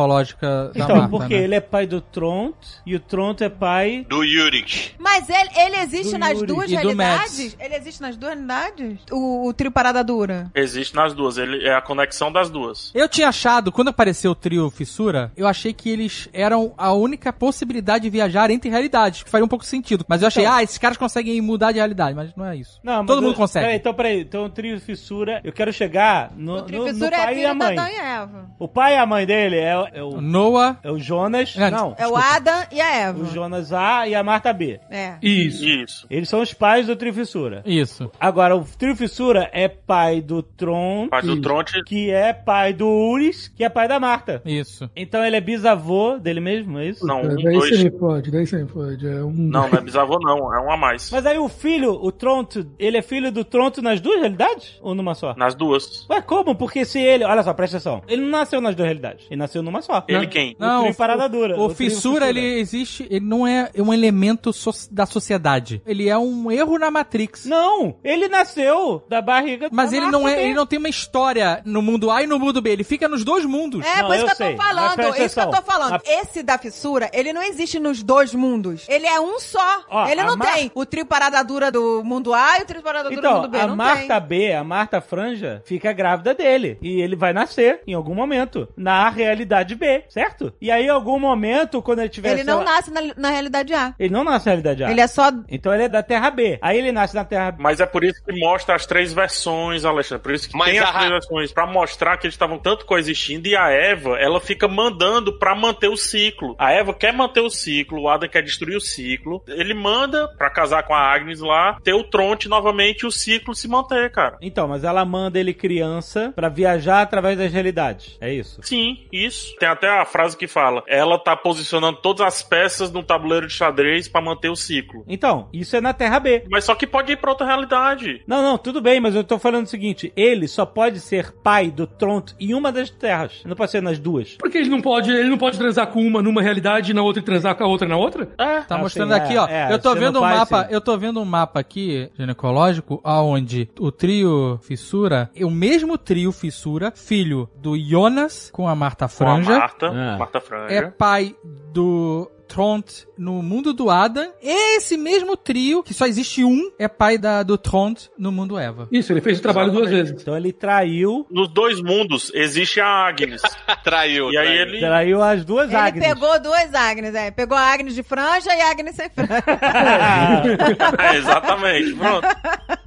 D: da
B: então,
D: Marta,
B: porque
D: né?
B: ele é pai do Tront e o Tront é pai.
E: Do Yurik.
C: Mas ele, ele existe
B: Do
C: nas
B: Yuri.
C: duas
D: E do
C: realidades?
D: Mads.
C: Ele existe nas duas realidades? O, o trio Parada Dura.
F: Existe nas duas, ele é a conexão das duas.
D: Eu tinha achado, quando apareceu o trio Fissura, eu achei que eles eram a única possibilidade de viajar entre realidades, que faria um pouco de sentido. Mas eu achei,
B: Então.
D: ah, esses caras conseguem mudar de realidade, mas não é isso.
B: Não, mas
D: Todo
B: o-
D: mundo consegue.
B: Peraí, então, peraí. Então, o trio fissura. Eu quero chegar no,
C: O trio
B: no- no
C: Fissura é
B: pai e a
C: filho da
B: mãe.
C: Adão e Eva.
B: O pai e a mãe dele é, é
D: O
B: o,
D: Noah,
B: é o Jonas.
D: É,
B: não.
C: É o Adam e a Eva.
B: O Jonas A e a Marta B.
C: É.
G: Isso.
F: Isso.
B: Eles são os pais do trio fissura.
D: isso.
B: Agora, o Trio Fissura é pai do Tron,
F: Mas o Tronte
B: que é pai do Uris, que é pai da Marta.
D: Isso.
B: Então ele é bisavô dele mesmo, é isso?
F: Não, um,
G: daí você
F: dois.
G: me pode, daí você me pode. É um...
F: Não, não é bisavô, não. É um a mais.
B: Mas aí o filho, o Tronto, ele é filho do Tronto nas duas realidades? Ou numa só?
F: Nas duas.
B: Ué, como? Porque se ele. Olha só, presta atenção. Ele não nasceu nas duas realidades. Ele nasceu numa só.
F: Ele quem?
B: Não, o trio parada dura.
D: O,
B: trio
D: fissura, ele existe, ele não é um elemento so- da sociedade. Ele é um erro na Matrix.
B: Não! Ele nasceu da barriga
D: Mas
B: da
D: ele não,
B: Marta
D: é,
B: B.
D: ele não tem uma história no mundo A e no mundo B. Ele fica nos dois mundos.
C: É,
B: Não,
C: por isso
B: eu
C: que eu
B: sei,
C: tô
B: mas
C: falando. é
B: presta
C: Isso que eu tô
B: atenção.
C: falando.
B: A-
C: Esse da fissura, ele não existe nos dois mundos. Ele é um só.
B: Ó,
C: ele
B: a
C: não
B: Mar-
C: tem o trio Parada Dura do mundo A e o trio Parada Dura do
D: tá
B: Então,
C: mundo B.
B: a
C: não
B: Marta
C: tem.
B: B, a Marta Franja fica grávida dele. E ele vai nascer em algum momento. Na realidade B, certo? E aí, em algum momento, quando ele tiver.
C: Ele
B: sei
C: não
B: lá-
C: nasce na, na realidade A.
B: Ele não nasce na realidade A.
C: Ele é só.
B: Então ele é da Terra B. Aí ele nasce na Terra B.
F: Mas é por isso que mostra as três versões, Alexandre. Por isso que
E: Mas
F: tem as
E: a ra-
F: três versões. Pra mostrar que eles estavam tanto coexistindo. E a Eva, ela fica mandando pra manter o ciclo. A Eva quer manter o ciclo. O Adam quer destruir o ciclo. Ele manda pra casar com a Agnes lá. Ter o tronte novamente e o ciclo se manter, cara.
B: Então, mas ela manda ele criança pra viajar através das realidades. É isso.
F: Sim, isso. Tem até a frase que fala: ela tá posicionando todas as peças num tabuleiro de xadrez pra manter o ciclo.
B: Então, isso é na Terra B.
F: Mas só que pode ir pra outra realidade.
B: Não, não, tudo bem, mas eu tô falando o seguinte: ele só pode ser pai do Tronto em uma das terras. Não pode ser nas duas.
G: Porque ele não pode, ele não pode transar com uma numa realidade e na outra e transar com a outra na outra?
F: É.
D: Tá
B: Ah,
D: mostrando
B: sim,
D: aqui,
B: é,
D: ó.
B: é,
D: eu tô
B: sendo
D: vendo um
B: pai,
D: mapa,
B: sim.
D: eu tô vendo um mapa aqui ginecológico aonde o trio Fissura, é o mesmo trio Fissura, filho do Jonas com a Marta
F: Com a
D: Franja,
F: Marta,
B: Ah.
F: Marta Franja.
D: é pai do Tront no mundo do Adam. E esse mesmo trio, que só existe um, é pai da, do Tront no mundo Eva.
G: Isso, ele fez o trabalho duas vezes.
B: Então ele traiu.
F: Nos dois mundos existe a Agnes.
E: Traiu.
F: e aí
E: traiu.
F: ele.
B: Traiu as duas
C: Ele
B: Agnes.
C: pegou duas Agnes, é. Pegou a Agnes de franja e a Agnes sem franja.
F: É, exatamente. Pronto.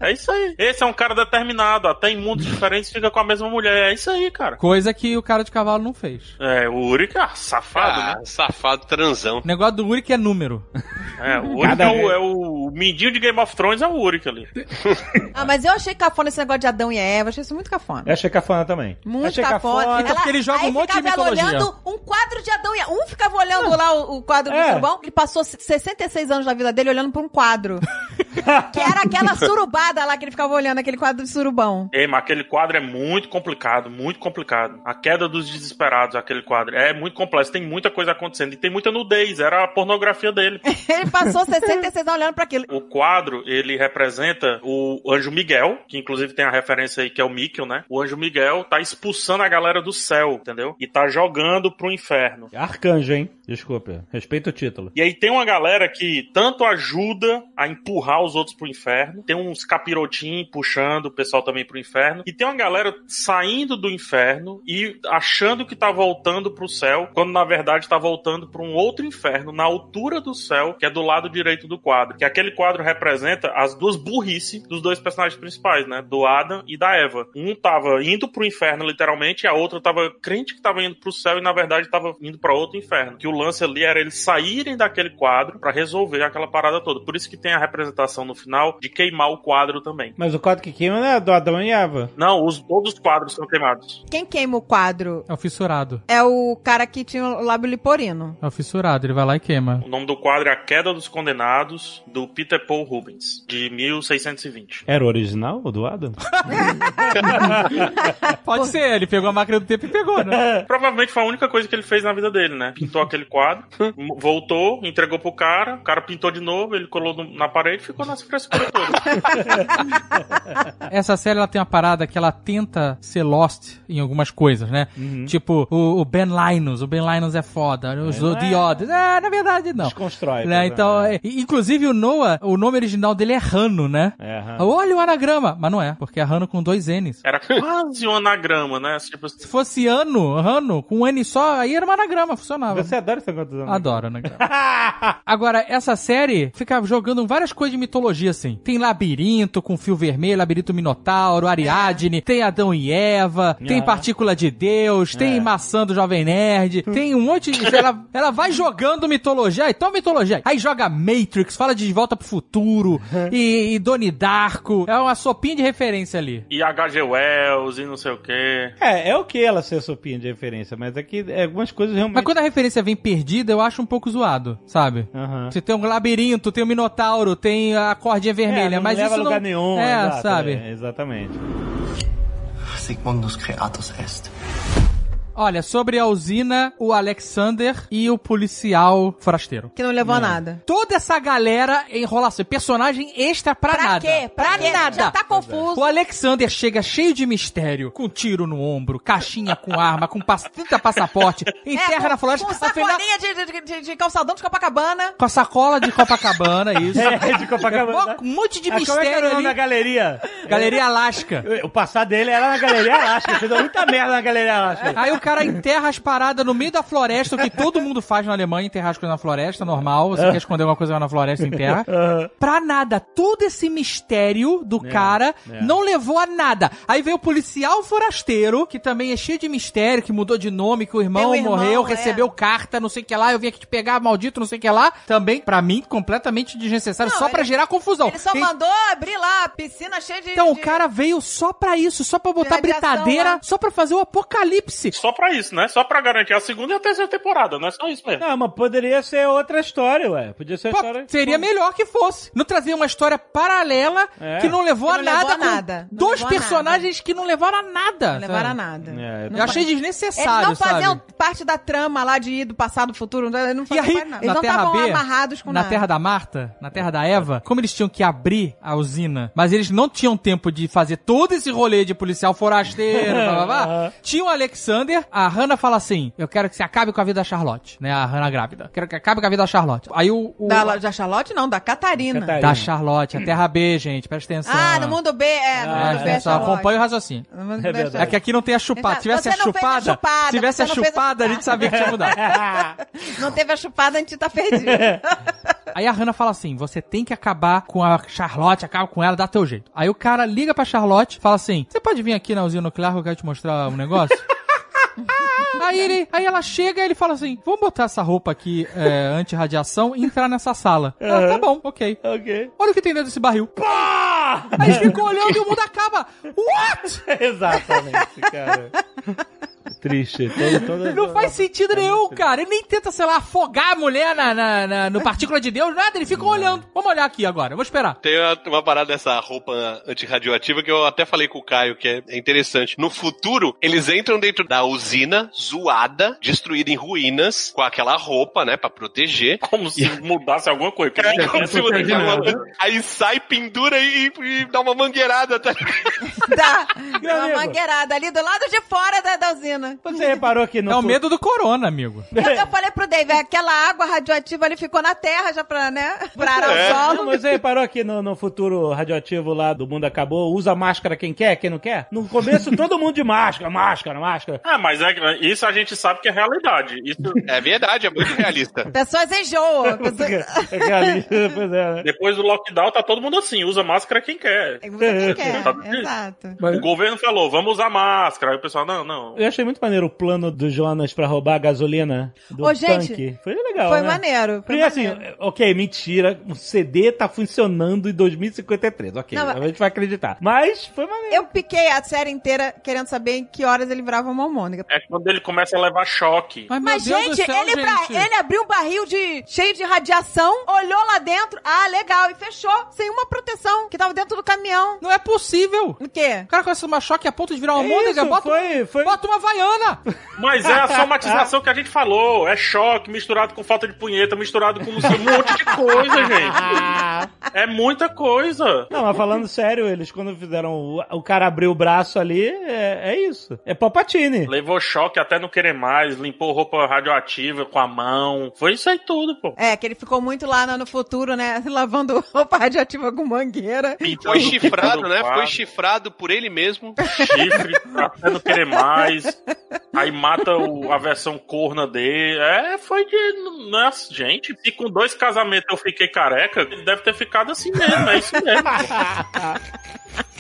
F: É isso aí. Esse é um cara determinado. Até em mundos diferentes fica com a mesma mulher. É isso aí, cara.
D: Coisa que o cara de cavalo não fez.
F: É, o Uric é safado,
E: Ah,
F: né?
E: safado transão.
D: O negócio do Uric é número.
F: É, o Uric
B: Nada
F: é
B: a ver.
F: o, é o- o mindinho de Game of Thrones, é o Uric ali.
C: ah, mas eu achei cafona esse negócio de Adão e Eva. Achei isso muito cafona.
B: Eu achei cafona também.
C: Muito
B: Achei
C: cafona.
D: Então, porque ele joga
C: aí
D: um monte de
C: ficava ela
D: mitologia.
C: olhando um quadro de Adão e Eva. Um ficava olhando lá o, o quadro
B: É.
C: do surubão. Ele passou 66 anos da vida dele olhando pra um quadro. que era aquela surubada lá que ele ficava olhando, aquele quadro de surubão.
F: Ei, mas aquele quadro é muito complicado, muito complicado. A queda dos desesperados, aquele quadro. É muito complexo, tem muita coisa acontecendo. E tem muita nudez, era a pornografia dele.
C: Ele passou 66 anos olhando pra aquilo.
F: O quadro, ele representa o Anjo Miguel, que inclusive tem a referência aí que é o Mikkel, né? O Anjo Miguel tá expulsando a galera do céu, entendeu? E tá jogando pro inferno.
B: Arcanjo, hein? Desculpa. Respeita o título.
F: E aí tem uma galera que tanto ajuda a empurrar os outros pro inferno, tem uns capirotinhos puxando o pessoal também pro inferno, e tem uma galera saindo do inferno e achando que tá voltando pro céu, quando na verdade tá voltando pra um outro inferno na altura do céu, que é do lado direito do quadro. Que é aquele quadro representa as duas burrice dos dois personagens principais, né? Do Adam e da Eva. Um tava indo pro inferno, literalmente, e a outra tava crente que tava indo pro céu e, na verdade, tava indo pra outro inferno. Que o lance ali era eles saírem daquele quadro pra resolver aquela parada toda. Por isso que tem a representação no final de queimar o quadro também.
B: Mas o quadro que queima não é do Adão e Eva.
F: Não, os, todos os quadros são queimados.
C: Quem queima o quadro
D: É o fissurado.
C: é o cara que tinha o lábio liporino.
D: É o fissurado, ele vai lá e queima.
F: O nome do quadro é A Queda dos Condenados, do Peter Paul Rubens, de 1620.
B: Era o original, o do Adam?
D: É, Pode ser, ele pegou a máquina do tempo e pegou, né?
F: Provavelmente foi a única coisa que ele fez na vida dele, né? Pintou aquele quadro, m- voltou, entregou pro cara, o cara pintou de novo, ele colou no- na parede e ficou nessa frescura toda.
D: Essa série ela tem uma parada que ela tenta ser lost em algumas coisas, né? Tipo, o, o Ben Linus, o Ben Linus é foda, os
B: não é.
D: The Others. É, na verdade, não.
B: Desconstrói.
D: Né, Então, é, e, inclusive o Noah, o nome original dele é Rano, né?
B: É, aham.
D: Olha o anagrama, mas não é, porque é Rano com dois N's.
F: Era quase um anagrama, né? Tipo,
D: Se fosse Ano, Rano, com um N só, aí era um anagrama, funcionava.
B: Você adora esse negócio dos anos.
D: Adoro, né? cara? Agora, essa série fica jogando várias coisas de mitologia, assim. Tem labirinto com fio vermelho, labirinto minotauro, Ariadne, tem Adão e Eva, tem
B: Aham.
D: partícula de Deus, tem maçã do Jovem Nerd, tem um monte de... ela, ela vai jogando mitologia, aí toma mitologia, aí joga Matrix, fala de Volta pro Futuro, e, e Doni Darko, é uma sopinha de referência ali.
F: e HG Wells e não sei o quê.
B: É, é o que ela ser sopinha de referência, mas é que é, algumas coisas
D: Mas
B: realmente.
D: quando a referência vem perdida, eu acho um pouco zoado, sabe?
B: Aham.
D: Você tem um labirinto, tem um minotauro, tem a cordinha
B: É,
D: vermelha,
B: não
D: mas
B: leva
D: isso
B: a lugar
D: não...
B: nenhum.
D: É,
B: exato,
D: sabe?
B: é, exatamente.
H: Sigmundus creatus est.
D: Olha, sobre a usina, o Alexander e o policial forasteiro.
C: Que não levou a nada.
D: Toda essa galera é enrolação, personagem extra pra,
C: Pra
D: nada.
C: quê? Pra, quê?
D: nada. é.
C: Já tá confuso.
D: O Alexander chega cheio de mistério, com tiro no ombro, caixinha com arma, com pass 30 passaporte, enterra
C: É, com-
D: na floresta,
C: Com
D: afinal,
C: sacolinha de, de, de, de calçadão de Copacabana.
D: com a sacola de Copacabana, isso.
B: É, de Copacabana.
D: Um monte de
B: Ah, como é que era o
D: mistério
B: nome da
D: ali.
B: galeria?
D: Galeria Alasca.
B: O passar dele era na Galeria Alasca. Fez muita merda na Galeria Alasca.
D: Aí o cara enterra as paradas no meio da floresta, o que todo mundo faz na Alemanha, enterrar as coisas na floresta, normal. Você quer esconder alguma coisa vai na floresta, enterra. Pra nada. Todo esse mistério do cara não levou a nada. Aí veio o policial forasteiro, que também é cheio de mistério, que mudou de nome, que o irmão,
C: Tem um irmão,
D: morreu,
C: é.
D: recebeu carta, não sei o que lá, eu vim aqui te pegar, maldito, não sei o que lá. Também, pra mim, completamente desnecessário,
C: Não,
D: só pra
C: ele-
D: gerar confusão.
C: Ele só
D: Quem-
C: mandou abrir lá a piscina cheia de...
D: Então, o
C: de-
D: cara veio só pra isso, só pra botar
C: Radiação
D: britadeira,
C: lá.
D: só pra fazer o apocalipse.
F: Só pra isso, né? Só pra garantir a segunda e a terceira temporada, não é só isso mesmo.
B: Não, mas poderia ser outra história, ué. Podia ser a
D: Pô,
B: história.
D: seria melhor que fosse. Não trazia uma história paralela
B: É.
D: que não levou
C: Que
D: a
C: não
D: nada.
C: levou a
D: com
C: nada. Não
D: Dois
C: levou a
D: personagens que não levaram a nada.
C: Não levaram a
D: sabe?
C: nada.
B: É,
D: Eu achei
C: Eles
D: desnecessário,
C: não faziam
D: sabe?
C: parte da trama lá de ir do passado do futuro, não- eles não
D: E
C: faziam
D: aí,
C: parte nada.
D: na
C: Eles não
D: Terra
C: estavam
D: B,
C: amarrados com
D: na
C: nada.
D: Terra da Marta, na Terra da Eva, como eles tinham que abrir a usina, mas eles não tinham tempo de fazer todo esse rolê de policial forasteiro, blá, blá, blá, tinha o Alexander, a Hannah fala assim, eu quero que você acabe com a vida da Charlotte, né, a Hannah grávida, quero que acabe com a vida da Charlotte. Aí o... o-
C: Da, da Charlotte, não, da Catarina.
B: Catarina.
D: da Charlotte, a Terra B, gente, presta atenção.
C: Ah, no mundo B, é, no
D: Ah,
C: mundo B é
D: só
C: Charlotte.
D: acompanha o raciocínio.
C: No mundo B
B: É verdade.
D: É que aqui não tem a chupada.
C: Exato.
D: Tivesse a
C: Você não fez a
D: chupada,
C: chupada,
D: tivesse a
C: você não fez a
D: chupada, a
C: chupada.
D: gente sabia que tinha mudado. é-
C: Não teve a chupada, a gente tá perdido.
D: Aí a Hannah fala assim: você tem que acabar com a Charlotte, acaba com ela, dá teu jeito. Aí o cara liga pra Charlotte fala assim: Você pode vir aqui na usina nuclear que eu quero te mostrar um negócio? Aí, ele, aí ela chega e ele fala assim: Vamos botar essa roupa aqui é, anti-radiação e entrar nessa sala. Ela, tá bom, ok.
B: Ok.
D: Olha o que tem dentro desse barril. Aí ele ficou olhando e o mundo acaba. What?
B: Exatamente, cara. Triste. Todo, todo,
D: Não É faz sentido nenhum, cara. Ele nem tenta, sei lá, afogar a mulher na, na- na- no partícula de Deus, nada. Ele fica olhando. Vamos olhar aqui agora. Eu Vou esperar.
E: Tem uma, uma parada dessa roupa antirradioativa que eu até falei com o Caio, que é, é interessante. No futuro, eles entram dentro da usina zoada, destruída em ruínas, com aquela roupa, né, pra proteger.
F: Como se mudasse alguma coisa. porque
E: É,
F: ninguém
E: como
F: quer
E: se
F: se mudar.
E: você-
F: né?
E: aí sai, pendura e, e dá uma mangueirada, tá ligado?
C: Tá. Dá
B: Meu
C: uma
B: amigo.
C: mangueirada ali do lado de fora da, da usina.
B: Você reparou que não.
D: É o medo do corona, amigo.
C: Eu, eu falei pro Dave, é, aquela água radioativa ali ficou na terra já pra, né? Pra arar
E: É.
C: o
B: Não,
C: solo.
B: mas você reparou que no, no futuro radioativo lá do mundo acabou, usa máscara quem quer, quem não quer? No começo, todo mundo de máscara, máscara, máscara.
F: Ah, mas é- isso a gente sabe que é realidade. Isso,
E: É verdade, é muito realista.
C: Pessoas enjoam. Pessoas...
B: pois é, né?
F: depois do lockdown, tá todo mundo assim, usa máscara quem quer.
C: É. Quem quer?
F: Sabe disso?
C: Exato.
G: Mas,
F: O governo falou, vamos usar máscara. Aí o pessoal, não, não.
B: Eu achei muito maneiro o plano do Jonas pra roubar a gasolina do
C: Ô, gente,
B: tanque. Foi legal,
C: Foi
B: né?
C: maneiro. Foi
B: Porque assim,
C: maneiro.
B: ok, mentira, o CD tá funcionando em 2053, ok,
C: Não, mas-
B: a gente vai acreditar. Mas foi maneiro.
C: Eu piquei a série inteira querendo saber em que horas ele virava uma homônica.
F: É quando ele começa a levar choque.
D: meu
C: Mas,
D: Deus do
C: gente,
D: céu,
C: ele, pra- ele abriu um barril de cheio de radiação, olhou lá dentro, ah, legal, e fechou, sem uma proteção, que tava dentro do caminhão.
D: Não é possível.
C: O quê?
D: O cara começa a tomar choque a ponto de
C: É
D: virar uma mônica,
B: É Isso,
D: bota, um
B: foi, foi...
D: bota uma vaiana.
F: Mas é a somatização que a gente falou. É choque misturado com falta de punheta, misturado com um monte de coisa, gente. É muita coisa.
B: Não, mas falando sério, eles quando fizeram o, o cara abrir o braço ali, é, é isso. É Palpatine.
F: Levou choque até não querer mais, limpou roupa radioativa com a mão. Foi isso aí tudo, pô.
C: É, que ele ficou muito lá no, no futuro, né? Lavando roupa radioativa com mangueira.
E: E foi chifrado,
F: Todo
E: né?
F: quadro.
E: Foi chifrado por ele mesmo.
F: Chifre, até não querer mais. Aí mata o- a versão corna dele. É, foi de. Nossa, gente, se com dois casamentos eu fiquei careca, ele deve ter ficado assim mesmo, é isso mesmo.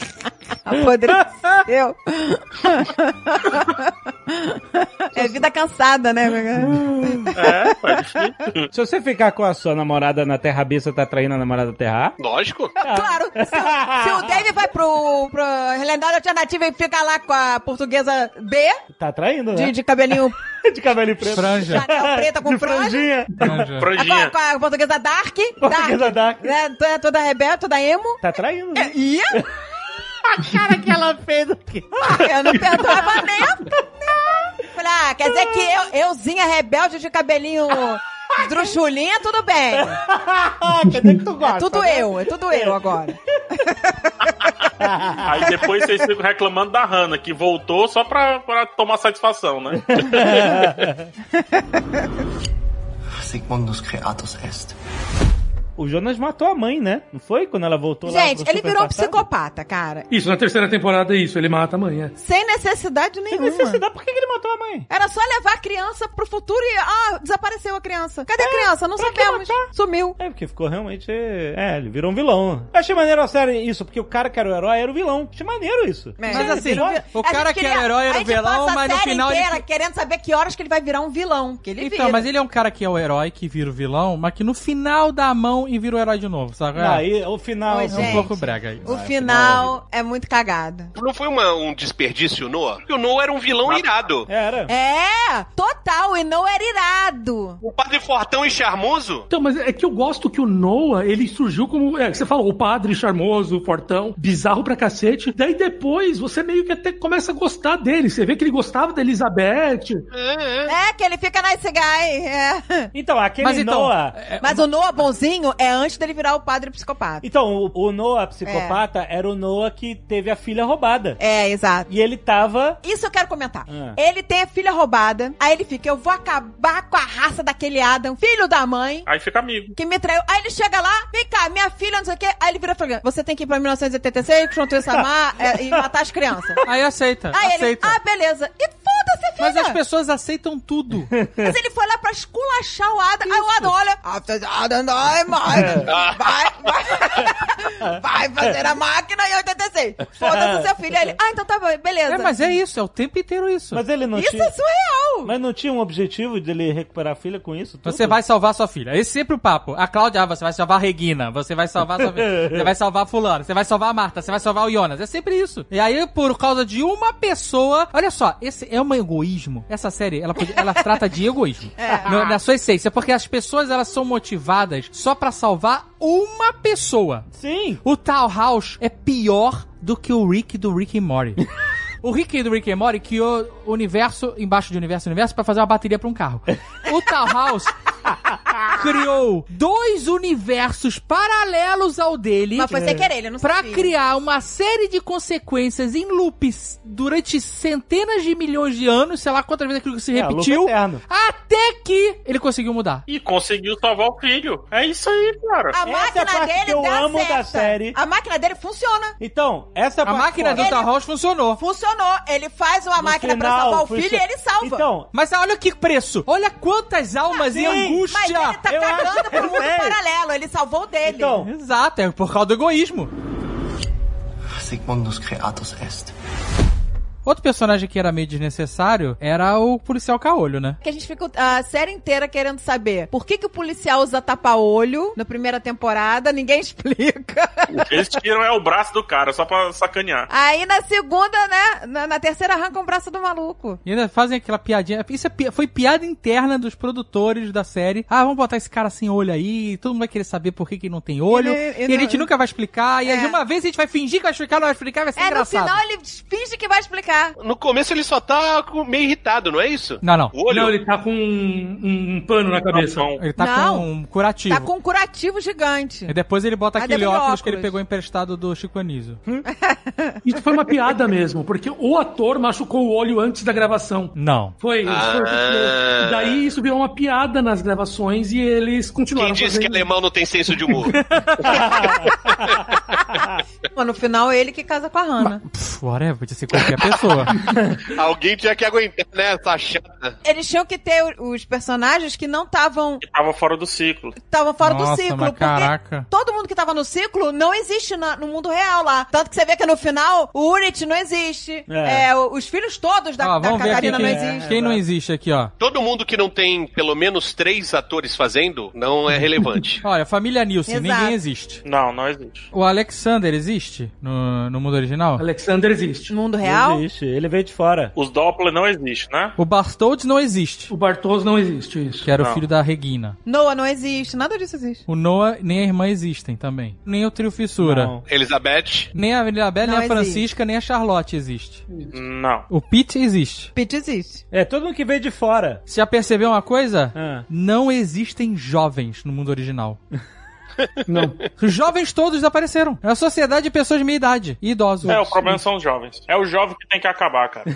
C: Apodreceu. é vida cansada, né?
F: É, foi difícil.
B: Se você ficar com a sua namorada na Terra B, você tá traindo a namorada da Terra
E: Lógico.
B: Ah.
C: Claro, se, o- se o Dave vai pro, pro lendário alternativo e fica lá com a portuguesa B,
B: A? Tá traindo, né?
C: de, de cabelinho
B: De, cabelo preto.
D: Franja.
C: janela preta com
B: de
C: franja.
B: franjinha.
G: É.
D: Franja.
C: Agora,
F: Franjinha.
C: com a portuguesa Dark.
B: Portuguesa Dark.
C: Né, toda, toda rebelde, toda emo.
B: Tá traindo, né?
C: E É
B: A cara que ela fez aqui.
C: eu não perdoava nem. a- falei, ah, quer dizer que eu, euzinha rebelde de cabelinho druchulinha, tudo bem.
B: Ah, Cadê que tu gosta?
C: É tudo
B: né?
C: eu, é tudo eu agora.
F: Aí depois vocês ficam reclamando da Hannah, que voltou só pra, pra tomar satisfação, né?
H: Sigmundus Creatus est.
B: O Jonas matou a mãe, né? Não foi? Quando ela voltou lá.
C: Gente,
B: do
C: ele virou
B: supermercado?
C: um psicopata, cara.
G: Isso, na terceira temporada é isso, ele mata a mãe, é.
C: Sem necessidade
B: Sem
C: nenhuma.
B: necessidade, por que que ele matou a mãe?
C: Era só levar a criança pro futuro e. Ah, desapareceu a criança. Cadê a criança? Não
B: É, pra que
C: sabemos.
B: matar?
C: Sumiu.
B: É, porque ficou realmente. É, ele virou um vilão. Eu achei maneiro a série isso, porque o cara que era o herói era o vilão. Achei maneiro isso.
C: É.
D: Mas assim,
B: Virou-
D: o cara que era o herói era o vilão, mas no final
C: Inteira,
D: ele.
C: querendo saber que horas que ele vai virar um vilão. Que ele
D: Então,
C: vira.
D: mas ele é um cara que é o herói, que vira o vilão, mas que no final dá a mão e vira o herói de novo, sabe?
B: Não, Aí, o final.
C: Oi,
D: é um
C: gente.
D: pouco brega aí.
C: O final é muito cagado.
E: Não foi uma- um desperdício o Noah? Porque o Noah era um vilão
G: Ah.
E: irado.
B: Era.
C: É, total, e não era irado.
E: O padre fortão e charmoso?
G: Então, mas é que eu gosto que o Noah, ele surgiu como. É, que você falou, o padre charmoso, fortão, bizarro pra cacete. Daí depois você meio que até começa a gostar dele. Você vê que ele gostava da Elizabeth.
C: É, que ele fica nice guy. é.
B: Então, aquele
D: Mas então,
B: Noah.
C: Mas o Noah bonzinho é antes dele virar o padre psicopata.
B: Então, o, o Noah psicopata era o Noah que teve a filha roubada.
C: É, exato.
B: E ele tava.
C: Isso eu quero comentar.
B: Ah.
C: Ele tem a filha roubada, aí ele fica, eu vou acabar com a raça daquele Adam, filho da mãe,
F: Aí fica amigo.
C: que me traiu. Aí ele chega lá, vem cá, minha filha, não sei o quê. Aí ele vira e fala, você tem que ir pra 1986, junto essa
F: Tá.
C: má, é, e matar as crianças.
D: Aí aceita,
C: Aí ele,
D: aceita.
C: ah, beleza. E foda-se, filha.
D: mas as pessoas aceitam tudo.
C: Mas ele foi lá pra esculachar o Adam. Aí o Adam olha. After the Adam die,
F: É.
C: mano. Vai, vai. Vai fazer a máquina em 86. Foda-se seu filho. Aí ele. Ah, então tá bom, beleza.
D: É, mas é isso, é o tempo inteiro isso.
B: Mas ele não
C: Isso
B: tinha.
C: é surreal.
B: Mas não tinha um objetivo dele recuperar a filha com isso? tudo?
D: Você vai salvar sua filha. Esse é sempre o papo. A Cláudia, ah, você vai salvar a Regina, você vai salvar sua filha, você vai salvar fulano, você vai salvar a Marta, você vai salvar o Jonas. É sempre isso. E aí, por causa de uma pessoa... Olha só, esse é um egoísmo. Essa série, ela, pode- ela trata de egoísmo. Na, na sua essência. Porque as pessoas, elas são motivadas só pra salvar uma pessoa.
B: Sim.
D: O Tal House é pior do que o Rick do Rick and Morty. O Rick do Rick and Morty criou universo embaixo de universo universo pra fazer uma bateria pra um carro. O Tal House criou dois universos paralelos ao dele.
C: Mas foi sem querer, ele não
D: Pra
C: sabia.
D: criar uma série de consequências em loops durante centenas de milhões de anos, sei lá quantas vezes aquilo se
B: É, loop
D: repetiu,
B: eterno.
D: até que ele conseguiu mudar.
F: E conseguiu salvar o filho. É isso aí, cara.
C: A
B: Essa é a
C: máquina
B: parte
C: dele
B: que eu
C: dá
B: amo da
C: certo.
B: série.
C: A máquina dele funciona.
B: Então, essa
D: A máquina do
B: fora.
D: Tal House funcionou.
C: Funcionou. Ele faz uma
B: No
C: máquina pra
B: final,
C: salvar o
B: foi
C: filho
B: isso-
C: e ele salva.
B: Então,
D: Mas olha que preço! Olha quantas almas em
B: Ah, sim,
D: angústia!
C: mas ele tá
B: eu
C: cagando
B: acho-
C: pro mundo
B: É.
C: paralelo. Ele salvou o dele.
B: então.
D: Exato, é por causa do egoísmo.
H: Sigmundus Creatus est.
D: Outro personagem que era meio desnecessário era o policial caolho, né?
C: Que a gente fica a série inteira querendo saber por que, que o policial usa tapa-olho na primeira temporada, ninguém explica.
F: Eles tiram é o braço do cara, só pra sacanear.
C: Aí na segunda, né? Na, na terceira arranca um braço do maluco.
D: E ainda fazem aquela piadinha. Isso é pi- foi piada interna dos produtores da série. Ah, vamos botar esse cara sem olho aí. Todo mundo vai querer saber por que, que não tem olho.
C: Ele- é- ele
D: e a gente
C: não-
D: nunca vai explicar. E
C: É.
D: de uma vez a gente vai fingir que vai explicar, não vai explicar, vai ser
C: é,
D: engraçado.
C: no final ele finge que vai explicar.
E: No começo ele só tá com- meio irritado, não é isso?
D: Não, não.
E: O olho?
G: Não, ele tá com um, um pano na cabeça.
F: Não, não.
D: Ele tá
C: Não.
D: com um curativo.
C: Tá com um curativo gigante.
D: E depois ele bota
C: Ah,
D: aquele
C: depois
D: óculos,
C: do
D: que ele
C: óculos.
D: pegou emprestado do Chico Anísio.
G: Isso foi uma piada mesmo, porque o ator machucou o olho antes da gravação.
D: Não.
G: Foi, isso foi
E: Ah.
G: porque... Daí isso virou uma piada nas gravações e eles
E: Quem
G: continuaram
E: disse que é
G: fazendo.
E: alemão não tem senso de humor?
C: Mas no final é ele que casa com a Hannah.
D: Pff, whatever, podia ser qualquer pessoa.
E: Alguém tinha que aguentar, né? Essa chata.
C: Eles tinham que ter o- os personagens que não estavam
F: Ele tava fora do ciclo.
C: estavam fora
D: Nossa,
C: do ciclo.
D: mas
C: porque
D: caraca.
C: Todo mundo que tava no ciclo não existe na- no mundo real lá. Tanto que você vê que no final o Urit não existe.
B: É.
C: É, o- os filhos todos da,
D: Ó,
C: da
D: Ah, vamos ver aqui
C: Catarina não
D: quem, é.
C: existem.
D: quem não existe aqui, ó.
E: Todo mundo que não tem pelo menos três atores fazendo não é relevante.
D: Olha, família Nilson,
C: Exato.
D: ninguém existe.
F: Não, não existe.
D: O Alexander existe no, no mundo original?
G: Alexander existe.
C: No mundo real?
B: existe, ele veio de fora.
F: Os Doppler não existem, né?
D: O Bartolds não existe,
G: O Bartos não existe, isso.
D: que era o
F: Não.
D: filho da Regina.
C: Noah não existe, nada disso existe.
D: O Noah nem a irmã existem também. Nem o Trio Fissura.
B: Não.
E: Elizabeth.
D: Nem a Elizabeth, nem
C: Não
D: a Francisca, nem a Charlotte existe.
F: Não.
D: O Pete existe.
C: Pete existe.
B: É, todo mundo que veio de fora.
D: Você já percebeu uma coisa?
B: Ah.
D: Não existem jovens no mundo original.
G: Não.
D: Os jovens todos desapareceram. É uma sociedade de pessoas de meia idade e idosos.
F: É, o problema são os jovens. É o jovem que tem que acabar, cara.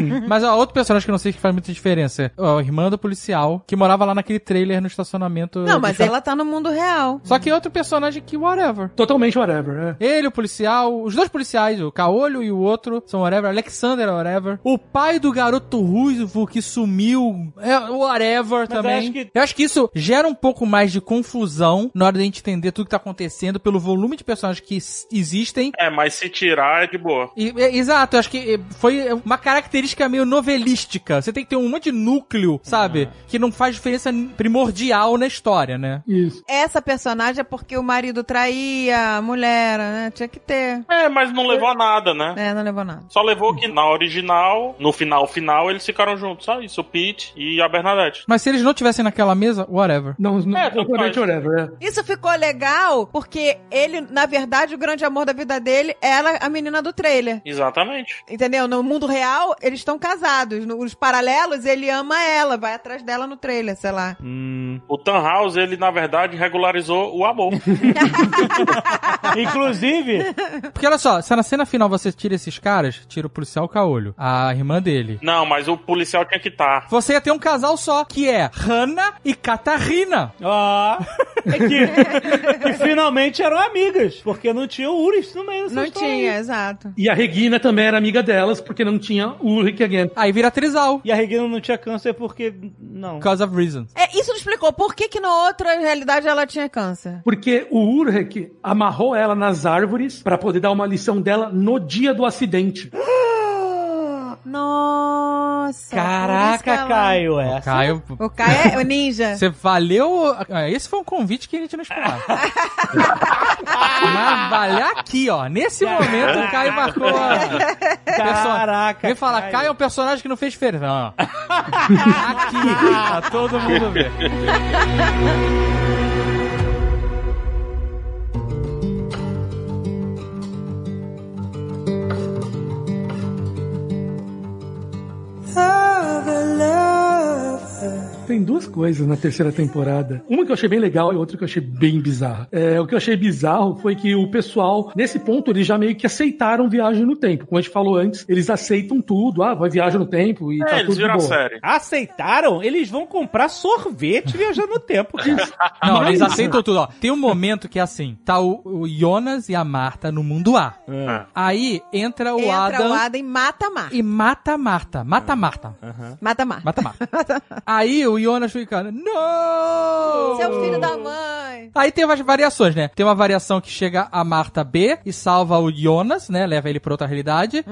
D: Uhum. Mas ó, outro personagem que eu não sei que faz muita diferença. Ó, A irmã do policial, que morava lá naquele trailer no estacionamento.
C: Não,
D: do
C: mas
D: shopping.
C: ela tá no mundo real.
D: Só que é outro personagem que whatever.
G: Totalmente whatever, né?
D: Ele, o policial, os dois policiais, o Caolho e o outro, são whatever, Alexander é whatever. O pai do garoto ruivo que sumiu, é whatever também.
B: eu acho que-
D: Eu acho que isso gera um pouco mais de confusão na hora de gente entender tudo que tá acontecendo pelo volume de personagens que s- existem.
F: É, mas se tirar é de boa.
D: E- e- exato, eu acho que eh, foi uma característica meio novelística. Você tem que ter um monte de núcleo, sabe? Que não faz diferença n- primordial na história, né?
G: Isso.
C: Essa personagem é porque o marido traía a mulher, né? Tinha que ter.
F: É, mas não levou a nada, né?
C: É, não levou nada.
F: Só levou que na original, no final final, eles ficaram juntos. Só isso, o Pete e a Bernadette.
D: Mas se eles não tivessem naquela mesa, whatever.
G: Não, não
F: É,
G: totalmente
F: tanto faz.
G: whatever, né?
C: Isso ficou legal porque ele, na verdade, o grande amor da vida dele era a menina do trailer.
F: Exatamente.
C: Entendeu? No mundo real, eles estão casados. Nos paralelos, ele ama ela, vai atrás dela no trailer, sei lá.
B: Hum.
F: O Tannhaus, ele, na verdade, regularizou o amor.
B: Inclusive,
D: Porque olha só, se na cena final você tira esses caras, tira o policial Caolho, a irmã dele.
F: não, mas o policial tinha que estar.
D: Você ia ter um casal só, que é Hanna e Catarina.
B: ó, é que, que finalmente eram amigas, porque não tinha o Uris no meio dessa
C: Não
B: história
C: tinha,
B: aí.
C: exato.
G: E a Regina também era amiga delas, porque não tinha Ulrich again.
D: Aí vira trisal.
B: E a Regina não tinha câncer porque. Não.
D: Because of reasons.
C: É, isso não explicou por que, que na outra realidade ela tinha câncer.
G: Porque o Ulrich amarrou ela nas árvores pra poder dar uma lição dela no dia do acidente.
C: Nossa! por isso que
B: Caraca,
C: ela-
B: Caio, é. essa.
D: Caio,
C: O Caio é o ninja.
D: você valeu. ah, Esse foi um convite que a gente não esperava. Mas valeu aqui, ó. Nesse momento, o Caio marcou. a-
B: Caraca.
D: Vem falar, Caio é um personagem que não fez diferença. Não, não. aqui, pra Ah, todo mundo ver.
G: Tem duas coisas na terceira temporada. Uma que eu achei bem legal e outra que eu achei bem bizarra. É, o que eu achei bizarro foi que o pessoal, nesse ponto, eles já meio que aceitaram viagem no tempo. Como a gente falou antes, eles aceitam tudo. Ah, vai viagem no tempo e
F: É,
G: tá
F: eles
G: tudo de
F: viram a
G: boa.
F: série.
B: Aceitaram? Eles vão comprar sorvete viajando no tempo.
D: Não, eles
G: Mas-
D: aceitam tudo, ó. Tem um momento que é assim: tá o, o Jonas e a Marta no mundo A.
B: Ah,
D: Aí entra o
C: Entra
D: Adam.
C: o Adam e mata a Marta.
D: E mata a Marta. Mata a Marta.
C: Mata a Marta.
D: Mata a Marta. Aí o Jonas fica. Não!
C: Seu filho da mãe.
D: Aí tem umas variações, né? Tem uma variação que chega a Marta B e salva o Jonas, né? Leva ele pra outra realidade.
G: Tá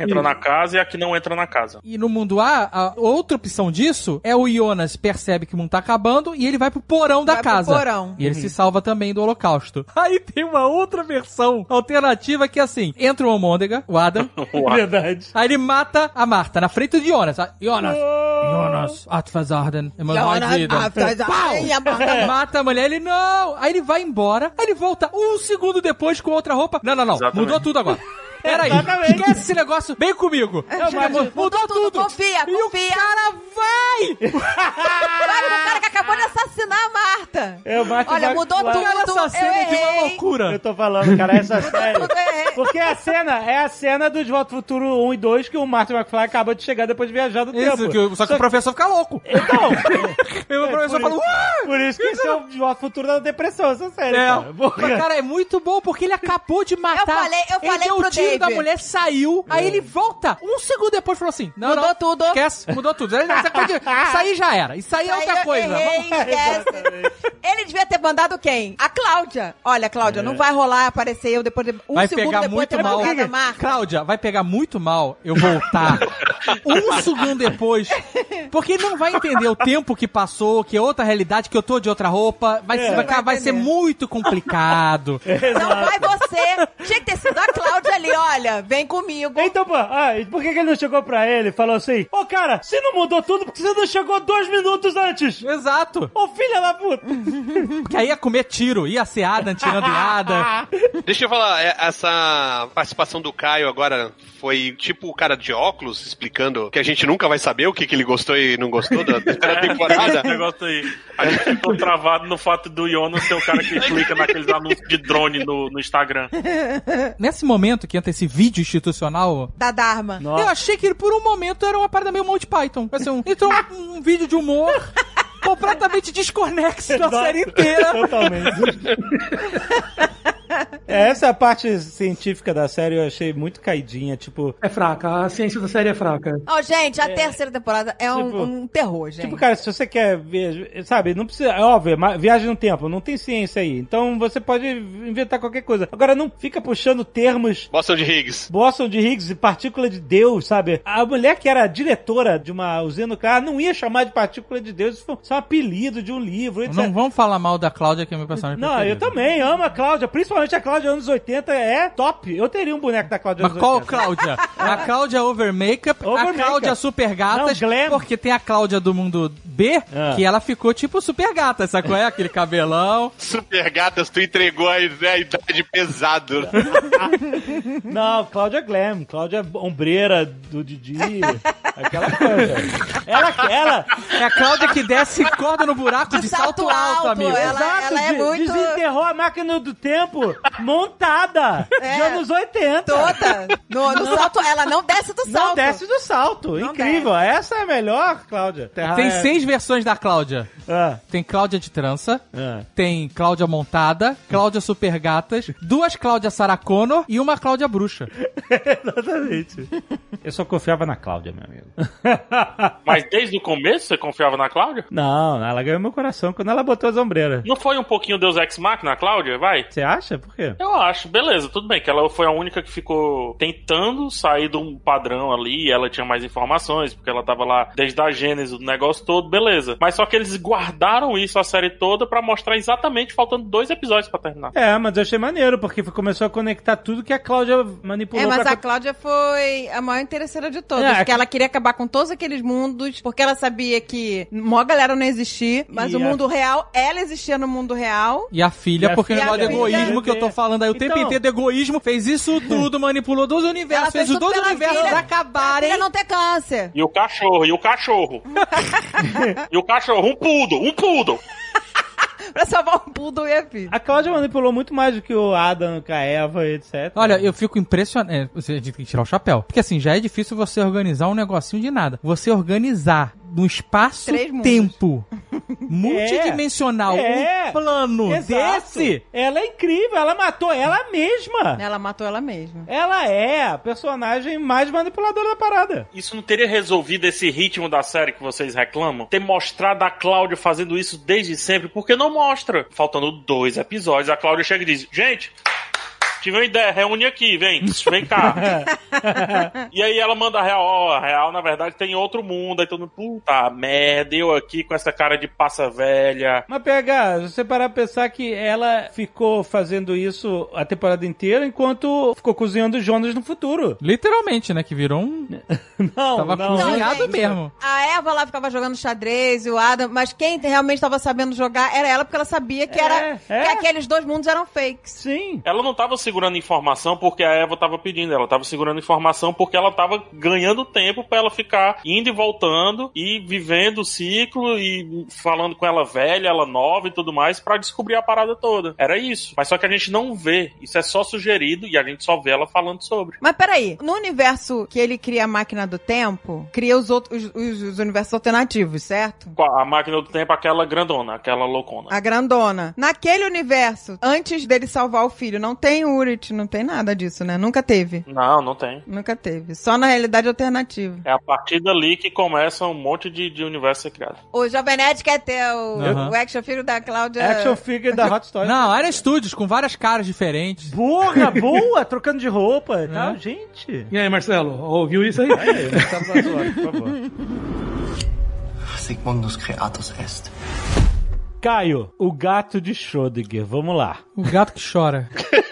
F: Entra na casa e aqui não entra na casa.
D: E no mundo A, a outra opção disso é o Jonas percebe que o mundo tá acabando e ele vai pro porão da
C: Vai pro
D: casa.
C: porão.
D: E ele se salva também do holocausto. Aí tem uma outra versão alternativa que é assim: entra o Almôndega, o Adam,
B: Verdade.
D: Aí ele mata a Marta na frente do Jonas. Ah, Jonas, Jonas, Atfazarden, é
C: Ah, tá, tá. Ai, a Marta-
D: Mata a mulher, ele não. Aí ele vai embora, aí ele volta um segundo depois com outra roupa. Não, não, não.
F: Exatamente.
D: Mudou tudo agora. Peraí,
B: Exatamente.
D: esquece esse negócio, vem comigo.
C: É,
D: Chega,
B: mas-
D: mudou, tudo.
C: Confia,
D: E o
C: confia.
D: cara vai!
C: Vai pro cara que acabou de assassinar a Marta.
B: É, o Martin
C: Olha,
B: vai-
C: mudou
B: vai-
C: tudo.
D: Cara, essa
C: eu
D: cena é de uma
C: errei.
B: Eu
D: loucura.
B: tô falando, cara, essa série.
C: Tudo
D: é,
C: errei.
B: Porque a cena é a cena do De Volta ao Futuro 1 e 2 que o Martin McFly acaba de chegar depois de viajar do tempo.
D: Isso, que, o- só que o professor fica louco.
B: Então,
D: E o professor
B: por
D: fala,
B: isso-
D: "Uau!"
B: Por isso que isso é o De Volta ao Futuro da depressão, essa série.
D: É.
B: cara. Porra.
D: Mas, cara, é muito bom porque ele acabou de matar.
C: Eu falei- eu falei
D: ele deu
C: pro
D: o tiro
C: David.
D: da mulher, saiu. Aí ele volta um segundo depois e falou assim: Não,
C: Mudou
D: não,
C: tudo.
D: Esquece, mudou tudo. Aí, Você pode sair já era. Isso aí é
C: Aí
D: outra
C: eu
D: coisa.
C: errei, esquece. Ele devia ter mandado quem? A Cláudia. Olha, Cláudia, não vai rolar aparecer eu depois de um
D: Vai
C: segundo
D: pegar muito
C: ter
D: mal.
C: colocado a marca.
D: Cláudia, vai pegar muito mal eu voltar um segundo depois. Porque ele não vai entender o tempo que passou, que é outra realidade, que eu tô de outra roupa. Vai, ser, vai, cara, vai ser
C: É. entender.
D: muito complicado.
C: Não vai você. Tinha que ter sido a Cláudia ali, olha, vem comigo.
B: Então, pô, ah, e por que, que ele não chegou pra ele e falou assim: Ô cara, você não mudou tudo porque você não chegou dois minutos antes?
D: Exato.
B: Ô filha da puta!
D: Porque aí ia comer tiro, ia ser Adam tirando em Adam.
E: Deixa eu falar, é, essa participação do Caio agora foi tipo o cara de óculos explicando que a gente nunca vai saber o que, que ele gostou e não gostou da da temporada.
F: Esse negócio aí. A gente ficou travado no fato do Jonas ser o cara que clica naqueles anúncios de drone no, no Instagram.
D: Nesse momento que entra esse vídeo institucional,
C: Da Dharma.
D: eu achei que ele, por um momento era uma parada meio Monty Python. Vai ser um, entrou um, um vídeo de humor completamente desconexo da série inteira.
B: Totalmente. É, essa parte científica da série eu achei muito caidinha, tipo.
G: É fraca, a ciência da série é fraca.
C: Ó, gente, a terceira temporada é um,
B: Tipo-
C: um terror, gente.
B: Tipo, cara, se você quer ver, sabe, não precisa, é óbvio, é ma- viagem no tempo, não tem ciência aí. Então você pode inventar qualquer coisa. Agora não fica puxando termos
E: Boston de Higgs.
B: Boston de Higgs e partícula de Deus, sabe? A mulher que era diretora de uma usina nuclear não ia chamar de partícula de Deus, isso foi só um apelido de um livro, etc.
D: Não vamos falar mal da Cláudia, que é meu personagem
B: Não, eu
D: preferido.
B: também amo a Cláudia, principalmente a Cláudia anos 80 é top. Eu teria um boneco da Cláudia
D: Mas
B: anos
D: qual
B: 80.
D: Cláudia? A Cláudia over makeup,
B: Over
D: a
B: makeup.
D: Cláudia super gatas,
B: Não, glam.
D: porque tem a Cláudia do mundo B,
B: Ah.
D: que ela ficou tipo super gata, sabe qual é? Aquele cabelão.
E: Super gatas, tu entregou a, né, a idade pesado.
B: Não, Cláudia Glam, Cláudia ombreira do Didi, aquela coisa. Ela, ela,
D: É a Cláudia que desce corda no buraco de, salto, alto, amigo.
C: Ela- ela é
B: de-
C: muito-
B: desenterrou a máquina do tempo montada de
C: É.
B: anos 80.
C: Toda. No, no salto, ela não desce do salto.
B: Não desce do salto.
C: Não
B: Incrível. Essa é a melhor, Cláudia.
D: Tem
B: é-
D: seis versões da Cláudia.
B: Ah,
D: Tem Cláudia de trança,
B: ah.
D: tem Cláudia montada, Cláudia super gatas, duas Cláudia Sarah Connor e uma Cláudia bruxa.
B: Exatamente. Eu só confiava na Cláudia, meu amigo.
F: Mas desde o começo você confiava na Cláudia?
B: Não, ela ganhou meu coração quando ela botou as ombreiras.
F: Não foi um pouquinho Deus Ex Machina, Cláudia? Vai.
B: Você acha? Por quê?
F: Eu acho, beleza, tudo bem, que ela foi a única que ficou tentando sair de um padrão ali, e ela tinha mais informações, porque ela tava lá desde a gênese do negócio todo, beleza. Mas só que eles guardaram isso a série toda pra mostrar exatamente faltando dois episódios pra terminar.
B: É, mas eu achei maneiro, porque começou a conectar tudo que a Cláudia manipulou
C: É, mas
B: pra
C: a Cláudia foi a maior interesseira de todas.
B: É,
C: porque
B: a-
C: ela queria acabar com todos aqueles mundos, porque ela sabia que mó galera não existia, mas
B: E
C: o
B: a-
C: mundo real, ela existia no mundo real.
D: E a filha,
B: E a
D: porque o
C: filha,
D: negócio do
C: filha.
D: egoísmo que eu tô falando aí o tempo
B: Então-
D: inteiro, do egoísmo, fez isso tudo, manipulou dois universos,
C: Ela
D: fez,
C: fez
D: os
C: tudo
D: dois
C: pela
D: universos
C: filha.
D: acabarem.
C: Ela não ter câncer.
F: E o cachorro, e o cachorro. e o cachorro, um poodle, um poodle.
C: Pra salvar o poodle e a filha.
B: A Cláudia manipulou muito mais do que o Adam, com a Eva, etc.
D: Olha, eu fico impressionado. É, você tem que tirar o chapéu. Porque assim, já é difícil você organizar um negocinho de nada. Você organizar num
C: Três mundos.
D: espaço-tempo multidimensional,
B: É.
D: um plano
B: Exato.
D: desse.
B: Ela é incrível, ela matou ela mesma.
C: Ela matou ela mesma.
B: Ela é a personagem mais manipuladora da parada.
F: Isso não teria resolvido esse ritmo da série que vocês reclamam? Ter mostrado a Cláudia fazendo isso desde sempre, porque não mostra. Faltando dois episódios, a Cláudia chega e diz: Gente, tive uma ideia, reúne aqui, vem, vem cá. e aí ela manda a real: Ó, a real na verdade tem outro mundo. Aí todo mundo, puta merda, eu aqui com essa cara de passa velha.
B: Mas pega, se você parar pra pensar que ela ficou fazendo isso a temporada inteira enquanto ficou cozinhando o Jonas no futuro.
D: Literalmente, né? Que virou um.
B: Não,
D: Tava
B: não.
D: cozinhando. Desenhado
C: gente,
D: mesmo.
C: A Eva lá ficava jogando xadrez e o Adam, mas quem realmente tava sabendo jogar era ela, porque ela sabia que,
B: É,
C: era,
B: é.
C: que aqueles dois mundos eram fakes.
B: Sim.
F: Ela não tava segurando informação porque a Eva tava pedindo, ela tava segurando informação porque ela tava ganhando tempo pra ela ficar indo e voltando e vivendo o ciclo e falando com ela velha, ela nova e tudo mais pra descobrir a parada toda. Era isso. Mas só que a gente não vê, isso é só sugerido e a gente só vê ela falando sobre.
C: Mas peraí, no universo que ele cria a máquina do tempo, cria os outros os, os- os universos alternativos, certo?
F: Com A a máquina do tempo, aquela
C: Ah.
F: grandona, aquela loucona.
C: A grandona. Naquele universo, antes dele salvar o filho, não tem o Security, não tem nada disso, né? Nunca teve.
F: Não, não tem.
C: Nunca teve. Só na realidade alternativa.
F: É a partir dali que começa um monte de, de universo ser criado.
C: O Jovem Nerd quer ter o,
D: Aham.
C: o action figure da Cláudia.
B: Action figure da Hot Toys.
D: Não, era estúdios com várias caras diferentes.
B: Porra, boa, trocando de roupa e tal. Gente.
G: E aí, Marcelo, ouviu isso aí?
B: Aí, tá pra zoar, por favor.
H: Sigmundus Creatus est.
B: Caio, o gato de Schrödinger. Vamos lá.
D: O gato que chora.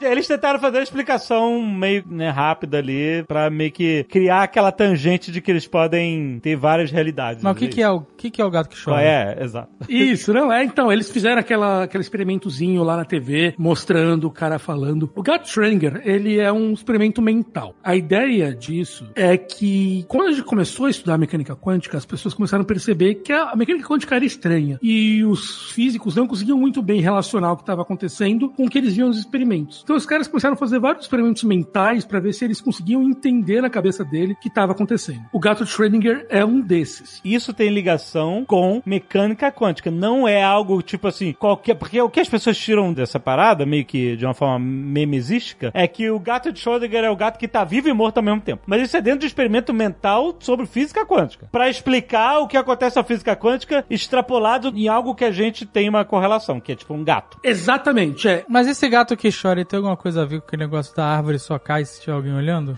B: Eles tentaram fazer uma explicação meio né, rápida ali pra meio que criar aquela tangente de que eles podem ter várias realidades.
D: Mas o que, que é o que, que é o gato que
B: Ah,
D: chora?
B: é, exato.
G: Isso, não é? Então, eles fizeram aquela, aquele experimentozinho lá na TV, mostrando o cara falando. O Gato Schrödinger, ele é um experimento mental. A ideia disso é que, quando a gente começou a estudar mecânica quântica, as pessoas começaram a perceber que a a mecânica quântica era estranha. E os físicos não conseguiam muito bem relacionar o que estava acontecendo com o que eles viam nos experimentos. Então, os caras começaram a fazer vários experimentos mentais para ver se eles conseguiam entender na cabeça dele o que estava acontecendo. O Gato Schrödinger é um desses.
B: Isso tem ligação com mecânica quântica. Não é algo tipo assim, qualquer. Porque o que as pessoas tiram dessa parada, meio que de uma forma memesística, é que o gato de Schrödinger é o gato que tá vivo e morto ao mesmo tempo. Mas isso é dentro do experimento mental sobre física quântica. Pra explicar o que acontece na física quântica extrapolado em algo que a gente tem uma correlação, que é tipo um gato.
G: Exatamente, é.
D: Mas esse gato que chora ele tem alguma coisa a ver com aquele negócio da árvore só cai se tiver alguém olhando?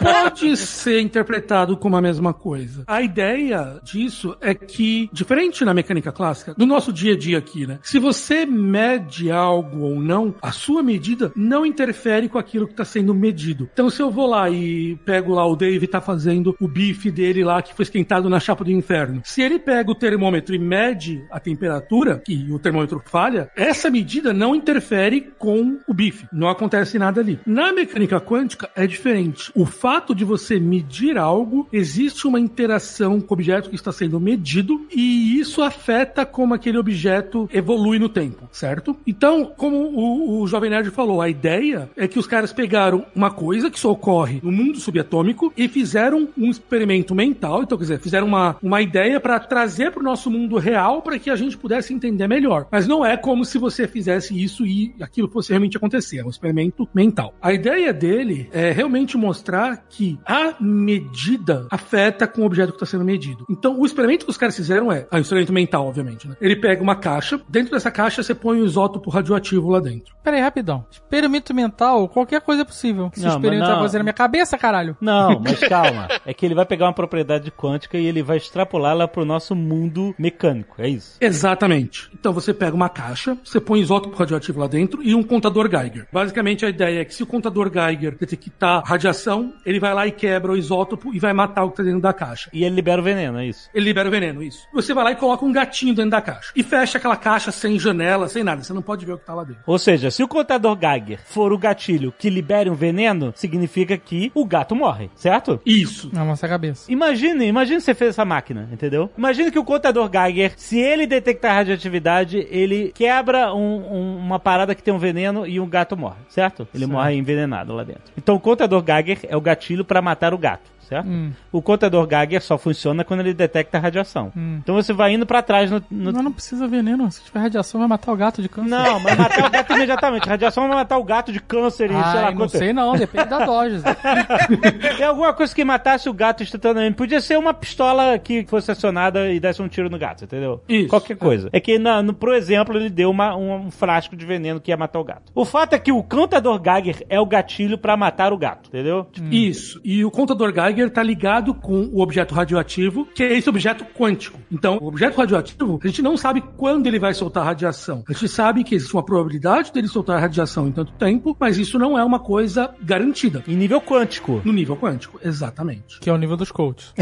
G: pode ser interpretado como a mesma coisa. A ideia disso é que, diferente na mecânica clássica, do nosso dia a dia aqui, né? Se você mede algo ou não, a sua medida não interfere com aquilo que está sendo medido. Então, se eu vou lá e pego lá o Dave tá fazendo o bife dele lá que foi esquentado na chapa do inferno, se ele pega o termômetro e mede a temperatura, que o termômetro falha, essa medida não interfere com o bife. Não acontece nada ali. Na mecânica quântica é diferente. O fato de você medir algo, existe uma interação com o objeto que está sendo medido e isso afeta como aquele objeto evolui no tempo, certo? Então, como o, o Jovem Nerd falou, a ideia é que os caras pegaram uma coisa que só ocorre no mundo subatômico e fizeram um experimento mental, então quer dizer, fizeram uma, uma ideia para trazer para o nosso mundo real para que a gente pudesse entender melhor. Mas não é como se você fizesse isso e aquilo fosse realmente acontecer, é um experimento mental. A ideia dele é realmente mostrar que a medida afeta com o objeto que está sendo medido. Então, o experimento que os caras fizeram é, é um experimento mental, obviamente, né? Ele pega uma caixa, dentro dessa caixa você põe o isótopo radioativo lá dentro.
D: Peraí, rapidão. Experimento mental, qualquer coisa é possível. Se
B: Não, mas
D: experimento
B: não.
D: tá coisa na minha cabeça, caralho.
B: Não, mas calma. É que ele vai pegar uma propriedade quântica e ele vai extrapolá-la pro nosso mundo mecânico. É isso.
G: Exatamente. Então você pega uma caixa, você põe isótopo radioativo lá dentro e um contador Geiger. Basicamente a ideia é que se o contador Geiger detectar radiação, ele vai lá e quebra o isótopo e vai matar o que está dentro da caixa.
B: E ele libera o veneno, é isso.
G: Ele libera o veneno, isso. Você vai lá e coloca um gatinho dentro da caixa. E fecha aquela caixa sem janela, sem nada. Você não pode ver o que tá lá dentro.
B: Ou seja, se o contador Geiger for o gatilho que libere um veneno, significa que o gato morre, certo?
G: Isso.
D: Na nossa cabeça.
B: Imagine, imagine você fez essa máquina, entendeu? Imagine que o contador Geiger, se ele detectar radioatividade, ele quebra um- um- uma parada que tem um veneno e o gato morre, certo? Ele morre envenenado lá dentro. Então o contador Geiger é o gatilho pra matar o gato, certo? O contador Geiger só funciona quando ele detecta a radiação. Então você vai indo pra trás no- no
D: Não, não precisa veneno. Se tiver radiação, vai matar o gato de câncer.
B: Não, mas matar o gato imediatamente. Radiação vai matar o gato de câncer e sei lá
D: Ai, não
B: quanto.
D: sei não, depende da dose.
B: É alguma coisa que matasse o gato instantaneamente. Podia ser uma pistola que fosse acionada e desse um tiro no gato, entendeu?
G: Isso.
B: Qualquer coisa. É que, na, no, por exemplo, ele deu uma- um, um frasco de veneno que ia matar o gato. O fato é que o cantador Geiger é o gatilho pra matar o gato, entendeu? Tipo,
G: Isso. E o contador Geiger tá ligado com o objeto radioativo, que é esse objeto quântico. Então, o objeto radioativo, a gente não sabe quando ele vai soltar a radiação. A gente sabe que existe uma probabilidade dele soltar a radiação em tanto tempo, mas isso não é uma coisa garantida.
B: em nível quântico.
G: No nível quântico, exatamente.
D: que é o nível dos coaches.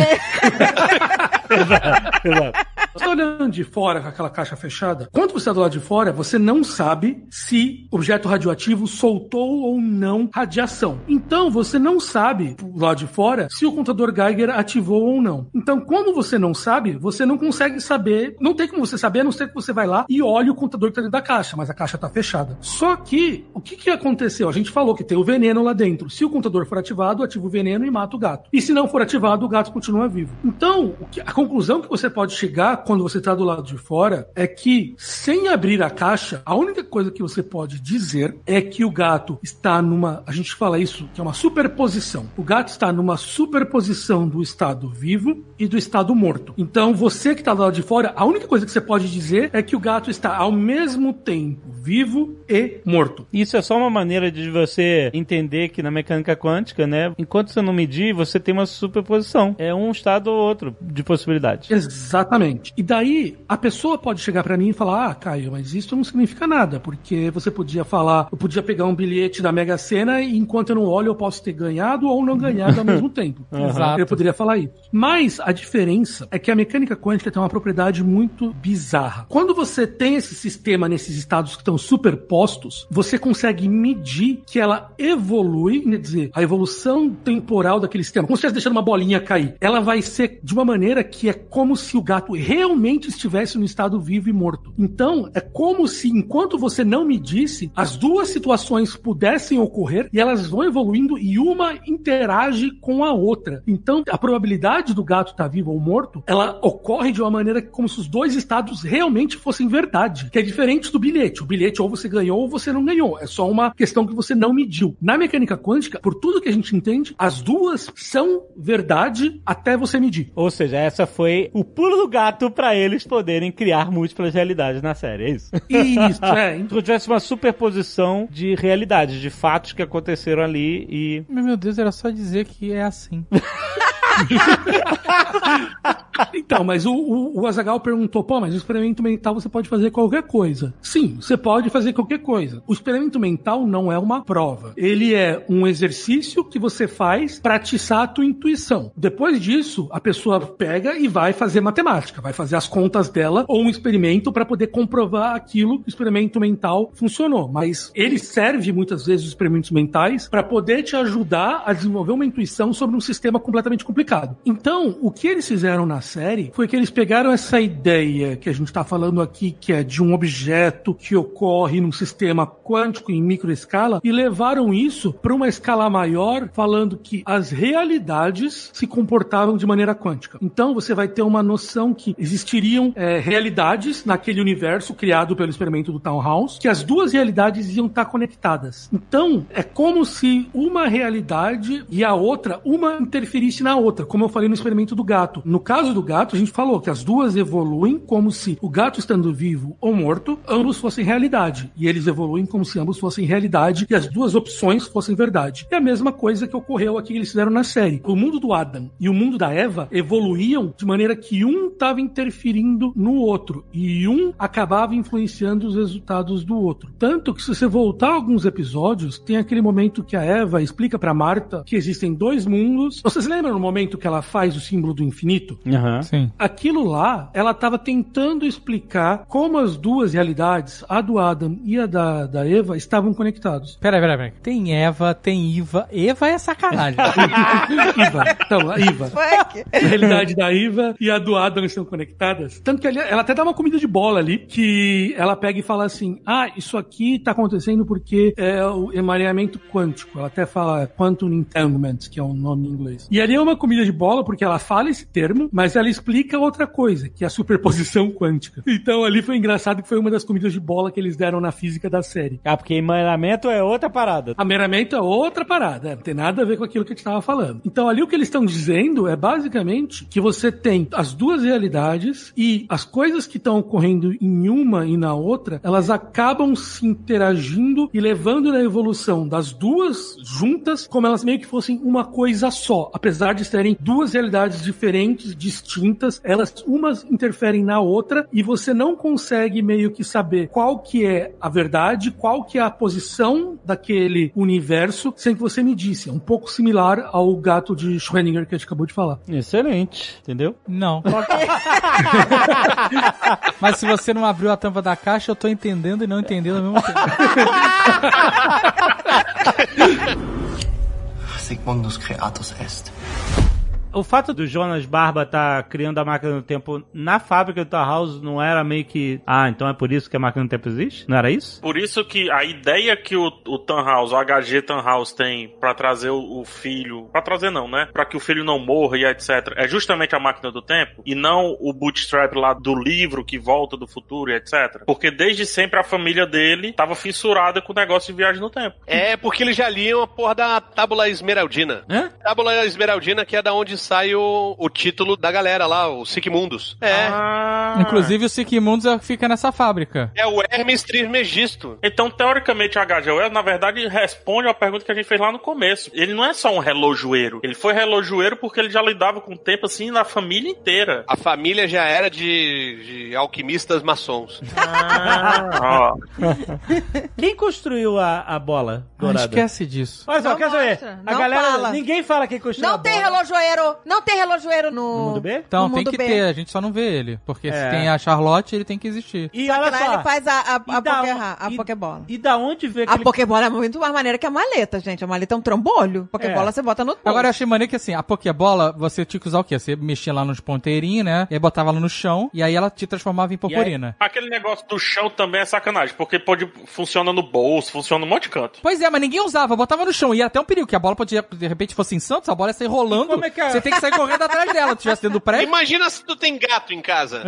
G: Você tá olhando de fora com aquela caixa fechada, quando você tá do lado de fora, você não sabe se o objeto radioativo soltou ou não radiação. Então, você não sabe, do lado de fora, se o contador Geiger ativou ou não. Então, quando você não sabe, você não consegue saber, não tem como você saber, a não ser que você vai lá e olhe o contador que tá dentro da caixa, mas a caixa tá fechada. Só que, o que que aconteceu? A gente falou que tem o veneno lá dentro. Se o contador for ativado, ativa o veneno e mata o gato. E se não for ativado, o gato continua vivo. Então, o que- a conclusão que você pode chegar quando você você tá do lado de fora é que, sem abrir a caixa, a única coisa que você pode dizer é que o gato está numa. A gente fala isso, que é uma superposição. O gato está numa superposição do estado vivo e do estado morto. Então, você que tá do lado de fora, a única coisa que você pode dizer é que o gato está ao mesmo tempo vivo e morto.
B: Isso é só uma maneira de você entender que na mecânica quântica, né? Enquanto você não medir, você tem uma superposição. É um estado ou outro de possibilidade.
G: Exatamente. E daí a pessoa pode chegar pra mim e falar: "Ah, Caio, mas isso não significa nada, porque você podia falar, eu podia pegar um bilhete da Mega Sena e enquanto eu não olho eu posso ter ganhado ou não ganhado ao mesmo tempo".
D: Exato.
G: Eu poderia falar isso. Mas a diferença é que a mecânica quântica tem uma propriedade muito bizarra. Quando você tem esse sistema nesses estados que estão superpostos, você consegue medir que ela evolui, quer dizer, a evolução temporal daquele sistema, como se estivesse deixando uma bolinha cair. Ela vai ser de uma maneira que é como se o gato realmente estivesse no estado vivo e morto. Então, é como se enquanto você não medisse, as duas situações pudessem ocorrer e elas vão evoluindo e uma interage com a outra. Então, a probabilidade do gato estar vivo ou morto, ela ocorre de uma maneira como se os dois estados realmente fossem verdade, que é diferente do bilhete. O bilhete ou você ganhou ou você não ganhou. É só uma questão que você não mediu. Na mecânica quântica, por tudo que a gente entende, as duas são verdade até você medir.
B: Ou seja, essa foi o pulo do gato pra eles poderem criar múltiplas realidades na série, é isso?
G: Isso, é.
B: Se eu tivesse uma superposição de realidades, de fatos que aconteceram ali e
D: Meu Deus, era só dizer que é assim.
G: Então, mas o, o, o Azagal perguntou: pô, mas o experimento mental você pode fazer qualquer coisa. Sim, você pode fazer qualquer coisa. O experimento mental não é uma prova. Ele é um exercício que você faz pra atiçar a tua intuição. Depois disso, a pessoa pega e vai fazer matemática, vai fazer as contas dela ou um experimento pra poder comprovar aquilo que o experimento mental funcionou. Mas ele serve muitas vezes os experimentos mentais pra poder te ajudar a desenvolver uma intuição sobre um sistema completamente complicado. Então, o que eles fizeram na série foi que eles pegaram essa ideia que a gente está falando aqui, que é de um objeto que ocorre num sistema quântico em microescala, e levaram isso para uma escala maior, falando que as realidades se comportavam de maneira quântica. Então você vai ter uma noção que existiriam eh, realidades naquele universo criado pelo experimento do Townhouse, que as duas realidades iam estar conectadas. Então é como se uma realidade e a outra, uma interferisse na outra, como eu falei no experimento do gato. No caso do gato, a gente falou que as duas evoluem como se o gato estando vivo ou morto, ambos fossem realidade. E eles evoluem como se ambos fossem realidade e as duas opções fossem verdade. É a mesma coisa que ocorreu aqui que eles fizeram na série. O mundo do Adam e o mundo da Eva evoluíam de maneira que um estava interferindo no outro e um acabava influenciando os resultados do outro. Tanto que se você voltar a alguns episódios, tem aquele momento que a Eva explica para Marta que existem dois mundos. Vocês lembram no momento que ela faz o símbolo do infinito?
B: Aham.
D: Sim.
G: Aquilo lá, ela estava tentando explicar como as duas realidades, a do Adam e a da, da Eva, estavam conectados.
D: Peraí, peraí, peraí. Tem Eva, tem Iva. Eva é sacanagem.
G: Iva, então, a Iva.
C: Fuck.
G: A realidade da Iva e a do Adam estão conectadas. Tanto que ali, ela até dá uma comida de bola ali, que ela pega e fala assim: ah, isso aqui tá acontecendo porque é o emaranhamento quântico. Ela até fala quantum entanglement, que é um nome em inglês. E ali é uma comida de bola porque ela fala esse termo, mas ela explica outra coisa, que é a superposição quântica. Então ali foi engraçado que foi uma das comidas de bola que eles deram na física da série.
B: Ah, porque emaranhamento é outra parada.
G: A meramento é outra parada, é, não tem nada a ver com aquilo que a gente estava falando. Então, ali o que eles estão dizendo é basicamente que você tem as duas realidades e as coisas que estão ocorrendo em uma e na outra, elas acabam se interagindo e levando na evolução das duas juntas, como elas meio que fossem uma coisa só. Apesar de serem duas realidades diferentes, distintas, elas umas interferem na outra e você não consegue meio que saber qual que é a verdade, qual que é a posição daquele universo, sem que você medisse. É um pouco similar ao gato de Schrödinger que a gente acabou de falar.
B: Excelente, entendeu?
D: Não. Mas se você não abriu a tampa da caixa, eu tô entendendo e não entendendo ao mesmo tempo.
H: Sigmundus Creatus est.
B: O fato do Jonas Barba tá criando a máquina do tempo na fábrica do House não era meio que. Ah, então é por isso que a máquina do tempo existe? Não era isso?
F: Por isso que a ideia que o, o Tannhaus, o HG Tannhaus tem pra trazer o, o filho, Pra trazer não, né? Pra que o filho não morra e etc. É justamente a máquina do tempo e não o bootstrap lá do livro que volta do futuro e etc. Porque desde sempre a família dele tava fissurada com o negócio de viagem no tempo.
E: É porque eles já liam a porra da Tábula Esmeraldina.
B: Hã?
E: Tábula Esmeraldina, que é da onde sai o, o título da galera lá, o Sigmundos. É.
F: Ah.
D: Inclusive, o Sikimundos é o que fica nessa fábrica.
E: É o Hermes Trismegisto.
F: Então, teoricamente, o HGL, na verdade, responde a pergunta que a gente fez lá no começo. Ele não é só um relojoeiro. Ele foi relojoeiro porque ele já lidava com o tempo, assim, na família inteira.
E: A família já era de, de alquimistas maçons.
F: Ah, ó.
B: Quem construiu a, a bola
D: Ah,
B: dourada?
D: esquece disso.
B: Olha é só,
C: Não
B: quer saber?
C: mostra,
B: A
C: não
B: galera.
C: fala.
B: Ninguém fala quem construiu a
C: Não
B: bola.
C: tem relojoeiro! Não tem relojoeiro no.
B: No mundo B?
D: Então,
C: No
D: tem
C: mundo
D: que
C: B.
D: ter, a gente só não vê ele. Porque
B: É.
D: se tem a Charlotte, ele tem que existir.
B: E
C: Só que
B: olha
C: lá
B: só.
C: ele faz a, a,
B: e
C: a,
B: da
C: poké-
B: on-
C: a
B: Então, e-
C: Pokébola.
B: E da onde veio
C: A
B: aquele...
C: Pokébola é muito mais maneira que a maleta, gente. A maleta é um trambolho. Pokébola
B: É.
C: você bota no.
D: Agora eu achei maneiro que assim, a Pokébola, você tinha que usar o quê? Você mexia lá nos ponteirinhos, né? E aí botava ela no chão, e aí ela te transformava em purpurina.
F: Aquele negócio do chão também é sacanagem, porque pode, funciona no bolso, funciona um monte de canto.
D: Pois é, mas ninguém usava, botava no chão. E até um perigo, que a bola podia, de repente, fosse em Santos, a bola ia sair rolando.
B: E como é que a-
D: Você tem que sair correndo atrás dela, se tivesse dentro do prédio.
E: Imagina se tu tem gato em casa.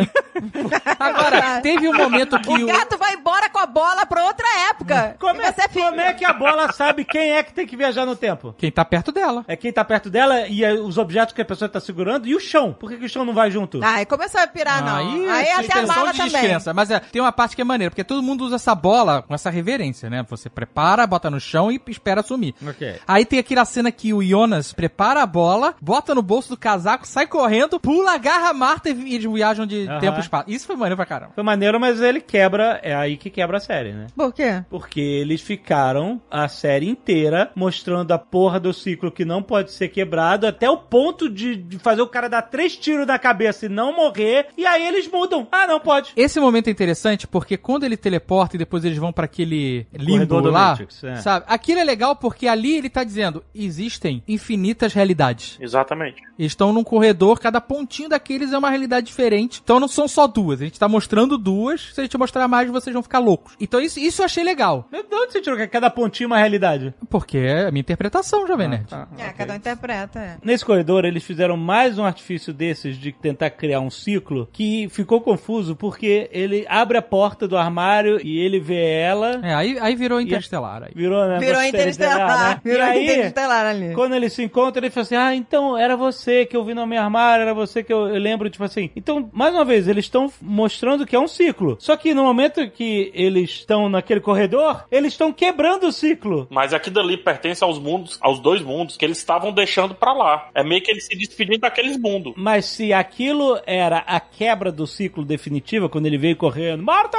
D: Agora,
C: é.
D: teve um momento que
C: O
D: o.
C: gato vai embora com a bola pra outra época.
B: Como
C: e
B: é,
C: você fica.
B: como é que a bola sabe quem é que tem que viajar no tempo?
D: Quem tá perto dela.
B: É quem tá perto dela e é, os objetos que a pessoa tá segurando e o chão. Por que, que o chão não vai junto?
C: Ai, começou a pirar, Ah, não. Aí,
B: é
D: é
C: até a mala também.
D: Mas é, tem uma parte que é maneira, porque todo mundo usa essa bola com essa reverência, né? Você prepara, bota no chão e espera sumir.
B: Ok.
D: Aí tem aquela cena que o Jonas prepara a bola, bota no bolso do casaco, sai correndo, pula, agarra a Marta e vi- eles viajam de
B: Aham.
D: tempo e espaço. Isso foi maneiro pra caramba.
B: Foi maneiro, mas ele quebra. É aí que quebra a série, né?
C: Por quê?
B: Porque eles ficaram a série inteira mostrando a porra do ciclo que não pode ser quebrado, até o ponto de, de fazer o cara dar três tiros na cabeça e não morrer, e aí eles mudam. Ah, não pode.
D: Esse momento é interessante porque quando ele teleporta e depois eles vão pra aquele limbo
B: Corredor do
D: lá,
B: Matrix, é.
D: sabe? Aquilo é legal porque ali ele tá dizendo, existem infinitas realidades.
F: Exatamente.
D: Eles estão num corredor, cada pontinho daqueles é uma realidade diferente. Então não são só duas. A gente tá mostrando duas. Se a gente mostrar mais, vocês vão ficar loucos. Então isso, isso eu achei legal.
B: Meu, De onde você tirou que cada pontinho é uma realidade?
D: Porque é a minha interpretação,
B: Ah,
D: Jovem Nerd.
B: tá.
C: É, cada um interpreta. é.
B: Nesse corredor, eles fizeram mais um artifício desses de tentar criar um ciclo que ficou confuso porque ele abre a porta do armário e ele vê ela.
D: É, aí, aí virou interestelar. Aí.
B: Virou, né?
C: Virou
B: uma série
C: interestelar.
B: né?
C: Virou
B: e aí,
C: interestelar ali.
B: Quando ele se encontra, ele fala assim: Ah, então era você que eu vi no meu armário, era você que eu, eu lembro, tipo assim. Então, mais uma vez, eles estão mostrando que é um ciclo. Só que no momento que eles estão naquele corredor, eles estão quebrando o ciclo.
F: Mas aqui dali pertence aos mundos, aos dois mundos que eles estavam deixando pra lá. É meio que eles se despedindo daqueles mundos.
B: Mas se aquilo era a quebra do ciclo definitiva, quando ele veio correndo, Marta!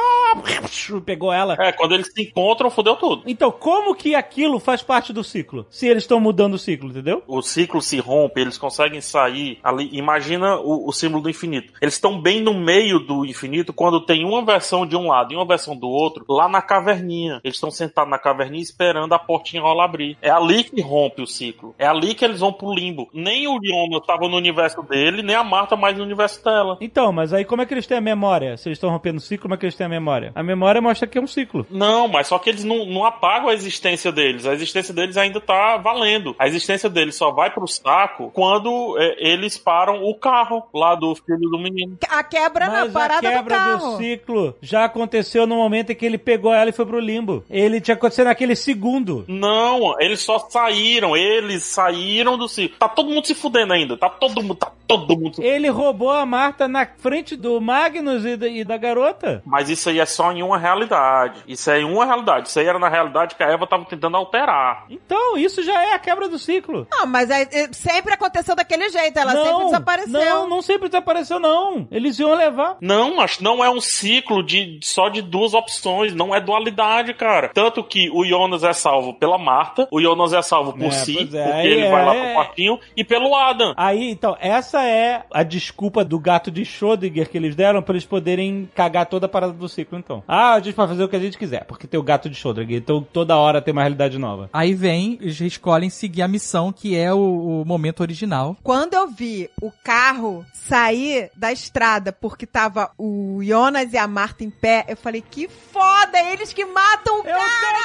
B: Pegou ela.
F: É, quando eles se encontram, fodeu tudo.
B: Então, como que aquilo faz parte do ciclo? Se eles estão mudando o ciclo, entendeu?
F: O ciclo se rompe, eles conseguem sair ali. Imagina o, o símbolo do infinito. Eles estão bem no meio do infinito quando tem uma versão de um lado e uma versão do outro lá na caverninha. Eles estão sentados na caverninha esperando a portinha rola abrir. É ali que rompe o ciclo. É ali que eles vão pro limbo. Nem o Liono estava no universo dele, nem a Marta mais no universo dela.
B: Então, mas aí como é que eles têm a memória? Se eles estão rompendo o ciclo, como é que eles têm a memória? A memória mostra que é um ciclo.
F: Não, mas só que eles não, não apagam a existência deles. A existência deles ainda tá valendo. A existência deles só vai pro saco quando é, eles param o carro lá do filho do menino.
C: A quebra na
B: Mas a
C: parada do
B: quebra
C: carro.
B: do ciclo já aconteceu no momento em que ele pegou ela e foi pro limbo. Ele tinha acontecido naquele segundo.
F: Não, eles só saíram. Eles saíram do ciclo. Tá todo mundo se fudendo ainda. Tá todo mundo, tá todo mundo. se-
B: Ele roubou a Marta na frente do Magnus e da, e da garota.
F: Mas isso aí é só em uma realidade. Isso é em uma realidade. Isso aí era na realidade que a Eva tava tentando alterar.
B: Então, isso já é a quebra do ciclo.
C: Não, mas aí, eh, sempre aconteceu daquele jeito. Ela sempre desapareceu.
B: Não, não sempre desapareceu, não. Eles iam levar.
F: Não, mas não é um ciclo de só de duas opções, não é dualidade, cara. Tanto que o Jonas é salvo pela Marta, o Jonas é salvo por
B: É,
F: si,
B: pois é,
F: porque
B: aí
F: ele
B: é,
F: vai lá
B: é.
F: pro quartinho, e pelo Adam.
B: Aí, então, essa é a desculpa do gato de Schrödinger que eles deram pra eles poderem cagar toda a parada do ciclo, então. Ah, a gente vai fazer o que a gente quiser, porque tem o gato de Schrödinger, então toda hora tem uma realidade nova.
D: Aí vem, eles escolhem seguir a missão, que é o, o momento final.
C: Quando eu vi o carro sair da estrada porque tava o Jonas e a Marta em pé, eu falei, que foda, eles que matam o
B: Eu
C: cara!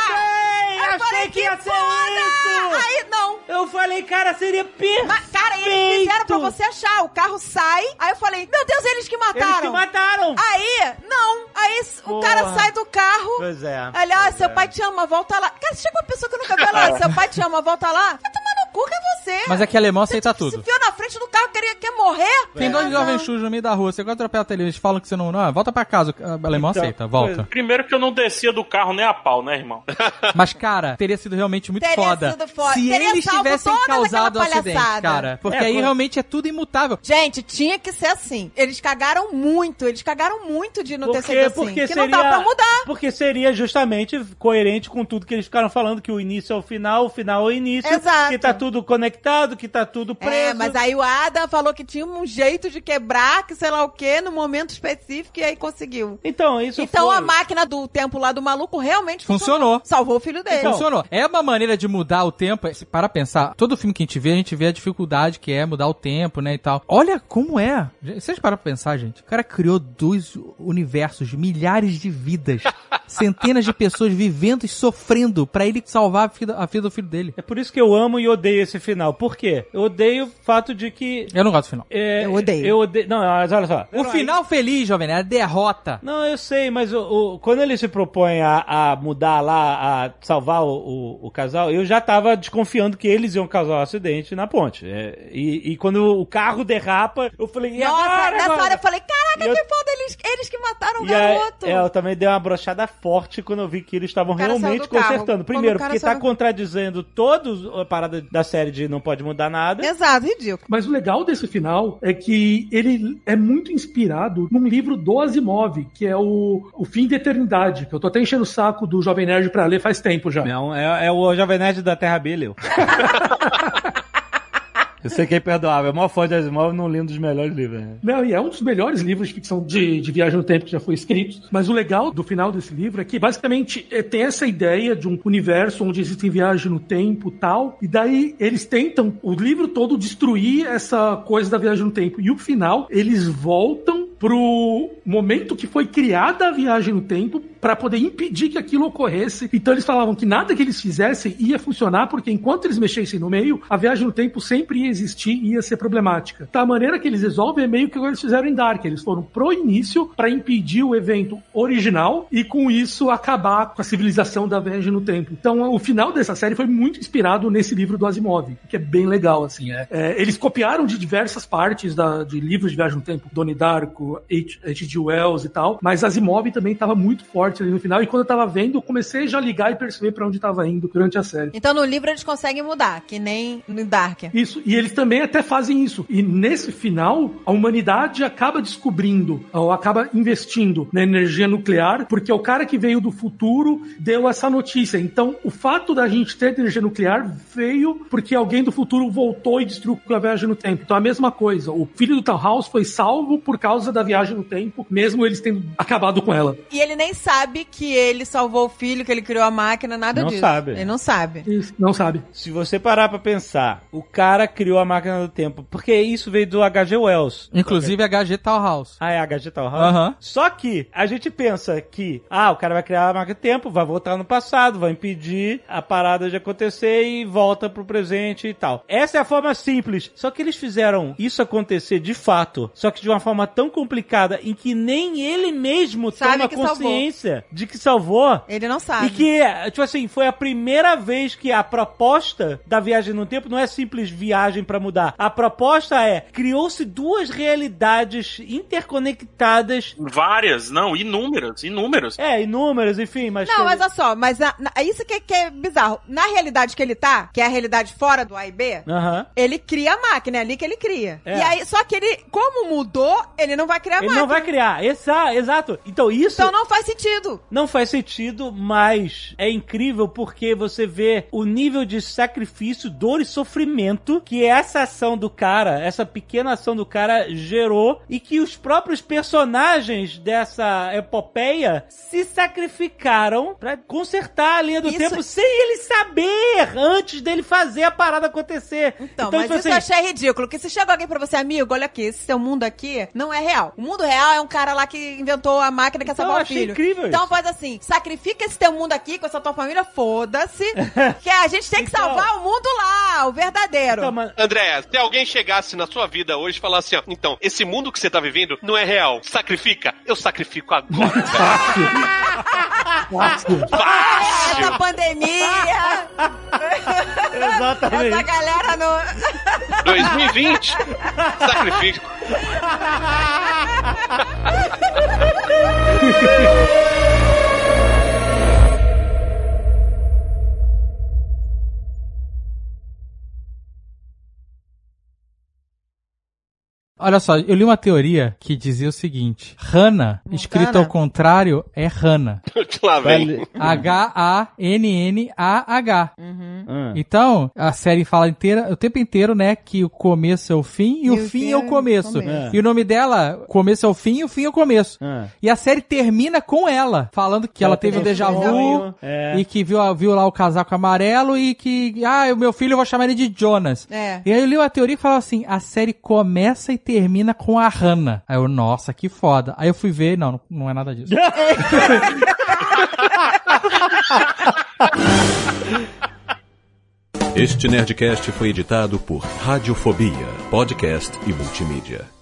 B: também!
C: Eu
B: achei
C: falei,
B: que ia ser
C: foda!
B: isso!
C: Aí, não.
B: Eu falei, cara, seria perfeito!
C: Mas, cara, eles fizeram pra você achar. O carro sai, aí eu falei, meu Deus, eles que mataram!
B: Eles te mataram!
C: Aí, não. Aí s- o
B: Porra.
C: cara sai do carro.
B: Pois é.
C: Olha, ó, seu pai te ama, volta lá. Cara, chega uma pessoa que nunca viu lá, seu pai te ama, volta lá. Vai tomar no cu que é você.
D: Mas é que alemão aceita
C: Se
D: tudo.
C: enfiou na frente do carro, queria, quer morrer?
D: Tem dois
C: Ah,
D: jovens
C: não.
D: chus no meio da rua, você quando atropela ele, eles falam que você não. Não, volta pra casa. O alemão
B: Então,
D: aceita, volta.
F: Primeiro que eu não descia do carro nem a pau, né, irmão?
D: Mas, cara, teria sido realmente muito
C: Teria
D: foda.
C: sido foda.
D: Se
C: Teria
D: eles
C: salvo
D: tivessem
C: toda aquela
D: causado o acidente,
C: palhaçada.
D: cara. Porque
B: É,
D: aí
B: quando-
D: realmente é tudo imutável.
C: Gente, tinha que ser assim. Eles cagaram muito, eles cagaram muito de não ter sido
B: Porque,
C: assim.
B: porque
C: que
B: seria,
C: não dá pra mudar.
B: Porque seria justamente coerente com tudo que eles ficaram falando, que o início é o final, o final é o início.
C: Exato.
B: Que tá tudo conectado, que tá tudo preso.
C: É, mas aí o Adam falou que tinha um jeito de quebrar, que sei lá o quê, no momento específico, e aí conseguiu.
B: Então, isso
C: então
B: foi.
C: a máquina do tempo lá do maluco realmente
D: Funcionou.
C: Salvou o filho
B: Então,
C: dele.
D: Funcionou. É uma maneira de mudar o tempo. Se para pensar, todo filme que a gente vê, a gente vê a dificuldade que é mudar o tempo, né, e tal. Olha como é. Vocês param pra pensar, gente. O cara criou dois universos, milhares de vidas, centenas de pessoas vivendo e sofrendo pra ele salvar a vida, a vida do filho dele.
B: É por isso que eu amo e odeio esse final. Por quê? Eu odeio o fato de que.
D: Eu não gosto do final.
B: é,
C: Eu odeio.
B: Eu odeio. Não, mas olha só.
D: O final feliz, jovem, é a derrota.
B: Não, eu sei, mas o, o- quando ele se propõe a, a mudar lá, a salvar o, o- o casal, eu já tava desconfiando que eles iam causar um acidente na ponte. É, e, e quando o carro derrapa, eu falei, e
C: Nossa,
B: agora?
C: nessa
B: agora?
C: hora eu falei, caraca,
B: E eu-
C: que foda, eles, eles que mataram o
B: E aí,
C: garoto.
B: é, eu também dei uma brochada forte quando eu vi que eles estavam
C: O cara saiu
B: realmente
C: do carro.
B: consertando.
C: Quando
B: Primeiro,
C: o cara
B: porque tá
C: saiu-
B: contradizendo toda a parada da série de Não Pode Mudar Nada.
C: Exato, ridículo.
G: Mas o legal desse final é que ele é muito inspirado num livro do Asimov, que é o, o Fim da Eternidade, que eu tô até enchendo o saco do Jovem Nerd pra ler faz tempo já.
B: Não, é, é o Jovem Nerd da Terra Billy. Eu sei que é imperdoável. É o maior fã de Asimov num lindo dos melhores livros. Né?
G: Não, e é um dos melhores livros de ficção de, de viagem no tempo que já foi escrito. Mas o legal do final desse livro é que, basicamente, é, tem essa ideia de um universo onde existem viagem no tempo tal. E daí eles tentam, o livro todo, destruir essa coisa da viagem no tempo. E o final, eles voltam pro momento que foi criada a viagem no tempo para poder impedir que aquilo ocorresse. Então eles falavam que nada que eles fizessem ia funcionar, porque enquanto eles mexessem no meio, a viagem no tempo sempre ia existir e ia ser problemática. Tá, a maneira que eles resolvem é meio que o que eles fizeram em Dark. Eles foram pro início para impedir o evento original e com isso acabar com a civilização da viagem no tempo. Então o final dessa série foi muito inspirado nesse livro do Asimov, que é bem legal, assim. É, É, eles copiaram de diversas partes da- de livros de viagem no tempo, Donnie Darko, H- H.G. Wells e tal, mas Asimov também estava muito forte ali no final, e quando eu tava vendo, eu comecei já a ligar e perceber para onde tava indo durante a série.
C: Então no livro eles conseguem mudar, que nem no Dark.
G: Isso, e eles também até fazem isso. E nesse final, a humanidade acaba descobrindo, ou acaba investindo na energia nuclear, porque é o cara que veio do futuro deu essa notícia. Então, o fato da gente ter energia nuclear veio porque alguém do futuro voltou e destruiu a viagem no tempo. Então, a mesma coisa. O filho do Townhouse foi salvo por causa da viagem no tempo, mesmo eles tendo acabado com ela.
C: E ele nem sabe que ele salvou o filho, que ele criou a máquina, nada
B: Não
C: disso.
B: sabe.
C: Ele não sabe.
G: Isso, não sabe.
B: Se você parar pra pensar, o cara criou a máquina do tempo. Porque isso veio do H.G. Wells.
D: Inclusive a HG House.
B: Ah, é H.G. Tal
D: Aham.
B: Só que a gente pensa que, ah, o cara vai criar a máquina do tempo, vai voltar no passado, vai impedir a parada de acontecer e volta pro presente e tal. Essa é a forma simples. Só que eles fizeram isso acontecer de fato, só que de uma forma tão complicada em que nem ele mesmo
C: Sabe
B: toma
C: que salvou.
B: consciência de que salvou.
C: Ele não sabe.
B: E que, tipo assim, foi a primeira vez que a proposta da viagem no tempo não é simples viagem pra mudar. A proposta é, criou-se duas realidades interconectadas,
F: Várias, não, inúmeras, inúmeras.
B: é, inúmeras, enfim, mas...
C: Não, mas olha só, mas na- na- isso que, que é bizarro. Na realidade que ele tá, que é a realidade fora do A e B,
B: Aham.
C: ele cria a máquina, é ali que ele cria.
B: É.
C: E aí, só que ele, como mudou, ele não vai criar a
B: Ele
C: máquina.
B: não vai criar, Exa- exato. é Então isso...
C: Então não faz sentido. sentido.
B: Não faz sentido, mas é incrível porque você vê o nível de sacrifício, dor e sofrimento que essa ação do cara, essa pequena ação do cara gerou e que os próprios personagens dessa epopeia se sacrificaram pra consertar a linha do
C: Isso-
B: tempo sem ele saber antes dele fazer a parada acontecer.
C: Então, mas
B: tipo
C: isso eu achei ridículo. Que se chega alguém pra você, amigo, olha aqui, esse seu mundo aqui não é real. O mundo real é um cara lá que inventou a máquina que
B: Então, eu
C: salvar o
B: achei
C: filho.
B: incrível
C: então
B: isso.
C: faz assim, sacrifica esse teu mundo aqui com essa tua família, foda-se, que a gente tem que
B: Então-
C: salvar o mundo lá, o verdadeiro.
B: Então, mas-
E: Andréia, se alguém chegasse na sua vida hoje e falasse assim, ó, então, esse mundo que você tá vivendo não é real, sacrifica, eu sacrifico agora.
C: Essa pandemia, essa
B: Exatamente.
C: galera no...
E: 2020, sacrifico.
D: Olha só, eu li uma teoria que dizia o seguinte: Hannah, escrito ao contrário, é Hannah.
E: Lá vem.
B: Vale-
D: H-A-N-N-A-H.
B: Ah.
D: Então, a série fala inteira, o tempo inteiro, né, que o começo é o fim e, o fim é o começo.
B: começo.
D: E o nome dela, começo é o fim e o fim é o começo.
B: Ah.
D: E a série termina com ela, falando que ela, teve um déjà vu
B: É.
D: e que viu, a- viu lá o casaco amarelo e que, ah, o meu filho eu vou chamar ele de Jonas.
C: É.
D: E aí eu li uma teoria que falava assim, a série começa e termina com a Hannah. Aí eu, nossa, que foda. Aí eu fui ver, não, não é nada disso.
A: Este Nerdcast foi editado por Radiofobia, podcast e multimídia.